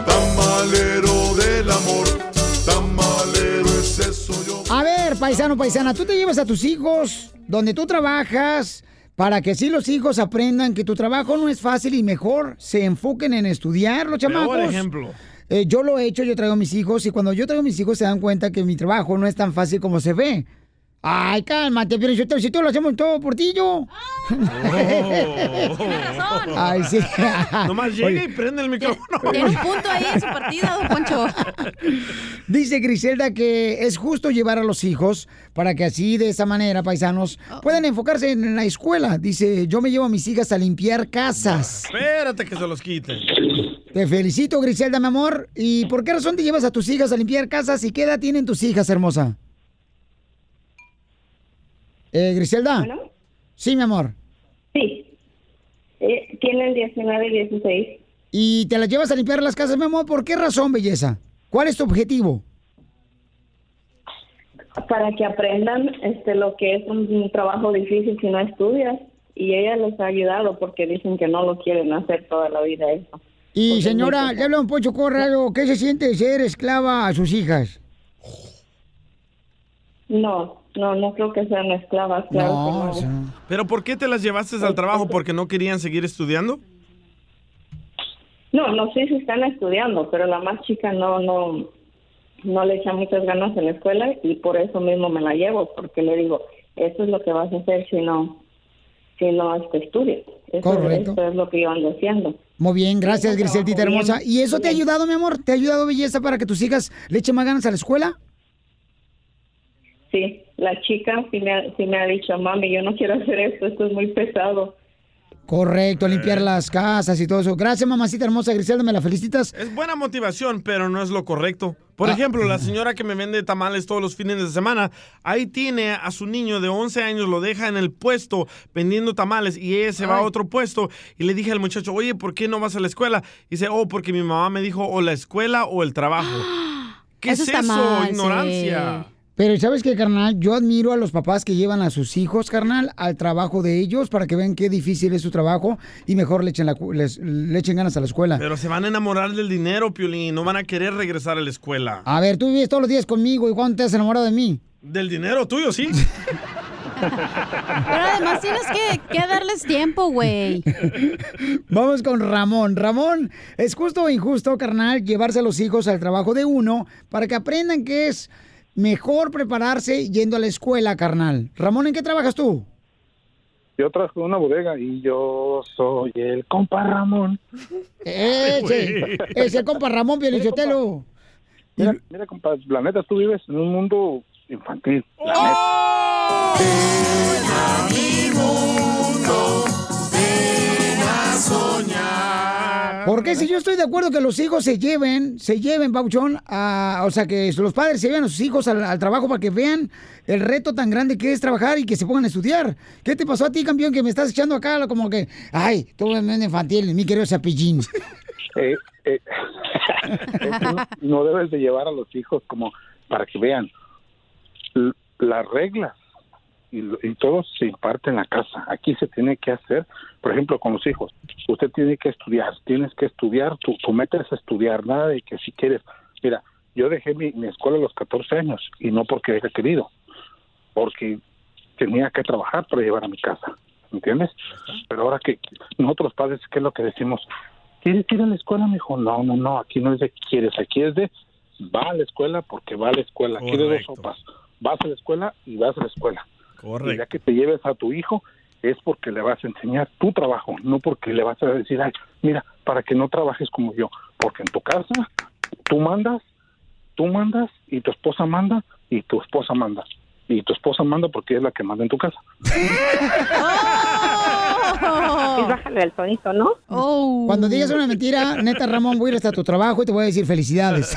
[SPEAKER 7] Tamalero del amor, tamalero ese soy yo.
[SPEAKER 1] A ver, paisano, paisana, tú te llevas a tus hijos donde tú trabajas para que así los hijos aprendan que tu trabajo no es fácil y mejor se enfoquen en estudiar los
[SPEAKER 3] Peor
[SPEAKER 1] chamacos.
[SPEAKER 3] ejemplo.
[SPEAKER 1] Eh, yo lo he hecho, yo traigo a mis hijos y cuando yo traigo a mis hijos se dan cuenta que mi trabajo no es tan fácil como se ve. Ay, cálmate, pero yo te- si todo lo hacemos todo por ti,
[SPEAKER 3] Oh.
[SPEAKER 1] yo. Ay, sí.
[SPEAKER 3] Nomás llega
[SPEAKER 1] Oye,
[SPEAKER 3] y prende el micrófono.
[SPEAKER 2] Tiene un punto ahí en su partida, don Poncho.
[SPEAKER 1] Dice Griselda que es justo llevar a los hijos para que así, de esa manera, paisanos,
[SPEAKER 3] Oh.
[SPEAKER 1] puedan enfocarse en la escuela. Dice, yo me llevo a mis hijas a limpiar casas.
[SPEAKER 3] Espérate que se los quiten.
[SPEAKER 1] Te felicito, Griselda, mi amor. ¿Y por qué razón te llevas a tus hijas a limpiar casas y qué edad tienen tus hijas, hermosa? Eh, Griselda. Sí, mi amor.
[SPEAKER 15] Sí. Eh, tienen 19 y 16.
[SPEAKER 1] ¿Y te las llevas a limpiar las casas, mi amor? ¿Por qué razón, belleza? ¿Cuál es tu objetivo?
[SPEAKER 15] Para que aprendan este lo que es un, un trabajo difícil si no estudias. Y ella les ha ayudado porque dicen que no lo quieren hacer toda la vida eso.
[SPEAKER 1] Y
[SPEAKER 15] no,
[SPEAKER 1] señora,
[SPEAKER 15] pues,
[SPEAKER 1] le habla un pocho corrado. ¿Qué se siente ser esclava a sus hijas?
[SPEAKER 15] No, no, no creo que sean esclavas. Claro que no.
[SPEAKER 3] ¿Pero por qué te las llevaste al trabajo? ¿Porque no querían seguir estudiando?
[SPEAKER 15] No, no sé si están estudiando, pero la más chica no, no, no le echa muchas ganas en la escuela y por eso mismo me la llevo, porque le digo, eso es lo que vas a hacer si no, si no este, estudias. Eso,
[SPEAKER 1] Correcto.
[SPEAKER 15] eso es lo que yo ando haciendo.
[SPEAKER 1] Muy bien, gracias, Griseldita
[SPEAKER 15] trabajo,
[SPEAKER 1] hermosa.
[SPEAKER 15] bien,
[SPEAKER 1] ¿Y eso te ha ayudado, mi amor? ¿Te ha ayudado, belleza, para que tus hijas le echen más ganas a la escuela?
[SPEAKER 15] Sí, la chica sí me, ha, sí me ha dicho, mami, yo no quiero hacer esto, esto es muy pesado.
[SPEAKER 1] Correcto,
[SPEAKER 15] Eh.
[SPEAKER 1] limpiar las casas y todo eso. Gracias, mamacita hermosa Griselda, me la felicitas.
[SPEAKER 3] Es buena motivación, pero no es lo correcto. Por
[SPEAKER 2] Ah.
[SPEAKER 3] ejemplo, la señora que me vende tamales todos los fines de semana, ahí tiene a su niño de 11 años, lo deja en el puesto vendiendo tamales y ella se va a otro puesto. Y le dije al muchacho, oye, ¿por qué no vas a la escuela? Y dice, oh, porque mi mamá me dijo o la escuela o el trabajo. ¿Qué
[SPEAKER 2] Eso
[SPEAKER 3] es
[SPEAKER 2] está
[SPEAKER 3] eso?
[SPEAKER 2] mal, sí.
[SPEAKER 3] Ignorancia.
[SPEAKER 1] Pero ¿sabes qué, carnal? Yo admiro a los papás que llevan a sus hijos, carnal, al trabajo de ellos para que vean qué difícil es su trabajo y mejor le echen, la cu- les- le echen ganas a la escuela.
[SPEAKER 3] Pero se van a enamorar del dinero, Piolín. No van a querer regresar a la escuela.
[SPEAKER 1] A ver, tú vives todos los días conmigo y cuándo te has enamorado de mí.
[SPEAKER 3] Del dinero tuyo, sí.
[SPEAKER 2] Pero además tienes que, que darles tiempo, güey.
[SPEAKER 1] Vamos con Ramón. Ramón, ¿es justo o injusto, carnal, llevarse a los hijos al trabajo de uno para que aprendan que es mejor prepararse yendo a la escuela, carnal? Ramón, ¿en qué trabajas tú?
[SPEAKER 18] Yo trabajo en una bodega y yo soy el compa Ramón.
[SPEAKER 1] Eh, Ese, ese compa Ramón Pielichotelo.
[SPEAKER 18] Mira, mira, compa, la neta, tú vives en un mundo infantil. La
[SPEAKER 1] Porque si yo estoy de acuerdo que los hijos se lleven, se lleven, Pauchón, a- o sea, que los padres se lleven a sus hijos al, al trabajo para que vean el reto tan grande que es trabajar y que se pongan a estudiar. ¿Qué te pasó a ti, campeón, que me estás echando acá como que, ay, todo el mundo infantil, mi querido Cepillín?
[SPEAKER 18] Eh, eh, no, no debes de llevar a los hijos como para que vean l- las reglas y, lo- y todo se imparte en la casa. Aquí se tiene que hacer, por ejemplo, con los hijos. Usted tiene que estudiar, tienes que estudiar, tu, tu meta es estudiar, nada de que si quieres. Mira, yo dejé mi, mi escuela a los 14 años y no porque haya querido, porque tenía que trabajar para llevar a mi casa, ¿entiendes? Pero ahora que nosotros los padres, ¿qué es lo que decimos? ¿Quieres ir a la escuela? Me dijo, no, no, no, aquí no es de quieres, aquí es de va a la escuela porque va a la escuela. Aquí de dos
[SPEAKER 19] Correcto.
[SPEAKER 18] sopas, vas a la escuela y vas a la escuela.
[SPEAKER 19] Correcto.
[SPEAKER 18] Y ya que te lleves a tu hijo es porque le vas a enseñar tu trabajo, no porque le vas a decir, ay, mira, para que no trabajes como yo, porque en tu casa tú mandas, tú mandas y tu esposa manda y tu esposa manda. Y tu esposa manda porque es la que manda en tu casa.
[SPEAKER 15] Y bájale al tonito, ¿no?
[SPEAKER 2] Oh.
[SPEAKER 1] Cuando digas una mentira, neta, Ramón, voy a ir hasta tu trabajo y te voy a decir felicidades.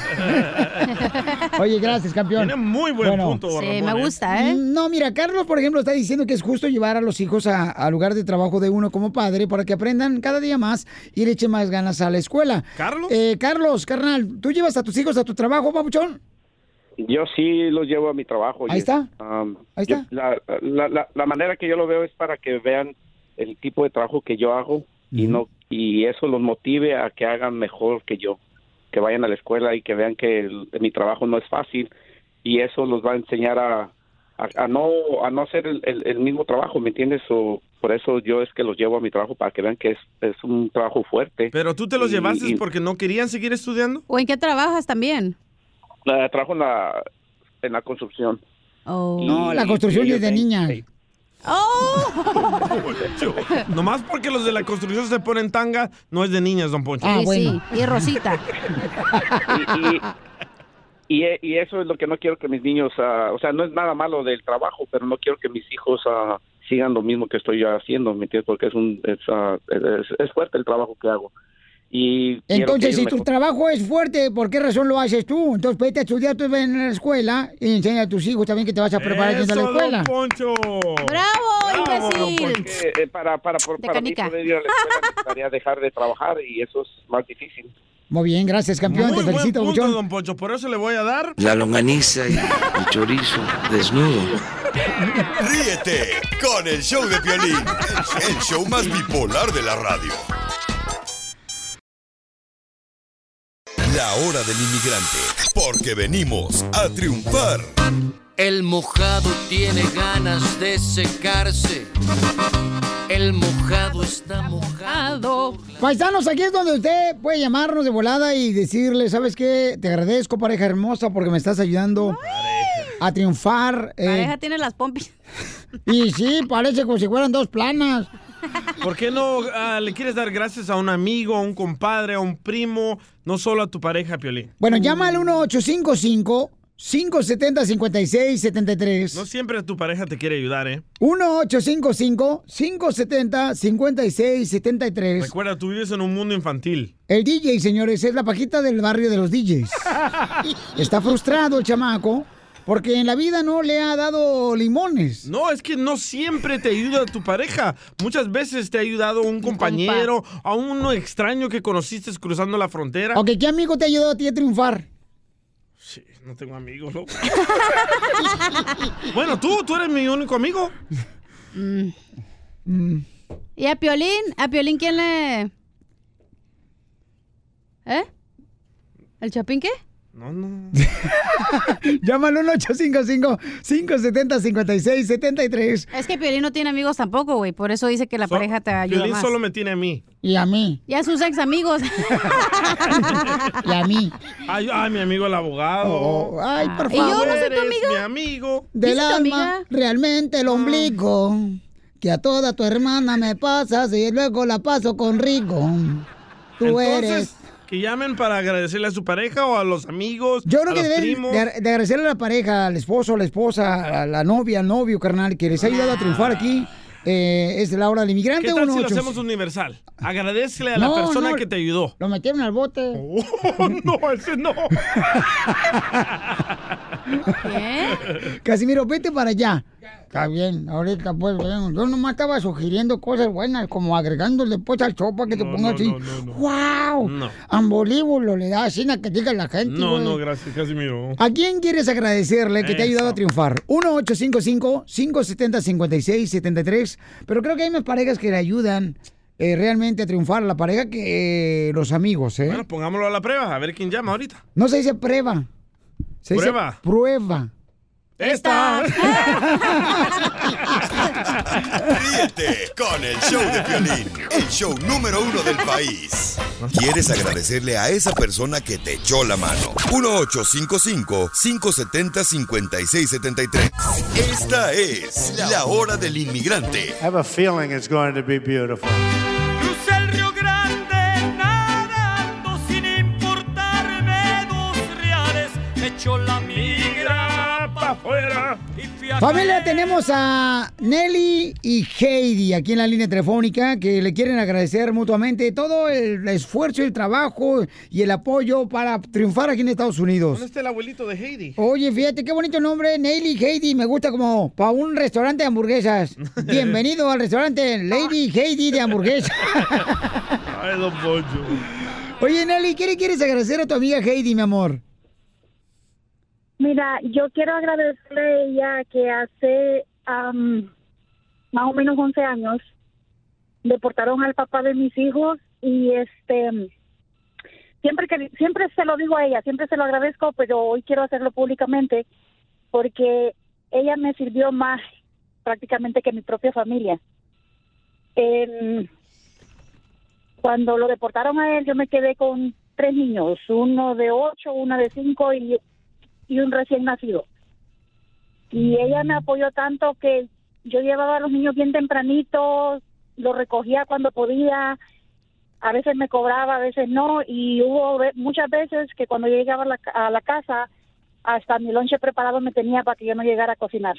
[SPEAKER 1] Oye, gracias, campeón.
[SPEAKER 3] Tiene muy buen punto, Sí, Ramón, me ¿eh? gusta,
[SPEAKER 1] ¿eh? No, mira, Carlos, por ejemplo, está diciendo que es justo llevar a los hijos a- al lugar de trabajo de uno como padre para que aprendan cada día más y le echen más ganas a la escuela. ¿Carlos? Carlos, carnal, ¿tú llevas a tus hijos a tu trabajo, papuchón?
[SPEAKER 20] Yo sí los llevo a mi trabajo.
[SPEAKER 1] Ahí está.
[SPEAKER 20] Um,
[SPEAKER 1] Ahí
[SPEAKER 20] yo-
[SPEAKER 1] está.
[SPEAKER 20] la, la- la- la manera que yo lo veo es para que vean el tipo de trabajo que yo hago y no y eso los motive a que hagan mejor que yo, que vayan a la escuela y que vean que el- mi trabajo no es fácil y eso los va a enseñar a, a, a no a no hacer el, el- el mismo trabajo, ¿me entiendes? O por eso yo es que los llevo a mi trabajo para que vean que es, es un trabajo fuerte.
[SPEAKER 3] Pero tú te los
[SPEAKER 20] Y-
[SPEAKER 3] llevaste
[SPEAKER 20] y-
[SPEAKER 3] porque no querían seguir estudiando.
[SPEAKER 2] ¿O en qué trabajas también?
[SPEAKER 20] eh, trabajo en la, en la construcción.
[SPEAKER 2] Oh.
[SPEAKER 1] No, la construcción desde niña.
[SPEAKER 2] Oh.
[SPEAKER 3] Nomás porque los de la construcción se ponen tanga, no es de niñas, don Poncho.
[SPEAKER 2] Ah, Sí, bueno. sí, y Rosita.
[SPEAKER 20] Y, e- y eso es lo que no quiero que mis niños, ah, o sea, no es nada malo del trabajo, pero no quiero que mis hijos ah, sigan lo mismo que estoy yo haciendo, ¿me entiendes? Porque es, un, es, ah, es, es fuerte el trabajo que hago. Y quiero que
[SPEAKER 1] Entonces,
[SPEAKER 20] ellos
[SPEAKER 1] si
[SPEAKER 20] me
[SPEAKER 1] tu trabajo es fuerte, ¿por qué razón lo haces tú? Entonces, vete a estudiar tú en la escuela y enseña a tus hijos también que te vas a preparar yendo a la
[SPEAKER 3] Eso,
[SPEAKER 1] escuela.
[SPEAKER 3] don Poncho.
[SPEAKER 1] ¡Bravo,
[SPEAKER 20] Porque, eh, para para, por- para mí
[SPEAKER 1] canica.
[SPEAKER 20] poder ir a la escuela necesitaría dejar de trabajar y eso es más difícil.
[SPEAKER 1] Muy bien, gracias, campeón.
[SPEAKER 3] Muy
[SPEAKER 1] te
[SPEAKER 3] buen
[SPEAKER 1] felicito,
[SPEAKER 3] punto,
[SPEAKER 1] mucho.
[SPEAKER 3] don Poncho. Por eso le voy a dar
[SPEAKER 19] La longaniza y el chorizo desnudo.
[SPEAKER 6] Ríete con el show de Piolín, el show más bipolar de la radio. La hora del inmigrante, porque venimos a triunfar.
[SPEAKER 19] El mojado tiene ganas de secarse. El mojado está mojado.
[SPEAKER 1] Paisanos, aquí es donde usted puede llamarnos de volada y decirle, ¿sabes qué? Te agradezco, pareja hermosa, porque me estás ayudando a triunfar. eh,
[SPEAKER 2] Pareja tiene las pompis.
[SPEAKER 1] y sí, parece como si fueran dos planas.
[SPEAKER 3] ¿Por qué no ah, le quieres dar gracias a un amigo, a un compadre, a un primo, no solo a tu pareja, Piolín?
[SPEAKER 1] Bueno, llama al 1855 570
[SPEAKER 3] No
[SPEAKER 1] 5673
[SPEAKER 3] siempre tu pareja te quiere ayudar, ¿eh?
[SPEAKER 1] 1855 570 5673
[SPEAKER 3] Recuerda, tú vives en un mundo infantil.
[SPEAKER 1] El DJ, señores, es la pajita del barrio de los DJs. Está frustrado el chamaco porque en la vida no le ha dado limones.
[SPEAKER 3] No, es que no siempre te ayuda tu pareja. Muchas veces te ha ayudado un compañero, a uno extraño que conociste cruzando la frontera.
[SPEAKER 1] Ok, ¿qué amigo te ha ayudado a ti a triunfar?
[SPEAKER 3] No tengo amigos, loco. bueno, tú, tú eres mi único amigo.
[SPEAKER 1] Mm.
[SPEAKER 2] ¿Y a Piolín? ¿A Piolín quién le...? ¿Eh? ¿El Chapín qué?
[SPEAKER 3] No, no.
[SPEAKER 1] Llámalo al 855-570-5673.
[SPEAKER 2] Es que Piolín no tiene amigos tampoco, güey. Por eso dice que la pareja te ayuda
[SPEAKER 3] Piolín
[SPEAKER 2] más.
[SPEAKER 3] solo me tiene a mí.
[SPEAKER 1] Y a mí,
[SPEAKER 2] Y a sus ex amigos.
[SPEAKER 1] y a mí. Oh,
[SPEAKER 3] Ay, ay, mi amigo el abogado.
[SPEAKER 1] ay, por favor.
[SPEAKER 3] Eres mi Ah. amigo.
[SPEAKER 1] Del alma, realmente el ombligo. Que a toda tu hermana me pasas y luego la paso con rico. Tú
[SPEAKER 3] Entonces,
[SPEAKER 1] eres.
[SPEAKER 3] Que llamen para agradecerle a su pareja o a los amigos.
[SPEAKER 1] Yo creo
[SPEAKER 3] a
[SPEAKER 1] que
[SPEAKER 3] los
[SPEAKER 1] deben
[SPEAKER 3] primos.
[SPEAKER 1] de, de agradecerle a la pareja, al esposo, a la esposa, a la novia, al novio, carnal, que les ha ayudado a triunfar aquí. Eh, es la hora del inmigrante.
[SPEAKER 3] Ah. ¿Qué tal si lo
[SPEAKER 1] 18.
[SPEAKER 3] hacemos universal? Agradecele a la
[SPEAKER 1] No,
[SPEAKER 3] persona
[SPEAKER 1] no.
[SPEAKER 3] que te ayudó.
[SPEAKER 1] Lo metieron al bote.
[SPEAKER 3] Oh, no, ese no.
[SPEAKER 1] Casimiro, vete para allá. Está bien, ahorita pues, bueno, yo nomás estaba sugiriendo cosas buenas, como agregándole pues al sopa que te ponga así. ¡Wow!
[SPEAKER 3] No.
[SPEAKER 1] Ambolíbulo le da así a que diga la gente.
[SPEAKER 3] No,
[SPEAKER 1] güey.
[SPEAKER 3] no, gracias, Casimiro.
[SPEAKER 1] ¿A quién quieres agradecerle que te ha ayudado
[SPEAKER 3] Eso.
[SPEAKER 1] a triunfar? 1-855-570-5673. Pero creo que hay más parejas que le ayudan eh, realmente a triunfar a la pareja que eh, los amigos, ¿eh?
[SPEAKER 3] Bueno, pues. pongámoslo a la prueba, a ver quién llama ahorita.
[SPEAKER 1] No se dice prueba. Se
[SPEAKER 3] Prueba.
[SPEAKER 1] Dice prueba.
[SPEAKER 3] ¡Esta!
[SPEAKER 6] Ríete con el show de Piolín, el show número uno del país. ¿Quieres agradecerle a esa persona que te echó la mano? 1855-570-5673. Esta es la hora del inmigrante.
[SPEAKER 21] I have a feeling it's going to be beautiful.
[SPEAKER 8] el Río Grande nadando sin importarme dos reales. Echó la migra para afuera.
[SPEAKER 1] Familia, tenemos a Nelly y Heidi aquí en la línea telefónica que le quieren agradecer mutuamente todo el esfuerzo, el trabajo y el apoyo para triunfar aquí en Estados Unidos.
[SPEAKER 3] ¿Dónde está el abuelito de Heidi?
[SPEAKER 1] Oye, fíjate qué bonito nombre, Nelly Heidi. Me gusta como para un restaurante de hamburguesas. Bienvenido al restaurante Lady Heidi de hamburguesas.
[SPEAKER 3] Ay, don Poncho.
[SPEAKER 1] Oye, Nelly, ¿qué le quieres agradecer a tu amiga Heidi, mi amor?
[SPEAKER 22] Mira, yo quiero agradecerle a ella que hace am, más o menos 11 años deportaron al papá de mis hijos y este siempre que siempre se lo digo a ella, siempre se lo agradezco, pero hoy quiero hacerlo públicamente porque ella me sirvió más prácticamente que mi propia familia. Em, cuando lo deportaron a él, yo me quedé con tres niños, uno de ocho, una de cinco y y un recién nacido. Y ella me apoyó tanto que yo llevaba a los niños bien tempranitos, los recogía cuando podía, a veces me cobraba, a veces no, y hubo ve- muchas veces que cuando yo llegaba a la, ca- a la casa, hasta mi lonche preparado me tenía para que yo no llegara a cocinar.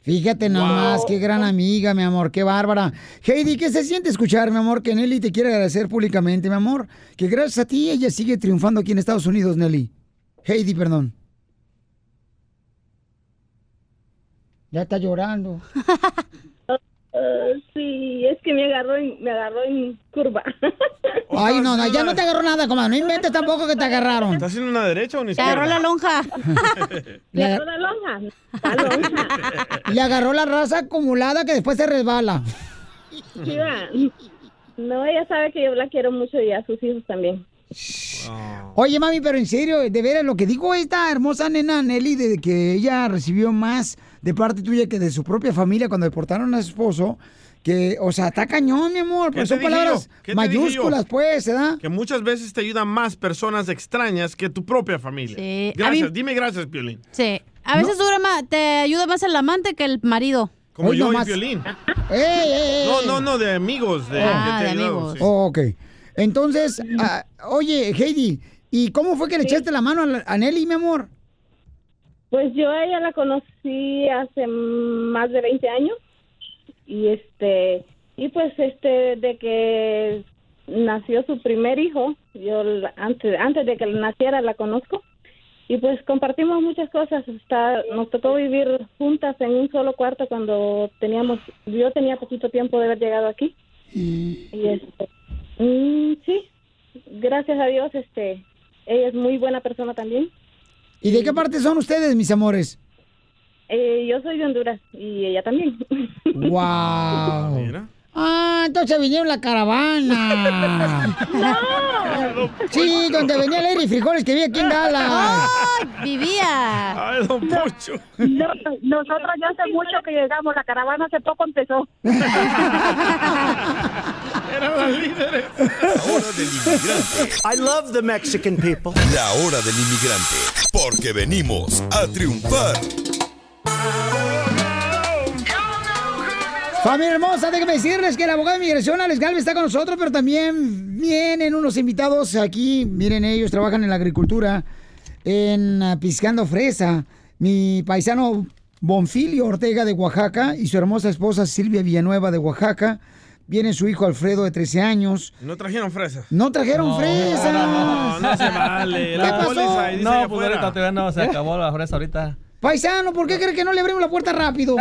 [SPEAKER 1] Fíjate nomás, qué gran amiga, mi amor, qué bárbara. Heidi, ¿qué se siente escuchar, mi amor, que Nelly te quiere agradecer públicamente, mi amor? Que gracias a ti ella sigue triunfando aquí en Estados Unidos, Nelly. Heidi, perdón. Ya está llorando.
[SPEAKER 15] Eh, sí, es que me agarró en, me agarró en curva.
[SPEAKER 1] Ay, no, no, ya no te agarró nada, comadre. No inventes tampoco que te agarraron.
[SPEAKER 3] ¿Estás haciendo una derecha o una
[SPEAKER 1] Te agarró
[SPEAKER 3] izquierda?
[SPEAKER 1] la lonja.
[SPEAKER 15] Me
[SPEAKER 1] Le,
[SPEAKER 15] agarró la lonja.
[SPEAKER 1] le agarró la raza acumulada que después se resbala.
[SPEAKER 15] Chiva. No, ella sabe que yo la quiero mucho y a sus hijos también.
[SPEAKER 1] Oye, mami, pero en serio, de veras, lo que dijo esta hermosa nena Nelly, de que ella recibió más de parte tuya que de su propia familia cuando deportaron a su esposo, que, o sea, está cañón, mi amor,
[SPEAKER 3] ¿Qué
[SPEAKER 1] pero
[SPEAKER 3] te
[SPEAKER 1] son
[SPEAKER 3] dije
[SPEAKER 1] palabras
[SPEAKER 3] yo? ¿Qué te dije
[SPEAKER 1] mayúsculas,
[SPEAKER 3] yo?
[SPEAKER 1] pues, ¿verdad?
[SPEAKER 3] Que muchas veces te ayudan más personas extrañas que tu propia familia.
[SPEAKER 2] Sí.
[SPEAKER 3] Gracias,
[SPEAKER 2] A mí-
[SPEAKER 3] dime gracias, Piolín.
[SPEAKER 2] Sí. A veces dura más, te ayuda más el amante que el marido.
[SPEAKER 3] Como yo y Piolín. No, no, no, de amigos. De,
[SPEAKER 2] eh. Ah,
[SPEAKER 3] que te
[SPEAKER 2] de
[SPEAKER 3] ayudaron, sí.
[SPEAKER 1] Oh, ok. Entonces, ah, oye, Heidi, ¿y cómo fue que le echaste la mano a, la- a Nelly, mi amor?
[SPEAKER 15] Pues yo a ella la conocí hace más de 20 años y este y pues este de que nació su primer hijo, yo la- antes antes de que naciera la conozco y pues compartimos muchas cosas, Está- nos tocó vivir juntas en un solo cuarto cuando teníamos yo tenía poquito tiempo de haber llegado aquí. Y este, mm, sí, gracias a Dios este ella es muy buena persona también.
[SPEAKER 1] ¿Y de qué parte son ustedes, mis amores?
[SPEAKER 15] Eh, yo soy de Honduras y ella también.
[SPEAKER 1] ¡Wow! Ah, entonces vinieron la caravana. Sí, donde venía el aire y frijoles que vi aquí en Dallas.
[SPEAKER 22] Ah.
[SPEAKER 2] Vivía.
[SPEAKER 3] Ay, don Pocho.
[SPEAKER 22] No, nosotros ya hace mucho que llegamos, la caravana hace poco empezó.
[SPEAKER 3] Eran las líderes.
[SPEAKER 21] I love the Mexican people.
[SPEAKER 6] La hora del inmigrante, porque venimos a triunfar.
[SPEAKER 1] Familia hermosa, déjenme decirles que el abogado de inmigración, Alex Galvez, está con nosotros, pero también vienen unos invitados aquí. Miren, ellos trabajan en la agricultura, en ah, Piscando Fresa. Mi paisano Bonfilio Ortega de Oaxaca y su hermosa esposa Silvia Villanueva de Oaxaca. Viene su hijo Alfredo de 13 años.
[SPEAKER 3] No trajeron fresas.
[SPEAKER 1] No trajeron fresas.
[SPEAKER 3] No, no se vale.
[SPEAKER 1] ¿Qué
[SPEAKER 3] La
[SPEAKER 1] pasó?
[SPEAKER 3] póliza ahí dice
[SPEAKER 1] No,
[SPEAKER 3] allá
[SPEAKER 1] pues,
[SPEAKER 3] afuera.
[SPEAKER 1] ahorita todavía no, se acabó
[SPEAKER 23] la fresa ahorita.
[SPEAKER 1] Paisano, ¿por qué cree que no le abrimos la puerta rápido?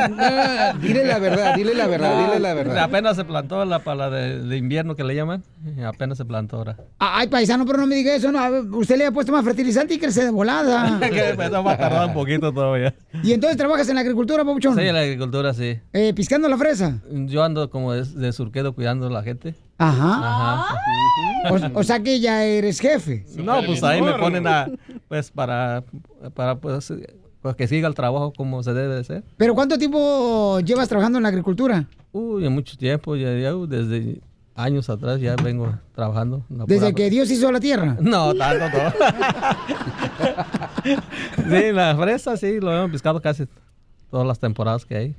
[SPEAKER 23] Dile
[SPEAKER 1] la verdad, dile la verdad, dile la verdad.
[SPEAKER 23] Apenas se plantó la pala de, de invierno que le llaman. y Apenas se plantó ahora.
[SPEAKER 1] Ah, Ay, paisano, pero no me diga eso. no, a ver, usted le ha puesto más fertilizante y crece de volada.
[SPEAKER 23] que eso va a tardar un poquito todavía.
[SPEAKER 1] y entonces trabajas en la agricultura, Pabuchón.
[SPEAKER 23] Sí, en la agricultura sí.
[SPEAKER 1] Eh, piscando la fresa.
[SPEAKER 23] Yo ando como de, de surquedo cuidando a la gente.
[SPEAKER 1] Ajá. Ah. O, o sea que ya eres jefe.
[SPEAKER 23] No, pues ahí me ponen a, pues para, para pues, pues, que siga el trabajo como se debe de ser.
[SPEAKER 1] ¿Pero cuánto tiempo llevas trabajando en la agricultura?
[SPEAKER 23] Uy, mucho tiempo, ya, ya, uh, desde años atrás ya vengo trabajando. No,
[SPEAKER 1] Desde
[SPEAKER 23] pura-
[SPEAKER 1] que Dios hizo la tierra.
[SPEAKER 23] No, tanto no. Sí, la fresa sí, lo hemos pescado casi todas las temporadas que hay.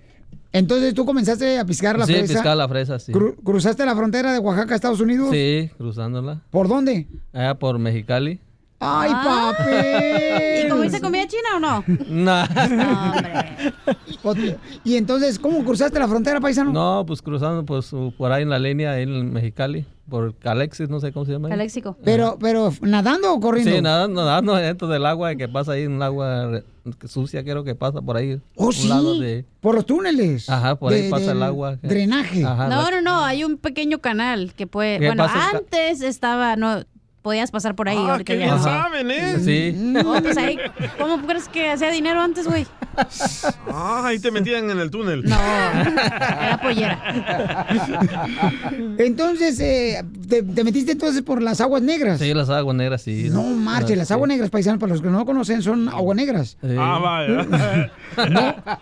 [SPEAKER 1] Entonces tú comenzaste a piscar la
[SPEAKER 23] sí,
[SPEAKER 1] fresa.
[SPEAKER 23] pescar la fresa, sí.
[SPEAKER 1] Cru- ¿Cruzaste la frontera de Oaxaca a Estados Unidos?
[SPEAKER 23] Sí, cruzándola.
[SPEAKER 1] ¿Por dónde?
[SPEAKER 23] Allá por Mexicali.
[SPEAKER 1] ¡Ay,
[SPEAKER 2] Ah.
[SPEAKER 1] papi!
[SPEAKER 2] ¿Y comiste comida china o no?
[SPEAKER 23] No.
[SPEAKER 1] ¿Y entonces cómo cruzaste la frontera, paisano?
[SPEAKER 23] No, pues cruzando pues, uh, por ahí en la línea, ahí en Mexicali, por Calexis, no sé cómo se llama. ahí.
[SPEAKER 2] Caléxico.
[SPEAKER 1] Pero, pero, ¿nadando o corriendo?
[SPEAKER 23] Sí, nadando, nadando dentro del agua que pasa ahí, un agua re- sucia creo que pasa por ahí.
[SPEAKER 1] Oh,
[SPEAKER 23] un
[SPEAKER 1] sí.
[SPEAKER 23] lado de-
[SPEAKER 1] Por los túneles.
[SPEAKER 23] Ajá, por ahí
[SPEAKER 1] De-
[SPEAKER 23] pasa el
[SPEAKER 1] del
[SPEAKER 23] agua.
[SPEAKER 1] Drenaje.
[SPEAKER 23] Ajá,
[SPEAKER 2] No,
[SPEAKER 23] Ah,
[SPEAKER 2] no,
[SPEAKER 23] la-
[SPEAKER 2] no, hay un pequeño canal que puede...
[SPEAKER 23] ¿Qué
[SPEAKER 2] Bueno,
[SPEAKER 23] pasa?
[SPEAKER 2] antes estaba, no, podías pasar por ahí, ahorita
[SPEAKER 23] qué
[SPEAKER 2] ya
[SPEAKER 23] bien
[SPEAKER 2] no.
[SPEAKER 23] saben, ¿eh? Sí.
[SPEAKER 2] No, pues ahí, ¿cómo crees que hacía dinero antes, güey?
[SPEAKER 3] Ah, ahí te metían en el túnel.
[SPEAKER 2] No, era pollera.
[SPEAKER 1] Entonces, eh, te, te metiste entonces por las aguas negras.
[SPEAKER 23] Sí, las aguas negras, sí.
[SPEAKER 1] No marche, las aguas negras, paisanos, para los que no conocen, son aguas negras.
[SPEAKER 23] Ah,
[SPEAKER 3] vaya.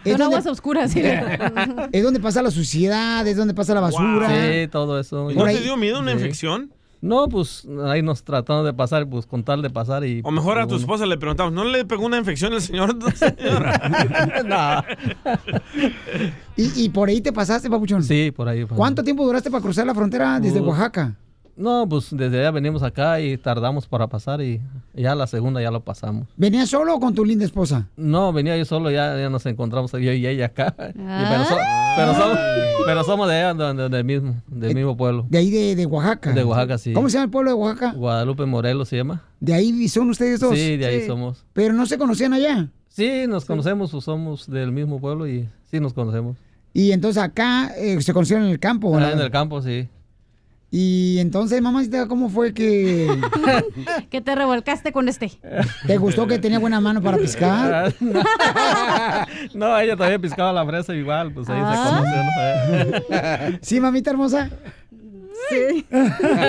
[SPEAKER 2] Son aguas oscuras, sí.
[SPEAKER 1] Es donde pasa la suciedad, es donde pasa la basura.
[SPEAKER 23] Sí, todo eso.
[SPEAKER 3] ¿Y no te dio miedo una infección?
[SPEAKER 23] No, pues ahí nos tratamos de pasar, pues con tal de pasar y... pues,
[SPEAKER 3] O mejor a tu esposa le preguntamos, ¿no le pegó una infección el señor?
[SPEAKER 23] no.
[SPEAKER 1] ¿Y, y por ahí te pasaste, papuchón?
[SPEAKER 23] Sí, por ahí. pues.
[SPEAKER 1] ¿Cuánto tiempo duraste para cruzar la frontera desde
[SPEAKER 23] Uh,
[SPEAKER 1] Oaxaca?
[SPEAKER 23] No, pues desde allá venimos acá y tardamos para pasar y ya la segunda ya lo pasamos.
[SPEAKER 1] ¿Venías solo o con tu linda esposa?
[SPEAKER 23] No, venía yo solo, ya, ya nos encontramos yo y ella acá. Y
[SPEAKER 1] Ah.
[SPEAKER 23] pero, so- pero somos, pero somos de allá, de- de- del mismo, del mismo pueblo.
[SPEAKER 1] Eh, De ahí de, de Oaxaca.
[SPEAKER 23] De Oaxaca, sí.
[SPEAKER 1] ¿Cómo se llama el pueblo de Oaxaca?
[SPEAKER 23] Guadalupe Morelos se llama.
[SPEAKER 1] ¿De ahí son ustedes dos?
[SPEAKER 23] Sí, de ahí somos.
[SPEAKER 1] Pero no se conocían allá.
[SPEAKER 23] Sí, nos conocemos, pues, somos del mismo pueblo y sí nos conocemos.
[SPEAKER 1] Y entonces acá eh, se conocieron en el campo.
[SPEAKER 23] Ah,
[SPEAKER 1] ¿no?
[SPEAKER 23] en el campo, sí.
[SPEAKER 1] Y entonces, mamacita, ¿cómo fue que
[SPEAKER 2] Que te revolcaste con este.
[SPEAKER 1] te gustó que tenía buena mano
[SPEAKER 23] Ah,
[SPEAKER 1] para piscar?
[SPEAKER 23] No, ella también piscaba la fresa igual, pues ahí
[SPEAKER 1] Ah.
[SPEAKER 23] se conocen.
[SPEAKER 1] ¿Sí, mamita hermosa? Sí.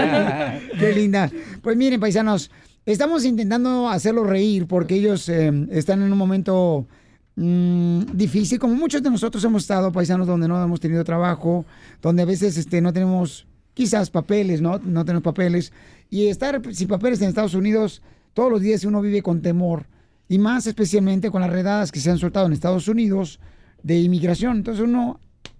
[SPEAKER 1] Qué linda. Pues miren, paisanos, estamos intentando hacerlos reír porque ellos eh, están en un momento mm, difícil, como muchos de nosotros hemos estado, paisanos, donde no hemos tenido trabajo, donde a veces este, no tenemos quizás papeles, ¿no? No tenemos papeles. Y estar sin papeles en Estados Unidos, todos los días uno vive con temor. Y más especialmente con las redadas que se han soltado en Estados Unidos de inmigración. Entonces uno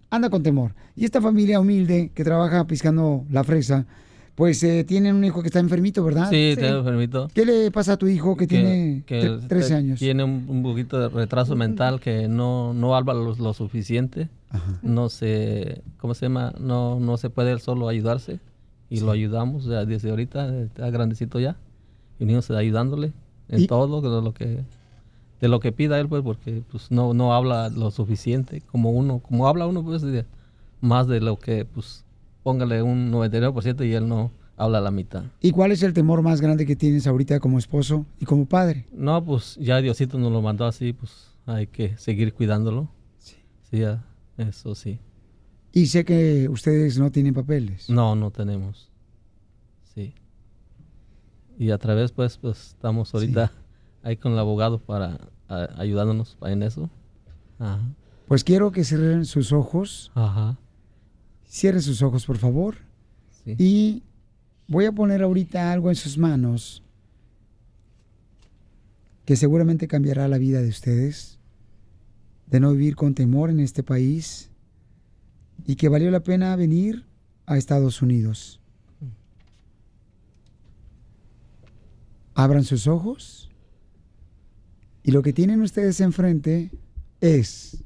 [SPEAKER 1] anda con temor. Y esta familia humilde que trabaja piscando la fresa, pues eh, tienen un hijo que está enfermito, ¿verdad?
[SPEAKER 23] Sí, te enfermito.
[SPEAKER 1] ¿Qué le pasa a tu hijo que, tiene
[SPEAKER 23] que
[SPEAKER 1] tre-
[SPEAKER 23] él
[SPEAKER 1] 13
[SPEAKER 23] te-
[SPEAKER 1] años?
[SPEAKER 23] Tiene un, un poquito de retraso mental que no, no habla lo, lo suficiente. No se, ¿cómo se llama? No, no se puede él solo ayudarse. Y lo ayudamos ya desde ahorita, eh, está grandecito ya. Y venimos ayudándole en
[SPEAKER 1] Y-
[SPEAKER 23] todo de lo que de lo que pida él pues porque pues no no habla lo suficiente como uno como habla uno pues de- más de lo que pues póngale un 99% y él no habla la mitad
[SPEAKER 1] ¿Y cuál es el temor más grande que tienes ahorita como esposo y como padre?
[SPEAKER 23] No, pues ya Diosito nos lo mandó así, pues hay que seguir cuidándolo. Sí. ya, eso sí.
[SPEAKER 1] Y sé que ustedes no tienen papeles.
[SPEAKER 23] No, no tenemos. Sí. Y a través, pues, pues estamos ahorita ahí con el abogado para a- ayudándonos en eso. Ajá.
[SPEAKER 1] Pues quiero que cierren sus ojos.
[SPEAKER 23] Ajá.
[SPEAKER 1] Cierren sus ojos, por favor.
[SPEAKER 23] Sí.
[SPEAKER 1] Y voy a poner ahorita algo en sus manos que seguramente cambiará la vida de ustedes, de no vivir con temor en este país y que valió la pena venir a Estados Unidos. Abran sus ojos y lo que tienen ustedes enfrente es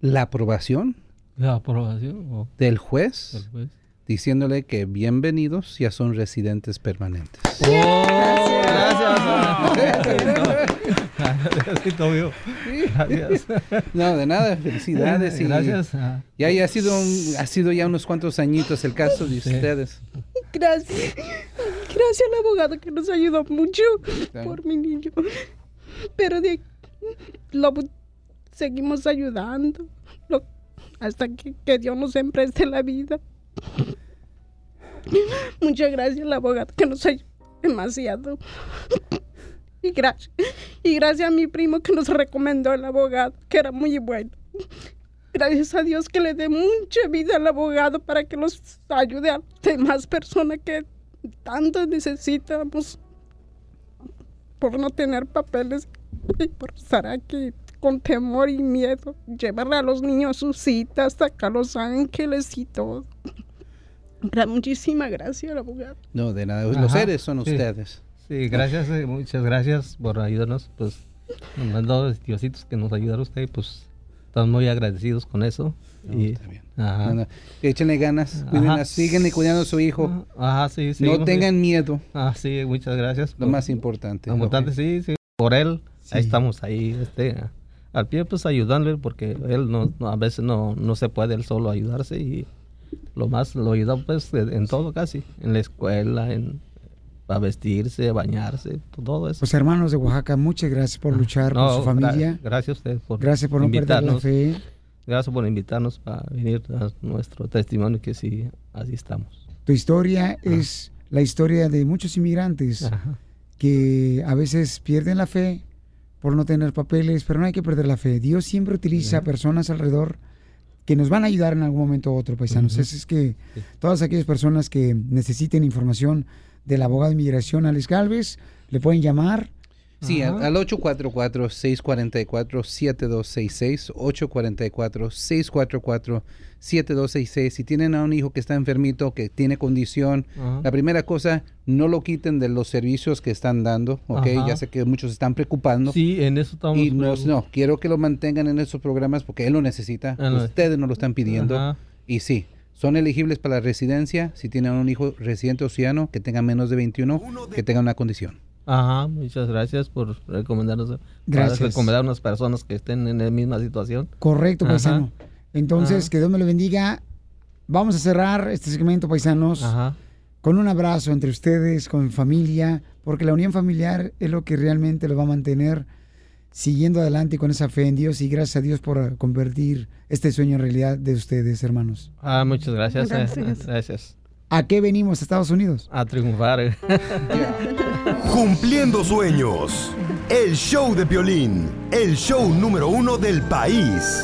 [SPEAKER 4] la aprobación
[SPEAKER 23] La aprobación. o-
[SPEAKER 4] del juez,
[SPEAKER 23] Del juez.
[SPEAKER 4] diciéndole que bienvenidos, ya son residentes permanentes.
[SPEAKER 23] Diosito mío. Gracias.
[SPEAKER 4] No, de nada, felicidades. y-
[SPEAKER 23] Gracias. Ah.
[SPEAKER 4] Ya, ya ha, sido un- ha sido ya unos cuantos añitos el caso de ustedes.
[SPEAKER 24] Gracias. Gracias al abogado que nos ayudó mucho
[SPEAKER 4] Claro.
[SPEAKER 24] por mi niño. Pero de, lo bu- seguimos ayudando lo- hasta que, que Dios nos empreste la vida. Muchas gracias al abogado que nos ayudó demasiado. Y gracias, y gracias a mi primo que nos recomendó el abogado, que era muy bueno. Gracias a Dios que le dé mucha vida al abogado para que los ayude a demás personas que tanto necesitamos por no tener papeles y por estar aquí con temor y miedo. Llevarle a los niños sus citas hasta acá a Los Ángeles y todo. Gra- Muchísimas gracias al abogado.
[SPEAKER 4] No, de nada, los
[SPEAKER 23] Ajá,
[SPEAKER 4] seres son
[SPEAKER 23] sí.
[SPEAKER 4] ustedes.
[SPEAKER 23] Sí, gracias, eh, muchas gracias por ayudarnos, pues, nos mandó diositos que nos ayudaron usted, pues, estamos muy agradecidos con eso. y, Ajá.
[SPEAKER 4] No, no, que échenle ganas, cuiden
[SPEAKER 23] Ajá.
[SPEAKER 4] a- síguenle cuidando a su hijo.
[SPEAKER 23] Ajá, sí, eh. sí.
[SPEAKER 4] no tengan miedo.
[SPEAKER 23] Ah, sí, muchas gracias.
[SPEAKER 4] Lo más importante.
[SPEAKER 23] Lo importante, sí, sí. Por él, ahí estamos ahí, este, al pie, pues, ayudándole, porque él no, no- a veces no, no se puede él solo ayudarse y lo más, lo ayuda, pues, en en todo casi, en la escuela, en, para vestirse, bañarse, todo eso.
[SPEAKER 1] Pues hermanos de Oaxaca, muchas gracias por luchar
[SPEAKER 23] No,
[SPEAKER 1] por su
[SPEAKER 23] gra-
[SPEAKER 1] familia.
[SPEAKER 23] gracias a ustedes por
[SPEAKER 1] Gracias por no perder la
[SPEAKER 23] invitarnos.
[SPEAKER 1] fe.
[SPEAKER 23] Gracias por invitarnos para venir a dar nuestro testimonio que sí, así estamos.
[SPEAKER 1] Tu historia es la historia de muchos inmigrantes que a veces pierden la fe por no tener papeles, pero no hay que perder la fe. Dios siempre utiliza personas alrededor que nos van a ayudar en algún momento u otro, paisanos.
[SPEAKER 23] Ujú.
[SPEAKER 1] Así es que todas aquellas personas que necesiten información del abogado de inmigración Alex Galvez, le pueden llamar.
[SPEAKER 4] Sí,
[SPEAKER 1] Ajá.
[SPEAKER 4] al al 844-644-7266, 844-644-7266. Si tienen a un hijo que está enfermito, que tiene condición,
[SPEAKER 23] Ajá.
[SPEAKER 4] la primera cosa, no lo quiten de los servicios que están dando, ¿ok?
[SPEAKER 23] Ajá.
[SPEAKER 4] Ya sé que muchos están preocupando.
[SPEAKER 23] Sí, en eso estamos.
[SPEAKER 4] Y no,
[SPEAKER 23] preocup-
[SPEAKER 4] no, quiero que lo mantengan en esos programas porque él lo necesita,
[SPEAKER 23] Ah, no.
[SPEAKER 4] ustedes no lo están pidiendo.
[SPEAKER 23] Ajá.
[SPEAKER 4] Y sí, son elegibles para la residencia si tienen un hijo residente océano que tenga menos de 21, que tenga una condición.
[SPEAKER 23] Ajá, muchas gracias por recomendarnos. para
[SPEAKER 4] Gracias.
[SPEAKER 23] recomendar a unas personas que estén en la misma situación.
[SPEAKER 1] Correcto,
[SPEAKER 23] Ajá.
[SPEAKER 1] paisano. Entonces,
[SPEAKER 23] Ajá.
[SPEAKER 1] que Dios me lo bendiga. Vamos a cerrar este segmento, paisanos, con un abrazo entre ustedes, con familia, porque la unión familiar es lo que realmente lo va a mantener siguiendo adelante con esa fe en Dios y gracias a Dios por convertir este sueño en realidad de ustedes, hermanos.
[SPEAKER 23] Ah, muchas gracias. eh,
[SPEAKER 1] Gracias.
[SPEAKER 23] Gracias.
[SPEAKER 1] ¿A qué venimos a Estados Unidos?
[SPEAKER 23] A triunfar. eh.
[SPEAKER 6] Cumpliendo sueños. El show de Piolín. El show número uno del país.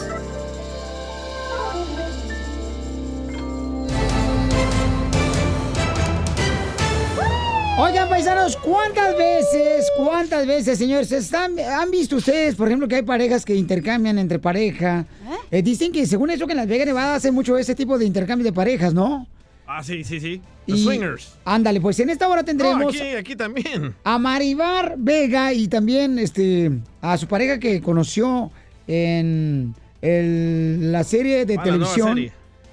[SPEAKER 1] Oigan, paisanos, ¿cuántas veces, cuántas veces, señores, están, han visto ustedes, por ejemplo, que hay parejas que intercambian entre pareja? Eh, dicen que según eso que en Las Vegas Nevada hace mucho ese tipo de intercambio de parejas, ¿no?
[SPEAKER 3] Ah, sí, sí, sí. Los
[SPEAKER 1] Y-
[SPEAKER 3] swingers.
[SPEAKER 1] Ándale, pues en esta hora
[SPEAKER 3] No,
[SPEAKER 1] tendremos
[SPEAKER 3] aquí, aquí también.
[SPEAKER 1] a Maribar Vega y también este a su pareja que conoció en el- la serie de
[SPEAKER 3] Ah, la nueva
[SPEAKER 1] televisión.
[SPEAKER 3] serie.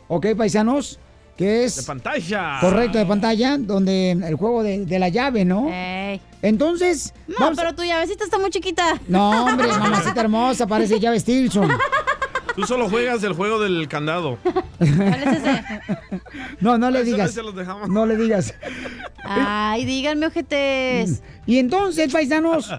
[SPEAKER 1] Ok, paisanos, que es
[SPEAKER 3] De pantalla.
[SPEAKER 1] correcto de pantalla, donde el juego de, de la llave, ¿no? Entonces,
[SPEAKER 2] No,
[SPEAKER 1] vamos-
[SPEAKER 2] pero tu llavecita está muy chiquita.
[SPEAKER 1] No, hombre, mamacita hermosa, parece llave Stilson.
[SPEAKER 3] Tú solo juegas el juego del candado.
[SPEAKER 1] No, no le
[SPEAKER 3] Eso
[SPEAKER 1] digas.
[SPEAKER 3] se los dejamos.
[SPEAKER 1] No le digas.
[SPEAKER 2] Ay, díganme, ojetes.
[SPEAKER 1] Y entonces, paisanos,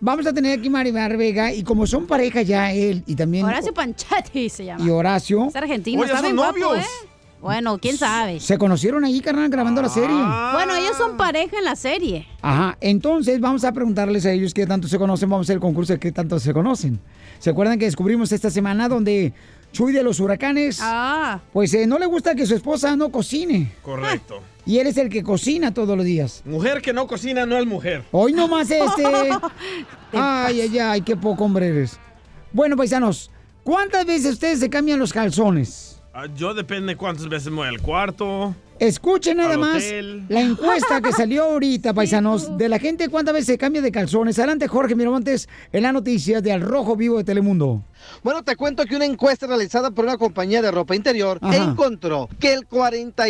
[SPEAKER 1] vamos a tener aquí Maribar Vega y como son pareja ya él y también
[SPEAKER 2] Horacio Panchati se llama.
[SPEAKER 1] y Horacio
[SPEAKER 2] Es argentino,
[SPEAKER 1] Oye,
[SPEAKER 2] está
[SPEAKER 1] son
[SPEAKER 2] bien guapo,
[SPEAKER 1] novios.
[SPEAKER 2] ¿eh? Bueno, quién sabe.
[SPEAKER 1] se conocieron allí, carnal, grabando la
[SPEAKER 3] Ah,
[SPEAKER 1] serie.
[SPEAKER 2] Bueno, ellos son pareja en la serie.
[SPEAKER 1] Ajá, entonces vamos a preguntarles a ellos qué tanto se conocen, vamos a hacer el concurso de qué tanto se conocen. ¿Se acuerdan que descubrimos esta semana donde Chuy de los huracanes,
[SPEAKER 2] Ah.
[SPEAKER 1] pues eh, no le gusta que su esposa no cocine?
[SPEAKER 3] Correcto.
[SPEAKER 1] Y él es el que cocina todos los días.
[SPEAKER 3] Mujer que no cocina no es mujer.
[SPEAKER 1] Hoy nomás este. ay, ay, ay, qué poco hombre eres. Bueno, paisanos, ¿cuántas veces ustedes se cambian los calzones?
[SPEAKER 3] Ah, Yo depende cuántas veces me voy al cuarto.
[SPEAKER 1] Escuchen nada
[SPEAKER 3] Al
[SPEAKER 1] más
[SPEAKER 3] hotel.
[SPEAKER 1] la encuesta que salió ahorita, paisanos, de la gente cuántas veces se cambia de calzones. Adelante, Jorge Miramontes, en la noticia de Al Rojo Vivo de Telemundo.
[SPEAKER 5] Bueno, te cuento que una encuesta realizada por una compañía de ropa interior
[SPEAKER 1] Ajá.
[SPEAKER 5] encontró que el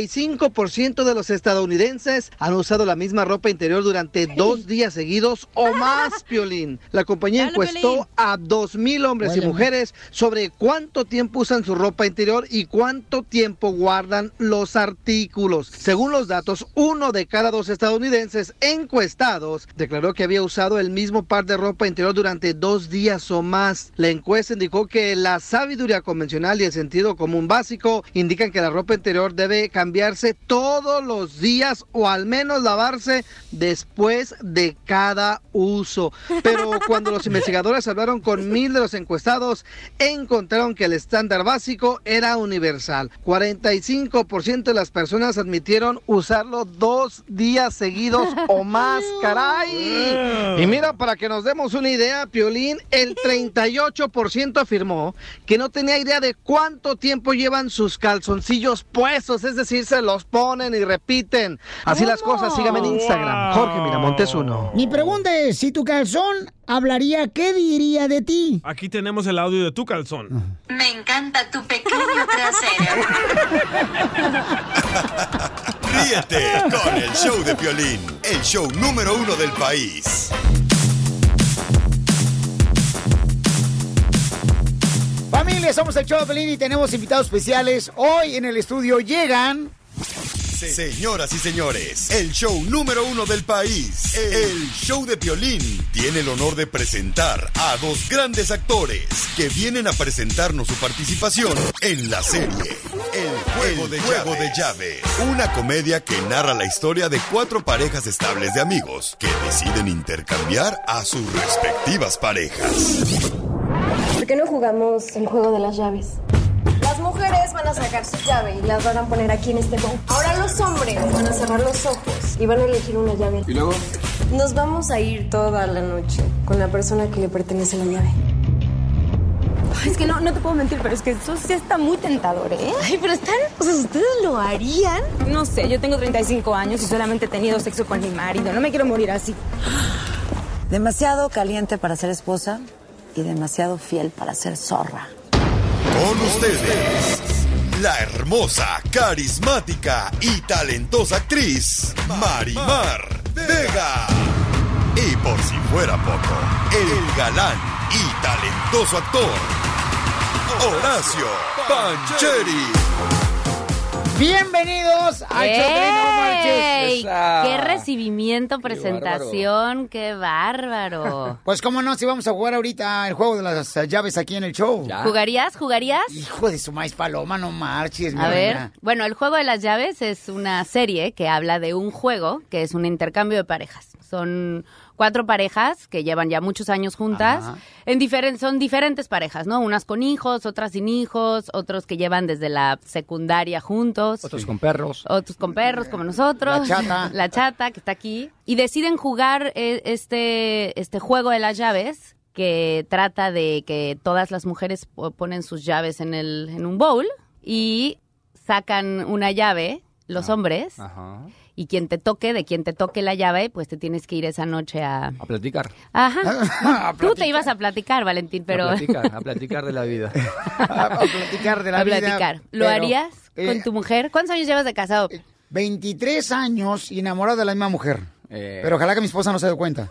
[SPEAKER 5] 45% de los estadounidenses han usado la misma ropa interior durante dos días seguidos o más, Piolín. La compañía
[SPEAKER 11] Dale, Piolín.
[SPEAKER 5] encuestó a 2.000 hombres
[SPEAKER 11] Huéleme.
[SPEAKER 5] y mujeres sobre cuánto tiempo usan su ropa interior y cuánto tiempo guardan los artículos. Según los datos, uno de cada dos estadounidenses encuestados declaró que había usado el mismo par de ropa interior durante dos días o más. La encuesta indicó que la sabiduría convencional y el sentido común básico indican que la ropa interior debe cambiarse todos los días o al menos lavarse después de cada uso. Pero cuando los investigadores hablaron con mil de los encuestados, encontraron que el estándar básico era universal. 45% de las personas admitieron usarlo dos días seguidos o más, caray. Y mira, para que nos demos una idea, Piolín, el 38% afirmó que no tenía idea de cuánto tiempo llevan sus calzoncillos puestos, es decir, se los ponen y repiten. Así las cosas, síganme en Instagram. Jorge Miramontes uno.
[SPEAKER 1] Mi pregunta es, si tu calzón hablaría, ¿qué diría de ti?
[SPEAKER 3] Aquí tenemos el audio de tu calzón.
[SPEAKER 11] Me encanta tu pequeño trasero.
[SPEAKER 6] Ríete con el show de Piolín. El show número uno del país.
[SPEAKER 1] Familia, somos el show de Pelín y tenemos invitados especiales. Hoy en el estudio llegan...
[SPEAKER 6] Se- Señoras y señores, el show número uno del país, el show de Piolín, tiene el honor de presentar a dos grandes actores que vienen a presentarnos su participación en la serie El Juego, de, Llaves, una comedia que narra la historia de cuatro parejas estables de amigos que deciden intercambiar a sus respectivas parejas.
[SPEAKER 13] ¿Por qué no jugamos el juego de las llaves? Las mujeres van a sacar su llave y las van a poner aquí en este baúl. Ahora los hombres van a cerrar los ojos y van a elegir una llave.
[SPEAKER 8] ¿Y luego?
[SPEAKER 13] Nos vamos a ir toda la noche con la persona que le pertenece la llave. Ay, Es que no, no te puedo mentir, pero es que eso sí está muy tentador, ¿eh? Ay, pero están... O sea, ¿ustedes lo harían? No sé, yo tengo 35 años y solamente he tenido sexo con mi marido. No me quiero morir así.
[SPEAKER 25] Demasiado caliente para ser esposa y demasiado fiel para ser zorra.
[SPEAKER 6] Con ustedes, la hermosa, carismática y talentosa actriz Marimar Vega. Y por si fuera poco, el galán y talentoso actor Horacio Pancheri.
[SPEAKER 1] Bienvenidos a
[SPEAKER 26] ¡Ey!
[SPEAKER 1] Choplin, no marches.
[SPEAKER 26] ¡Qué recibimiento, presentación! ¡Qué bárbaro!
[SPEAKER 1] Pues cómo no, si vamos a jugar ahorita el juego de las eh, llaves aquí en el show.
[SPEAKER 26] ¿Jugarías? ¿Jugarías?
[SPEAKER 1] Hijo de su maíz paloma, no marches, mi
[SPEAKER 26] A ver,
[SPEAKER 1] reina.
[SPEAKER 26] bueno, el juego de las llaves es una serie que habla de un juego que es un intercambio de parejas. Son cuatro parejas que llevan ya muchos años juntas.
[SPEAKER 27] Ajá.
[SPEAKER 26] En diferen- son diferentes parejas, ¿no? Unas con hijos, otras sin hijos, otros que llevan desde la secundaria juntos.
[SPEAKER 27] Otros con perros.
[SPEAKER 26] Otros con perros, como nosotros.
[SPEAKER 27] La chata.
[SPEAKER 26] La chata, que está aquí. Y deciden jugar eh, este, este juego de las llaves, que trata de que todas las mujeres po- ponen sus llaves en, el, en un bowl y sacan una llave, los hombres,
[SPEAKER 27] Ajá.
[SPEAKER 26] y quien te toque, de quien te toque la llave, pues te tienes que ir esa noche a...
[SPEAKER 27] A platicar.
[SPEAKER 26] Ajá. Tú te ibas a platicar, Valentín, pero...
[SPEAKER 27] A platicar, a platicar de la vida.
[SPEAKER 1] platicar de la
[SPEAKER 26] a
[SPEAKER 1] vida,
[SPEAKER 26] platicar. ¿Lo
[SPEAKER 1] pero,
[SPEAKER 26] harías
[SPEAKER 1] eh,
[SPEAKER 26] con tu mujer? ¿Cuántos años llevas de casado?
[SPEAKER 1] 23 años y enamorado de la misma mujer.
[SPEAKER 26] Eh.
[SPEAKER 1] Pero ojalá que mi esposa no se dé cuenta.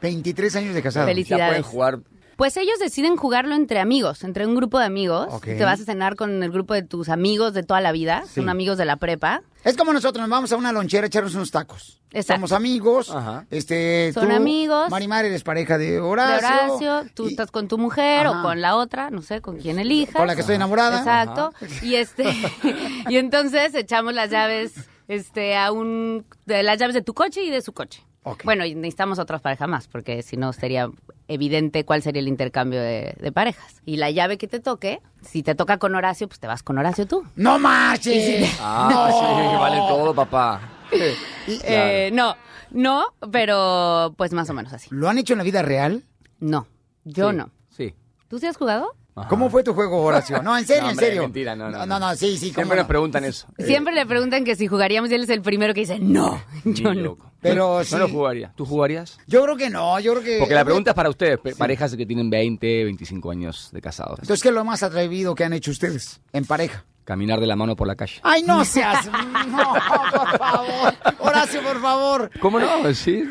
[SPEAKER 1] 23 años de casado.
[SPEAKER 26] Felicidades. Ya pueden
[SPEAKER 27] jugar.
[SPEAKER 26] Pues ellos deciden jugarlo entre amigos, entre un grupo de amigos.
[SPEAKER 1] Ok.
[SPEAKER 26] Te vas a cenar con el grupo de tus amigos de toda la vida,
[SPEAKER 1] Sí.
[SPEAKER 26] son amigos de la prepa.
[SPEAKER 1] Es como nosotros, nos vamos a una lonchera a echarnos unos tacos.
[SPEAKER 26] Exacto.
[SPEAKER 1] Somos amigos. Este,
[SPEAKER 26] Son
[SPEAKER 1] tú,
[SPEAKER 26] amigos.
[SPEAKER 1] Marimar, eres pareja de Horacio.
[SPEAKER 26] De Horacio, tú estás con tu mujer
[SPEAKER 1] Ajá.
[SPEAKER 26] o con la otra, no sé, con quién elijas.
[SPEAKER 1] Con la que estoy enamorada.
[SPEAKER 26] Exacto. Y este y entonces echamos las llaves este a un de las llaves de tu coche y de su coche. Bueno, y necesitamos otras parejas más porque si no sería evidente cuál sería el intercambio de, de parejas. Y la llave que te toque, si te toca con Horacio, pues te vas con Horacio tú.
[SPEAKER 1] ¡No marches!
[SPEAKER 27] Ah,
[SPEAKER 26] No.
[SPEAKER 27] sí, vale todo, papá.
[SPEAKER 26] Eh, no, no, pero pues más o menos así.
[SPEAKER 1] ¿Lo han hecho en la vida real?
[SPEAKER 26] No, yo
[SPEAKER 27] Sí,
[SPEAKER 26] no.
[SPEAKER 27] Sí.
[SPEAKER 26] ¿Tú sí has jugado?
[SPEAKER 1] ¿Cómo fue tu juego, Horacio? No, en serio,
[SPEAKER 27] No,
[SPEAKER 1] en
[SPEAKER 27] hombre,
[SPEAKER 1] serio.
[SPEAKER 27] mentira, no, no,
[SPEAKER 1] No,
[SPEAKER 27] no.
[SPEAKER 1] no, sí, sí.
[SPEAKER 27] Siempre nos preguntan eso.
[SPEAKER 1] Eh,
[SPEAKER 27] Eh,
[SPEAKER 26] Siempre le preguntan que si jugaríamos y él es el primero que dice no.
[SPEAKER 27] Yo loco.
[SPEAKER 1] Pero
[SPEAKER 27] no
[SPEAKER 1] sí.
[SPEAKER 27] lo jugaría. ¿Tú jugarías?
[SPEAKER 1] Yo creo que no, yo creo que...
[SPEAKER 27] Porque la pregunta es para ustedes, pe- parejas que tienen 20, 25 años de casados.
[SPEAKER 1] Entonces, ¿qué es lo más atrevido que han hecho ustedes en pareja?
[SPEAKER 27] Caminar de la mano por la calle.
[SPEAKER 1] ¡Ay, no seas! No, por favor. Horacio, por favor.
[SPEAKER 27] ¿Cómo no? Sí.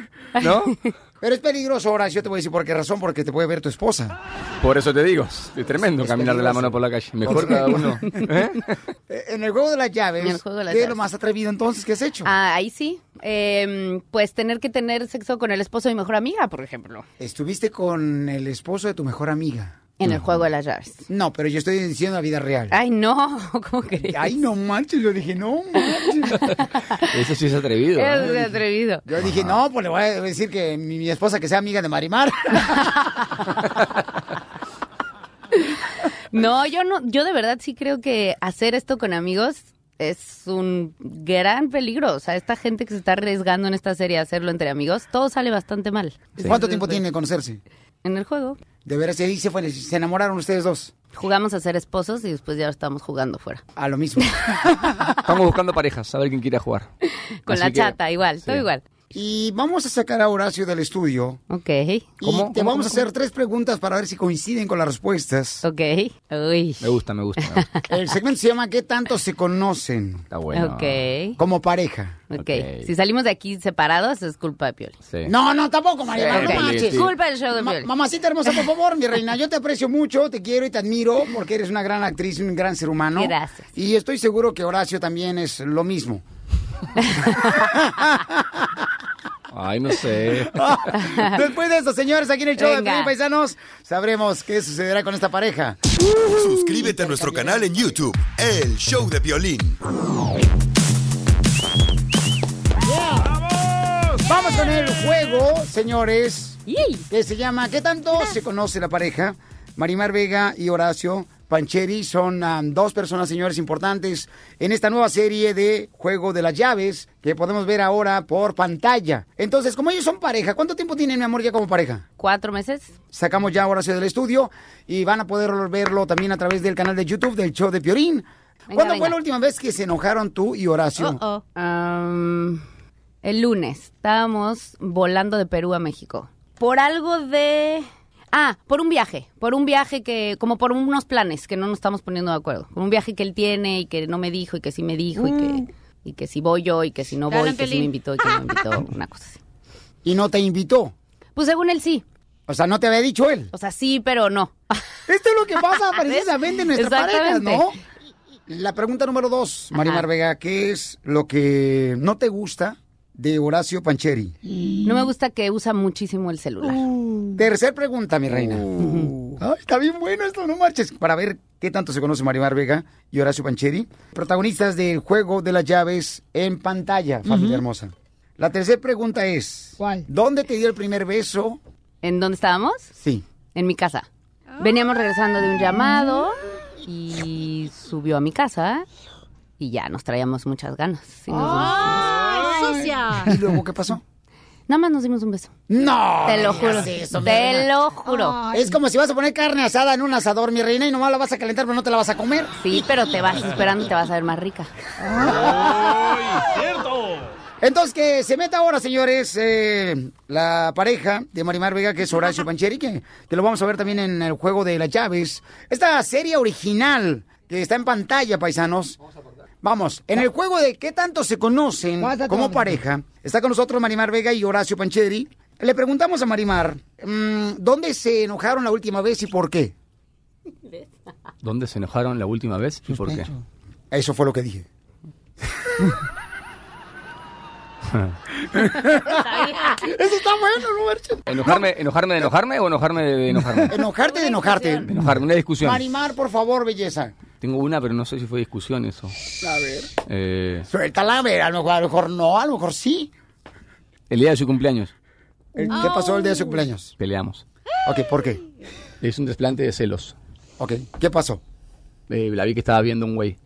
[SPEAKER 27] ¿No?
[SPEAKER 1] Pero es peligroso, Horacio, te voy a decir por qué razón, porque te puede ver tu esposa.
[SPEAKER 27] Por eso te digo, es tremendo caminar de la mano por la calle. Mejor cada uno.
[SPEAKER 1] ¿Eh? En el juego de las llaves,
[SPEAKER 26] En el juego de las
[SPEAKER 1] ¿qué es
[SPEAKER 26] llaves.
[SPEAKER 1] lo más atrevido entonces que has hecho?
[SPEAKER 26] Ah, ahí sí. Eh, pues tener que tener sexo con el esposo de mi mejor amiga, por ejemplo.
[SPEAKER 1] eh, Estuviste con el esposo de tu mejor amiga.
[SPEAKER 26] En el juego de las llaves.
[SPEAKER 1] No, pero yo estoy diciendo la vida real.
[SPEAKER 26] Ay, no, ¿cómo crees?
[SPEAKER 1] Ay, no manches, yo dije, no manches.
[SPEAKER 27] Eso sí es atrevido. ¿eh?
[SPEAKER 26] Es atrevido.
[SPEAKER 1] Yo dije, no, pues le voy a decir que mi, mi esposa que sea amiga de Marimar.
[SPEAKER 26] No, yo no, yo de verdad sí creo que hacer esto con amigos es un gran peligro. O sea, esta gente que se está arriesgando en esta serie a hacerlo entre amigos, todo sale bastante mal.
[SPEAKER 1] ¿Cuánto tiempo tiene de conocerse?
[SPEAKER 26] En el juego.
[SPEAKER 1] De veras, se dice, fue, se enamoraron ustedes dos.
[SPEAKER 26] Jugamos a ser esposos y después ya estamos jugando fuera.
[SPEAKER 1] A lo mismo.
[SPEAKER 27] Estamos buscando parejas, a ver quién quiere jugar.
[SPEAKER 26] Con
[SPEAKER 27] Así
[SPEAKER 26] la
[SPEAKER 27] que-
[SPEAKER 26] chata, igual, todo igual.
[SPEAKER 1] Y vamos a sacar a Horacio del estudio.
[SPEAKER 26] Ok.
[SPEAKER 1] Y te vamos a hacer tres preguntas para ver si coinciden con las respuestas.
[SPEAKER 26] Ok. Uy.
[SPEAKER 27] Me gusta, me gusta. me gusta.
[SPEAKER 1] El segmento se llama ¿Qué tanto se conocen?
[SPEAKER 27] Está bueno.
[SPEAKER 26] Ok.
[SPEAKER 1] Como pareja.
[SPEAKER 26] ok. Si salimos de aquí separados, es culpa de Pioli.
[SPEAKER 27] Sí.
[SPEAKER 1] No, no, tampoco, María.
[SPEAKER 26] Ok.
[SPEAKER 1] no manches.
[SPEAKER 26] Disculpa el show de
[SPEAKER 1] Ma-
[SPEAKER 26] Piolín.
[SPEAKER 1] mamacita hermosa, por favor, mi reina, yo te aprecio mucho, te quiero y te admiro porque eres una gran actriz, un gran ser humano.
[SPEAKER 26] Gracias.
[SPEAKER 1] Y estoy seguro que Horacio también es lo mismo.
[SPEAKER 27] Ay, no sé.
[SPEAKER 1] Después de esto, señores, aquí en el show de
[SPEAKER 27] Venga.
[SPEAKER 1] Pelín, Paisanos, sabremos qué sucederá con esta pareja.
[SPEAKER 6] Suscríbete a nuestro canal en YouTube, El Show de Violín.
[SPEAKER 1] Vamos con el juego, señores, que se llama ¿Qué tanto se conoce la pareja? Marimar Vega y Horacio Pancheri son ah, dos personas, señores, importantes en esta nueva serie de Juego de las Llaves que podemos ver ahora por pantalla. Entonces, como ellos son pareja, ¿cuánto tiempo tienen, mi amor, ya como pareja?
[SPEAKER 26] Cuatro meses.
[SPEAKER 1] Sacamos ya a Horacio del estudio y van a poder verlo también a través del canal de YouTube del show de Piorín.
[SPEAKER 26] Venga,
[SPEAKER 1] ¿Cuándo
[SPEAKER 26] venga.
[SPEAKER 1] fue la última vez que se enojaron tú y Horacio?
[SPEAKER 26] Oh, oh. Am, el lunes estábamos volando de Perú a México. Por algo de... Ah, por un viaje, por un viaje que, como por unos planes que no nos estamos poniendo de acuerdo. Por un viaje que él tiene y que no me dijo y que sí me dijo y, que, y que si voy yo y que si no
[SPEAKER 1] Dale,
[SPEAKER 26] voy, que sí
[SPEAKER 1] Piolín.
[SPEAKER 26] me invitó y que no me invitó, una cosa así.
[SPEAKER 1] ¿Y no te invitó?
[SPEAKER 26] Pues según él sí.
[SPEAKER 1] O sea, no te había dicho él.
[SPEAKER 26] O sea, sí, pero no.
[SPEAKER 1] Esto es lo que pasa precisamente en nuestra pareja, ¿no? La pregunta número dos, Marimar
[SPEAKER 26] Ajá.
[SPEAKER 1] Vega, ¿qué es lo que no te gusta de Horacio Pancheri?
[SPEAKER 26] No me gusta que usa muchísimo el celular.
[SPEAKER 1] Uh. Tercer pregunta, mi reina.
[SPEAKER 26] Uh.
[SPEAKER 1] Ay, está bien bueno esto, no marches. Para ver qué tanto se conoce Marimar Vega y Horacio Pancheri, protagonistas del juego de las llaves en pantalla, familia
[SPEAKER 26] Ujú.
[SPEAKER 1] hermosa. La tercera pregunta es: ¿Dónde te dio el primer beso?
[SPEAKER 26] ¿En dónde estábamos?
[SPEAKER 1] Sí.
[SPEAKER 26] En mi casa. Veníamos regresando de un llamado y subió a mi casa y ya nos traíamos muchas ganas. Y nos dimos-
[SPEAKER 2] ¡Ay, sucia!
[SPEAKER 1] ¿Y luego qué pasó?
[SPEAKER 26] Nada más nos dimos un beso.
[SPEAKER 1] ¡No!
[SPEAKER 26] Te lo
[SPEAKER 1] digas
[SPEAKER 26] juro.
[SPEAKER 1] eso, mi
[SPEAKER 26] te
[SPEAKER 1] reina.
[SPEAKER 26] lo juro.
[SPEAKER 1] Es como si vas a poner carne asada en un asador, mi reina, y nomás la vas a calentar, pero no te la vas a comer.
[SPEAKER 26] Sí, pero te vas esperando y te vas a ver más rica.
[SPEAKER 1] Entonces, que se meta ahora, señores, eh, la pareja de Marimar Vega, que es Horacio Pancheri, que, que lo vamos a ver también en el juego de las llaves. Esta serie original que está en pantalla, paisanos. Vamos, en el juego de qué tanto se conocen
[SPEAKER 5] Pásate,
[SPEAKER 1] como
[SPEAKER 5] hombre.
[SPEAKER 1] pareja, está con nosotros Marimar Vega y Horacio Pancheri. Le preguntamos a Marimar, mm, ¿dónde se enojaron la última vez y por qué?
[SPEAKER 27] ¿Dónde se enojaron la última vez y por qué?
[SPEAKER 1] Eso fue lo que dije. Eso está bueno, no marches.
[SPEAKER 27] ¿Enojarme, enojarme de enojarme o enojarme de enojarme?
[SPEAKER 1] Enojarte de enojarte.
[SPEAKER 27] De enojarme, una discusión.
[SPEAKER 1] Marimar, por favor, belleza.
[SPEAKER 27] Tengo una, pero no sé si fue discusión eso.
[SPEAKER 1] A ver.
[SPEAKER 27] Eh,
[SPEAKER 1] Suéltala, a ver, a lo, mejor, a lo mejor no, a lo mejor sí.
[SPEAKER 27] el día de su cumpleaños.
[SPEAKER 1] Eh, ¿Qué pasó el día de su cumpleaños?
[SPEAKER 27] Peleamos.
[SPEAKER 1] Ok, ¿por qué?
[SPEAKER 27] Es un desplante de celos. Eh,
[SPEAKER 1] Ok, ¿qué pasó?
[SPEAKER 27] la vi que estaba viendo un güey.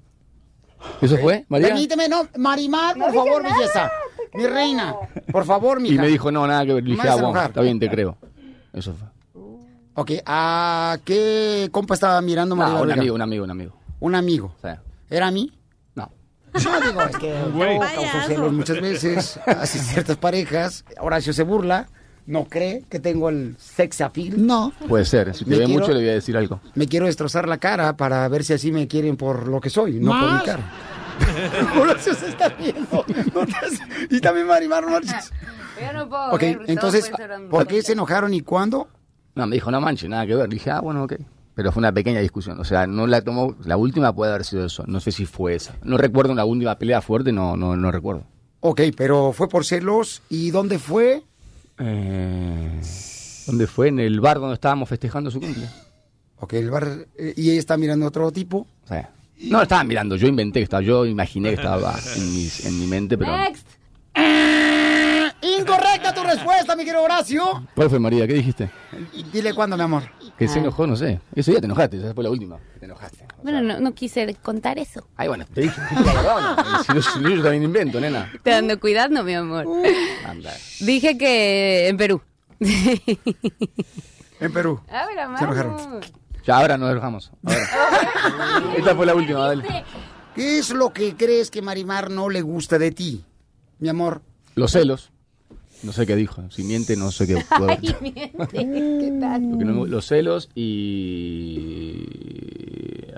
[SPEAKER 27] ¿Eso fue, María?
[SPEAKER 1] Permíteme, no, Marimar, por favor, belleza. Mi reina, por favor, mi
[SPEAKER 27] Y me dijo, no, nada que ver. Le
[SPEAKER 1] Me
[SPEAKER 27] dije,
[SPEAKER 1] vas
[SPEAKER 27] ah,
[SPEAKER 1] a
[SPEAKER 27] bueno,
[SPEAKER 1] enojar.
[SPEAKER 27] está bien, te creo. Eso fue.
[SPEAKER 1] Ok, ¿a qué compa estaba mirando
[SPEAKER 27] No,
[SPEAKER 1] Marimar?
[SPEAKER 27] Ah, un
[SPEAKER 1] Vega?
[SPEAKER 27] amigo, un amigo, un amigo.
[SPEAKER 1] Un amigo.
[SPEAKER 27] Sí.
[SPEAKER 1] ¿Era a mí?
[SPEAKER 27] No.
[SPEAKER 1] No, digo, es que
[SPEAKER 27] Güey.
[SPEAKER 1] yo causo celos muchas veces, así ciertas parejas. Horacio se burla, no cree que tengo el sex appeal. No.
[SPEAKER 27] Puede ser. Si te
[SPEAKER 1] Me
[SPEAKER 27] ve
[SPEAKER 1] quiero-
[SPEAKER 27] mucho, le voy a decir algo.
[SPEAKER 1] Me quiero destrozar la cara para ver si así me quieren por lo que soy, no por mi
[SPEAKER 27] Más.
[SPEAKER 1] cara. Horacio se está riendo. No te hace- y también Marimar no marches.
[SPEAKER 26] Yo no puedo
[SPEAKER 1] Ok,
[SPEAKER 26] ver, porque
[SPEAKER 1] entonces,
[SPEAKER 26] todo puede ser un-
[SPEAKER 1] ¿por qué se enojaron y cuándo?
[SPEAKER 27] ah, No, me dijo, no manches, nada que ver. Le dije, ah, bueno, ok. Pero fue una pequeña discusión. O sea, no la tomó. La última puede haber sido eso. No sé si fue esa. No recuerdo una última pelea fuerte, no, no, no recuerdo.
[SPEAKER 1] Ok, pero fue por celos. ¿Y dónde fue?
[SPEAKER 27] Eh, ¿Dónde fue? En el bar donde estábamos festejando su cumple.
[SPEAKER 1] Ok, el bar. eh, Y ella está mirando a otro tipo.
[SPEAKER 27] O sea, no, estaba mirando. Yo inventé que estaba. Yo imaginé que estaba en, mis- en mi mente, pero.
[SPEAKER 1] Ah, Incorrecta tu respuesta, mi querido Horacio.
[SPEAKER 27] ¿Cuál fue, María? ¿Qué dijiste?
[SPEAKER 1] Y dile cuándo, mi amor.
[SPEAKER 27] Que se enojó, no sé. Ese día te enojaste, esa fue la última. Te enojaste.
[SPEAKER 26] Bueno, no, no quise contar eso.
[SPEAKER 27] Ay, bueno, te dije. Perdón. Si no, si no, yo también invento, nena.
[SPEAKER 26] Te ando cuidando, mi amor.
[SPEAKER 1] Uh.
[SPEAKER 27] Anda.
[SPEAKER 26] Dije que en Perú.
[SPEAKER 1] En Perú.
[SPEAKER 26] Ah, mira,
[SPEAKER 27] Se enojaron. Ya, ahora nos enojamos. Ahora. Esta fue la última, dale.
[SPEAKER 1] ¿Qué es lo que crees que Marimar no le gusta de ti, mi amor?
[SPEAKER 27] Los celos. No sé qué dijo. Si miente, no sé qué puedo haber dicho.
[SPEAKER 26] ¿Qué
[SPEAKER 27] Lo
[SPEAKER 26] tal?
[SPEAKER 27] que no me- los celos y.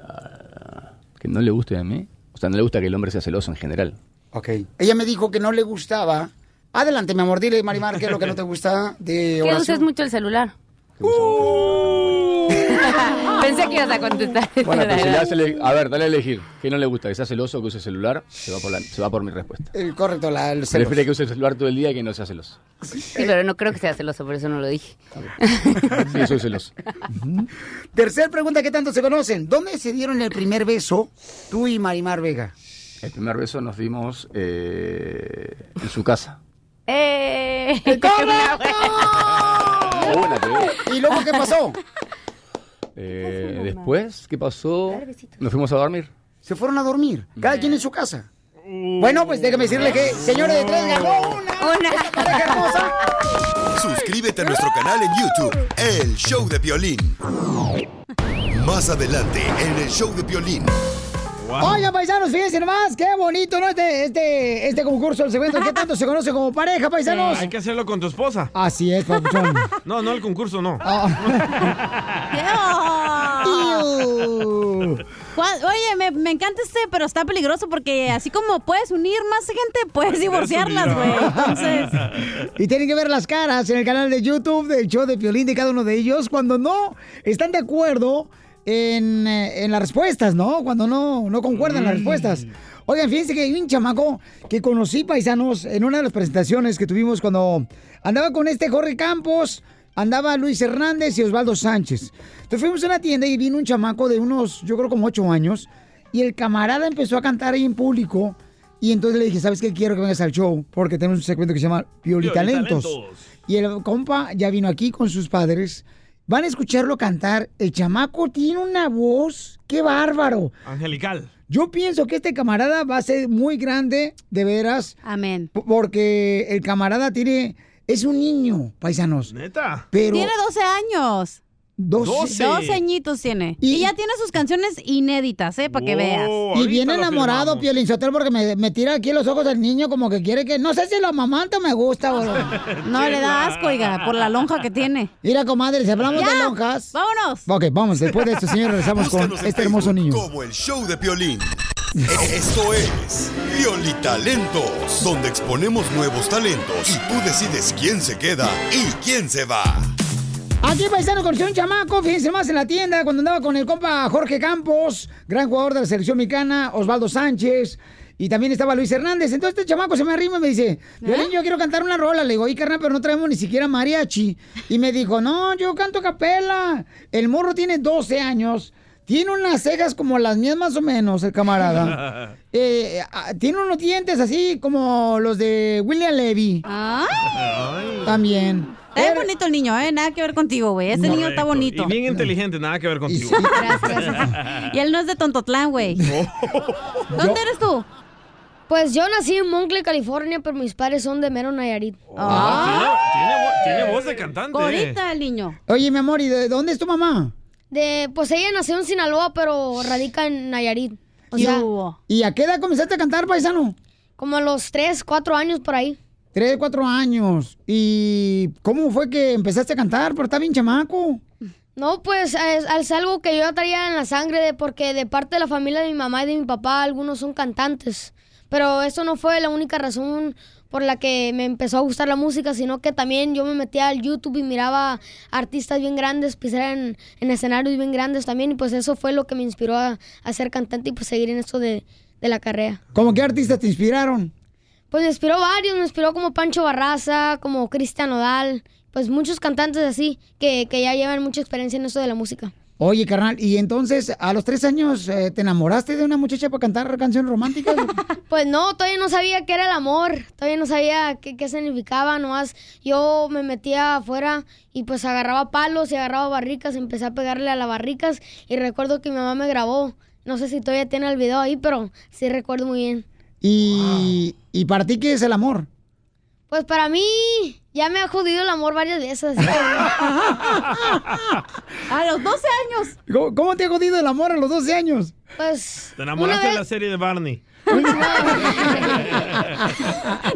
[SPEAKER 27] ah, Que no le guste a mí. O sea, no le gusta que el hombre sea celoso en general.
[SPEAKER 1] Ok. Ella me dijo que no le gustaba. Adelante, mi amor, dile, Marimar, qué es lo que no te gusta de
[SPEAKER 26] Que
[SPEAKER 1] Horacio.
[SPEAKER 26] usas mucho el celular. Pensé que ibas a contestar.
[SPEAKER 27] Bueno, pero si le
[SPEAKER 26] ¿verdad?
[SPEAKER 27] hace ele- A ver, dale a elegir. ¿Qué no le gusta? ¿Que sea celoso que use celular? Se va por, la- se va por mi respuesta.
[SPEAKER 1] El correcto, la, el celos.
[SPEAKER 27] Prefiere que use el celular todo el día y que no sea celoso.
[SPEAKER 26] Sí, pero no creo que sea celoso, por eso no lo dije.
[SPEAKER 27] Sí, soy celoso.
[SPEAKER 1] Tercer pregunta, ¿qué tanto se conocen? ¿Dónde se dieron el primer beso tú y Marimar Vega?
[SPEAKER 27] El primer beso nos dimos eh, en su casa.
[SPEAKER 26] ¡Eh!
[SPEAKER 1] ¡Correcto!
[SPEAKER 27] Buena, te digo.
[SPEAKER 1] ¿Y luego qué pasó?
[SPEAKER 27] Eh, después, ¿qué pasó? Nos fuimos a dormir. Mm.
[SPEAKER 1] ¿Se fueron a dormir? Cada quien en su casa. Bueno, pues déjame decirle que, señores de tres, ganó una. Esta pareja hermosa.
[SPEAKER 6] Suscríbete a nuestro canal en YouTube, El Show de Violín. Más adelante, en El Show de Violín.
[SPEAKER 1] Oiga, paisanos, fíjense nomás, qué bonito, ¿no? Este, este, este concurso, el segmento, que tanto se conoce como pareja, paisanos?
[SPEAKER 3] Hay que hacerlo con tu esposa.
[SPEAKER 1] Así es, papuchón. Ah.
[SPEAKER 3] No, no el concurso, no.
[SPEAKER 1] Iu.
[SPEAKER 2] ¿Cuál- Oye, me, me encanta este, pero está peligroso porque así como puedes unir más gente, puedes divorciarlas, güey. Entonces,
[SPEAKER 1] Y tienen que ver las caras en el canal de YouTube del show de Piolín de cada uno de ellos cuando no están de acuerdo en, eh, en las respuestas, ¿no? Cuando no, no concuerdan
[SPEAKER 2] Mm.
[SPEAKER 1] las respuestas. Oigan, fíjense que hay un chamaco que conocí, paisanos, en una de las presentaciones que tuvimos cuando andaba con este Jorge Campos, andaba Luis Hernández y Osvaldo Sánchez. Entonces fuimos a una tienda y vino un chamaco de unos, yo creo como ocho años, y el camarada empezó a cantar ahí en público. Y entonces le dije, ¿sabes qué? Quiero que vengas al show, porque tenemos un segmento que se llama Piolitalentos.
[SPEAKER 8] Piolitalentos.
[SPEAKER 1] Y el compa ya vino aquí con sus padres. Van a escucharlo cantar. El chamaco tiene una voz. ¡Qué bárbaro!
[SPEAKER 3] Angelical.
[SPEAKER 1] Yo pienso que este camarada va a ser muy grande, de veras.
[SPEAKER 2] Amén.
[SPEAKER 1] Porque el camarada tiene. Es un niño, paisanos.
[SPEAKER 3] ¿Neta?
[SPEAKER 1] Pero.
[SPEAKER 2] tiene 12 años.
[SPEAKER 1] 12.
[SPEAKER 2] 12 añitos tiene. Y, ya tiene sus canciones inéditas, ¿eh?
[SPEAKER 1] Oh,
[SPEAKER 2] Para que veas.
[SPEAKER 1] Y viene enamorado, Piolín Sotelo, porque me, me tira aquí los ojos del niño como que quiere que... No sé si lo amamanta o me gusta, bro.
[SPEAKER 2] No, le da asco, oiga, por la lonja que tiene.
[SPEAKER 1] Mira, comadre, si hablamos de
[SPEAKER 2] Ya,
[SPEAKER 1] lonjas...
[SPEAKER 2] Vámonos.
[SPEAKER 1] Ok, vamos, después de esto, señor, regresamos con
[SPEAKER 6] Búscanos en
[SPEAKER 1] este hermoso
[SPEAKER 6] Facebook
[SPEAKER 1] niño.
[SPEAKER 6] Como el show de violín. Esto es Violitalentos, donde exponemos nuevos talentos y tú decides quién se queda y quién se va.
[SPEAKER 1] Aquí paisano conoció un chamaco, fíjense más en la tienda, cuando andaba con el compa Jorge Campos, gran jugador de la selección mexicana, Osvaldo Sánchez, y también estaba Luis Hernández. Entonces este chamaco se me arrima y me dice, Violín, yo quiero cantar una rola. Le digo, y carnal, pero no traemos ni siquiera mariachi. Y me dijo, no, yo canto a capela. El morro tiene 12 años, tiene unas cejas como las mías más o menos, el camarada. Eh, ah, tiene unos dientes así como los de William Levy.
[SPEAKER 8] Ah.
[SPEAKER 1] También.
[SPEAKER 2] Está bien bonito el niño, ¿eh? Nada que ver contigo, güey. Este niño está bonito.
[SPEAKER 3] Y bien inteligente, nada que ver contigo.
[SPEAKER 2] Y él no es de Tontotlán, güey. ¿Dónde eres tú?
[SPEAKER 7] Pues yo nací en Moncler, California, pero mis padres son de Mero Nayarit.
[SPEAKER 2] Ah,
[SPEAKER 3] Tiene, vo- tiene voz de cantante. eh.
[SPEAKER 7] el niño.
[SPEAKER 1] Oye, mi amor, ¿y de dónde es tu mamá?
[SPEAKER 7] De, pues ella nació en Sinaloa, pero radica en Nayarit. O
[SPEAKER 1] ¿Y-
[SPEAKER 7] sea,
[SPEAKER 1] ¿Y a qué edad comenzaste a cantar, paisano?
[SPEAKER 7] como a los 3, 4 años por ahí.
[SPEAKER 1] Tres, cuatro años. ¿Y cómo fue que empezaste a cantar? Pero está bien chamaco.
[SPEAKER 7] No, pues es, es algo que yo ya traía en la sangre de, porque de parte de la familia de mi mamá y de mi papá algunos son cantantes. Pero eso no fue la única razón por la que me empezó a gustar la música, sino que también yo me metía al YouTube y miraba artistas bien grandes pisar en, en escenarios bien grandes también y pues eso fue lo que me inspiró a, a ser cantante y pues seguir en esto de, de la carrera.
[SPEAKER 1] ¿Cómo qué artistas te inspiraron?
[SPEAKER 7] Pues me inspiró varios, me inspiró como Pancho Barraza, como Cristian Odal, pues muchos cantantes así que, que ya llevan mucha experiencia en esto de la música.
[SPEAKER 1] Oye, carnal, ¿y entonces a los tres años eh, te enamoraste de una muchacha para cantar canciones románticas?
[SPEAKER 7] Pues no, todavía no sabía qué era el amor, todavía no sabía qué, qué significaba, nomás yo me metía afuera y pues agarraba palos y agarraba barricas, empecé a pegarle a las barricas y recuerdo que mi mamá me grabó, no sé si todavía tiene el video ahí, pero sí recuerdo muy bien.
[SPEAKER 1] ¿Y, ¿Y para ti qué es el amor?
[SPEAKER 7] Pues para mí ya me ha jodido el amor varias veces. a los 12 años.
[SPEAKER 1] ¿Cómo, cómo te ha jodido el amor a los 12 años?
[SPEAKER 7] Pues...
[SPEAKER 3] Te enamoraste
[SPEAKER 7] una
[SPEAKER 3] de la serie de Barney.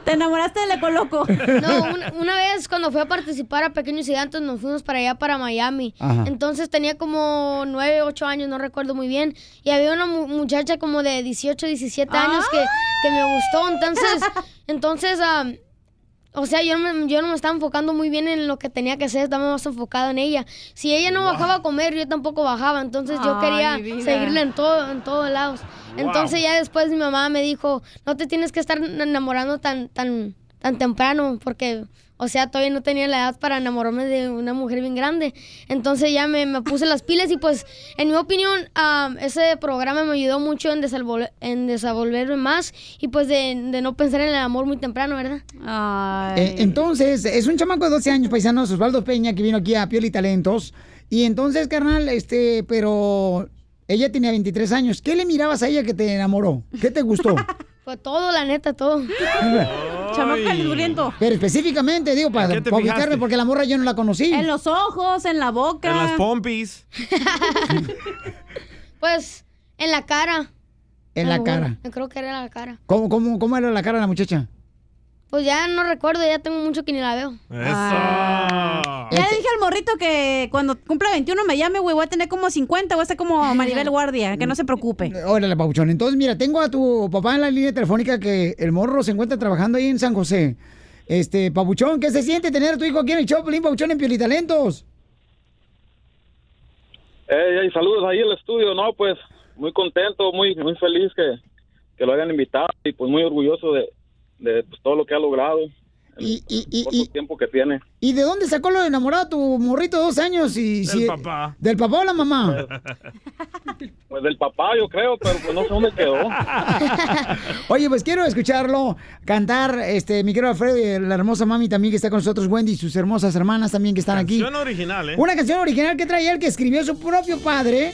[SPEAKER 7] Te enamoraste de la Coloco. No, una, una vez cuando fui a participar a Pequeños Gigantes, nos fuimos para allá, para Miami.
[SPEAKER 14] Ajá.
[SPEAKER 7] Entonces tenía como 9, 8 años, no recuerdo muy bien. Y había una mu- muchacha como de 18, 17 años que, que me gustó. Entonces, entonces am, o sea, yo no, me, yo no me estaba enfocando muy bien en lo que tenía que hacer, estaba más enfocada en ella. Si ella no bajaba a comer, yo tampoco bajaba, entonces yo
[SPEAKER 14] Ay,
[SPEAKER 7] quería
[SPEAKER 14] mi vida.
[SPEAKER 7] seguirla en todo en todos lados.
[SPEAKER 14] Wow.
[SPEAKER 7] Entonces ya después mi mamá me dijo, "No te tienes que estar enamorando tan tan tan temprano porque o sea, todavía no tenía la edad para enamorarme de una mujer bien grande. Entonces ya me, me puse las pilas y pues, en mi opinión, am, ese programa me ayudó mucho en, desenvol- en desenvolverme más y pues de, de no pensar en el amor muy temprano, ¿verdad?
[SPEAKER 1] Eh, entonces, es un chamaco de 12 años, paisanos, Osvaldo Peña, que vino aquí a Pioli Talentos. Y entonces, carnal, este, pero ella tenía 23 años. ¿Qué le mirabas a ella que te enamoró? ¿Qué te gustó?
[SPEAKER 28] Fue todo, la neta, todo.
[SPEAKER 2] Chamaco calenturiento.
[SPEAKER 1] Pero específicamente, digo, para,
[SPEAKER 2] qué te
[SPEAKER 1] para
[SPEAKER 2] fijaste?
[SPEAKER 1] ubicarme, porque la morra yo no la conocí.
[SPEAKER 2] En los ojos, en la boca.
[SPEAKER 3] En las pompis.
[SPEAKER 28] Pues, en la cara.
[SPEAKER 1] En
[SPEAKER 7] Ah,
[SPEAKER 1] la
[SPEAKER 28] Algo bueno.
[SPEAKER 1] cara.
[SPEAKER 28] Yo creo que era la cara.
[SPEAKER 1] ¿Cómo, cómo, cómo era la cara de la muchacha?
[SPEAKER 28] Pues ya no recuerdo, ya tengo mucho que ni la veo.
[SPEAKER 2] Ah. Ya le dije al morrito que cuando cumpla 21 me llame, güey. Voy a tener como 50, voy a ser como Maribel Guardia, que no se preocupe.
[SPEAKER 1] Eh, Órale, Pauchón. Entonces, mira, tengo a tu papá en la línea telefónica que el morro se encuentra trabajando ahí en San José. Este, Papuchón, ¿qué se siente tener a tu hijo aquí en el Choplin, Papuchón, en Piolitalentos?
[SPEAKER 12] Ey, ey, saludos ahí en el estudio, ¿no? Pues muy contento, muy muy feliz que, que lo hayan invitado y pues muy orgulloso de, de, pues, todo lo que ha logrado en
[SPEAKER 1] y, el
[SPEAKER 12] corto tiempo que tiene.
[SPEAKER 1] ¿Y de dónde sacó lo de enamorado tu morrito de dos años? Y, del
[SPEAKER 12] papá.
[SPEAKER 1] ¿Del papá o la mamá?
[SPEAKER 12] pues del papá yo creo, pero pues no sé dónde quedó.
[SPEAKER 1] Oye, pues quiero escucharlo cantar, este, mi querido Alfredo y la hermosa mami también que está con nosotros, Wendy, y sus hermosas hermanas también que están aquí.
[SPEAKER 3] Canción original, ¿eh?
[SPEAKER 1] Una canción original que traía el que escribió su propio padre.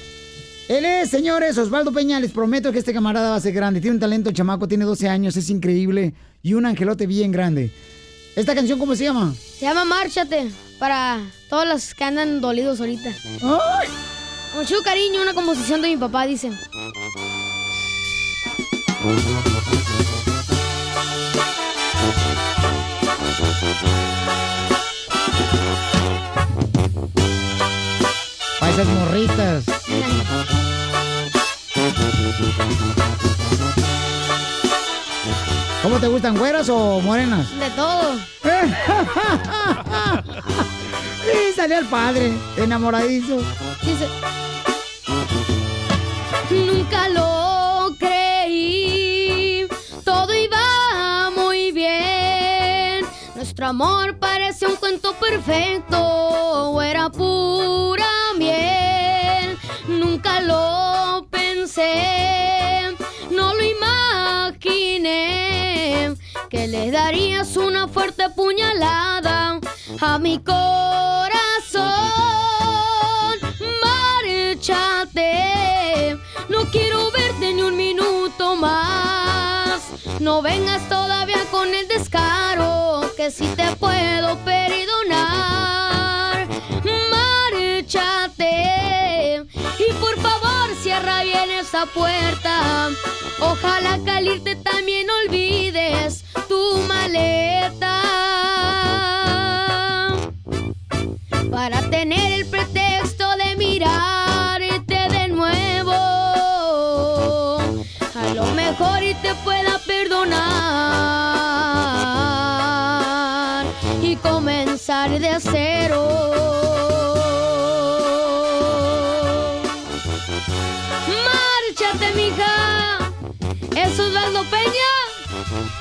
[SPEAKER 1] Él es, señores, Osvaldo Peña. Les prometo que este camarada va a ser grande. Tiene un talento, el chamaco, tiene 12 años, es increíble y un angelote bien grande. ¿Esta canción cómo se llama?
[SPEAKER 28] Se llama Márchate, para todos los que andan dolidos ahorita. Con mucho cariño, una composición de mi papá, dice.
[SPEAKER 1] Para esas morritas. ¿Cómo te gustan, güeras o morenas?
[SPEAKER 28] De todo.
[SPEAKER 1] Y salió el padre, enamoradizo.
[SPEAKER 28] Dice. Nunca lo creí, todo iba muy bien. Nuestro amor parece un cuento perfecto, o era pura miel. Nunca lo pensé, no lo imaginé, que le darías una fuerte puñalada a mi corazón. Márchate, no quiero verte ni un minuto más. No vengas todavía con el descaro, que si te puedo perdonar. Márchate, y por favor cierra bien esa puerta. Ojalá que al irte también olvides tu maleta para tener el pretexto de mirarte de nuevo. A lo mejor y te pueda perdonar y comenzar de cero. Márchate, mija. Es Osvaldo Peña.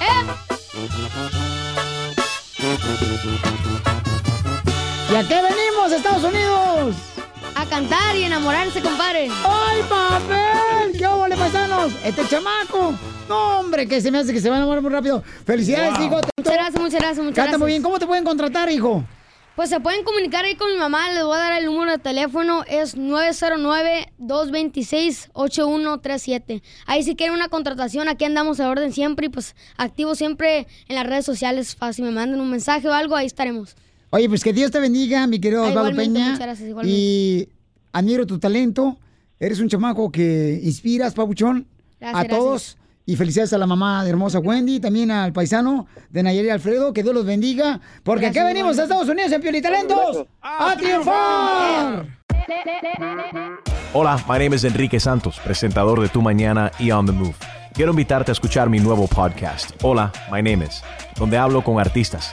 [SPEAKER 28] ¡Eh!
[SPEAKER 1] ¿Y a qué venimos, Estados Unidos?
[SPEAKER 28] A cantar y enamorarse, compadre.
[SPEAKER 1] ¡Ay, papel! ¡Qué óvole, paisanos! ¡Este chamaco! ¡No, hombre! Que se me hace que se va a enamorar muy rápido. ¡Felicidades,
[SPEAKER 28] Wow.
[SPEAKER 1] hijo!
[SPEAKER 28] Muchas gracias, muchas gracias, muchas
[SPEAKER 1] Canta muy
[SPEAKER 28] gracias.
[SPEAKER 1] bien. ¿Cómo te pueden contratar, hijo?
[SPEAKER 28] Pues se pueden comunicar ahí con mi mamá, les voy a dar el número de teléfono, es 909-226-8137. Ahí si quieren una contratación, aquí andamos a orden siempre y pues activo siempre en las redes sociales, fa- si me mandan un mensaje o algo, ahí estaremos.
[SPEAKER 1] Oye, pues que Dios te bendiga, mi querido
[SPEAKER 28] Ah,
[SPEAKER 1] Osvaldo
[SPEAKER 28] igualmente,
[SPEAKER 1] Peña.
[SPEAKER 28] muchas gracias, igualmente.
[SPEAKER 1] y admiro tu talento. Eres un chamaco que inspiras, Pabuchón, a
[SPEAKER 28] Gracias,
[SPEAKER 1] todos.
[SPEAKER 28] gracias.
[SPEAKER 1] Y felicidades a la mamá de hermosa Wendy, también al paisano de Nayarit Alfredo, que Dios los bendiga. Porque
[SPEAKER 5] Gracias,
[SPEAKER 1] acá venimos
[SPEAKER 5] igualmente.
[SPEAKER 1] a Estados Unidos en Piel y Talentos a triunfar.
[SPEAKER 16] Hola, my name is Enrique Santos, presentador de Tu Mañana y On the Move. Quiero invitarte a escuchar mi nuevo podcast, Hola, my name is, donde hablo con artistas,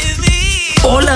[SPEAKER 29] Hola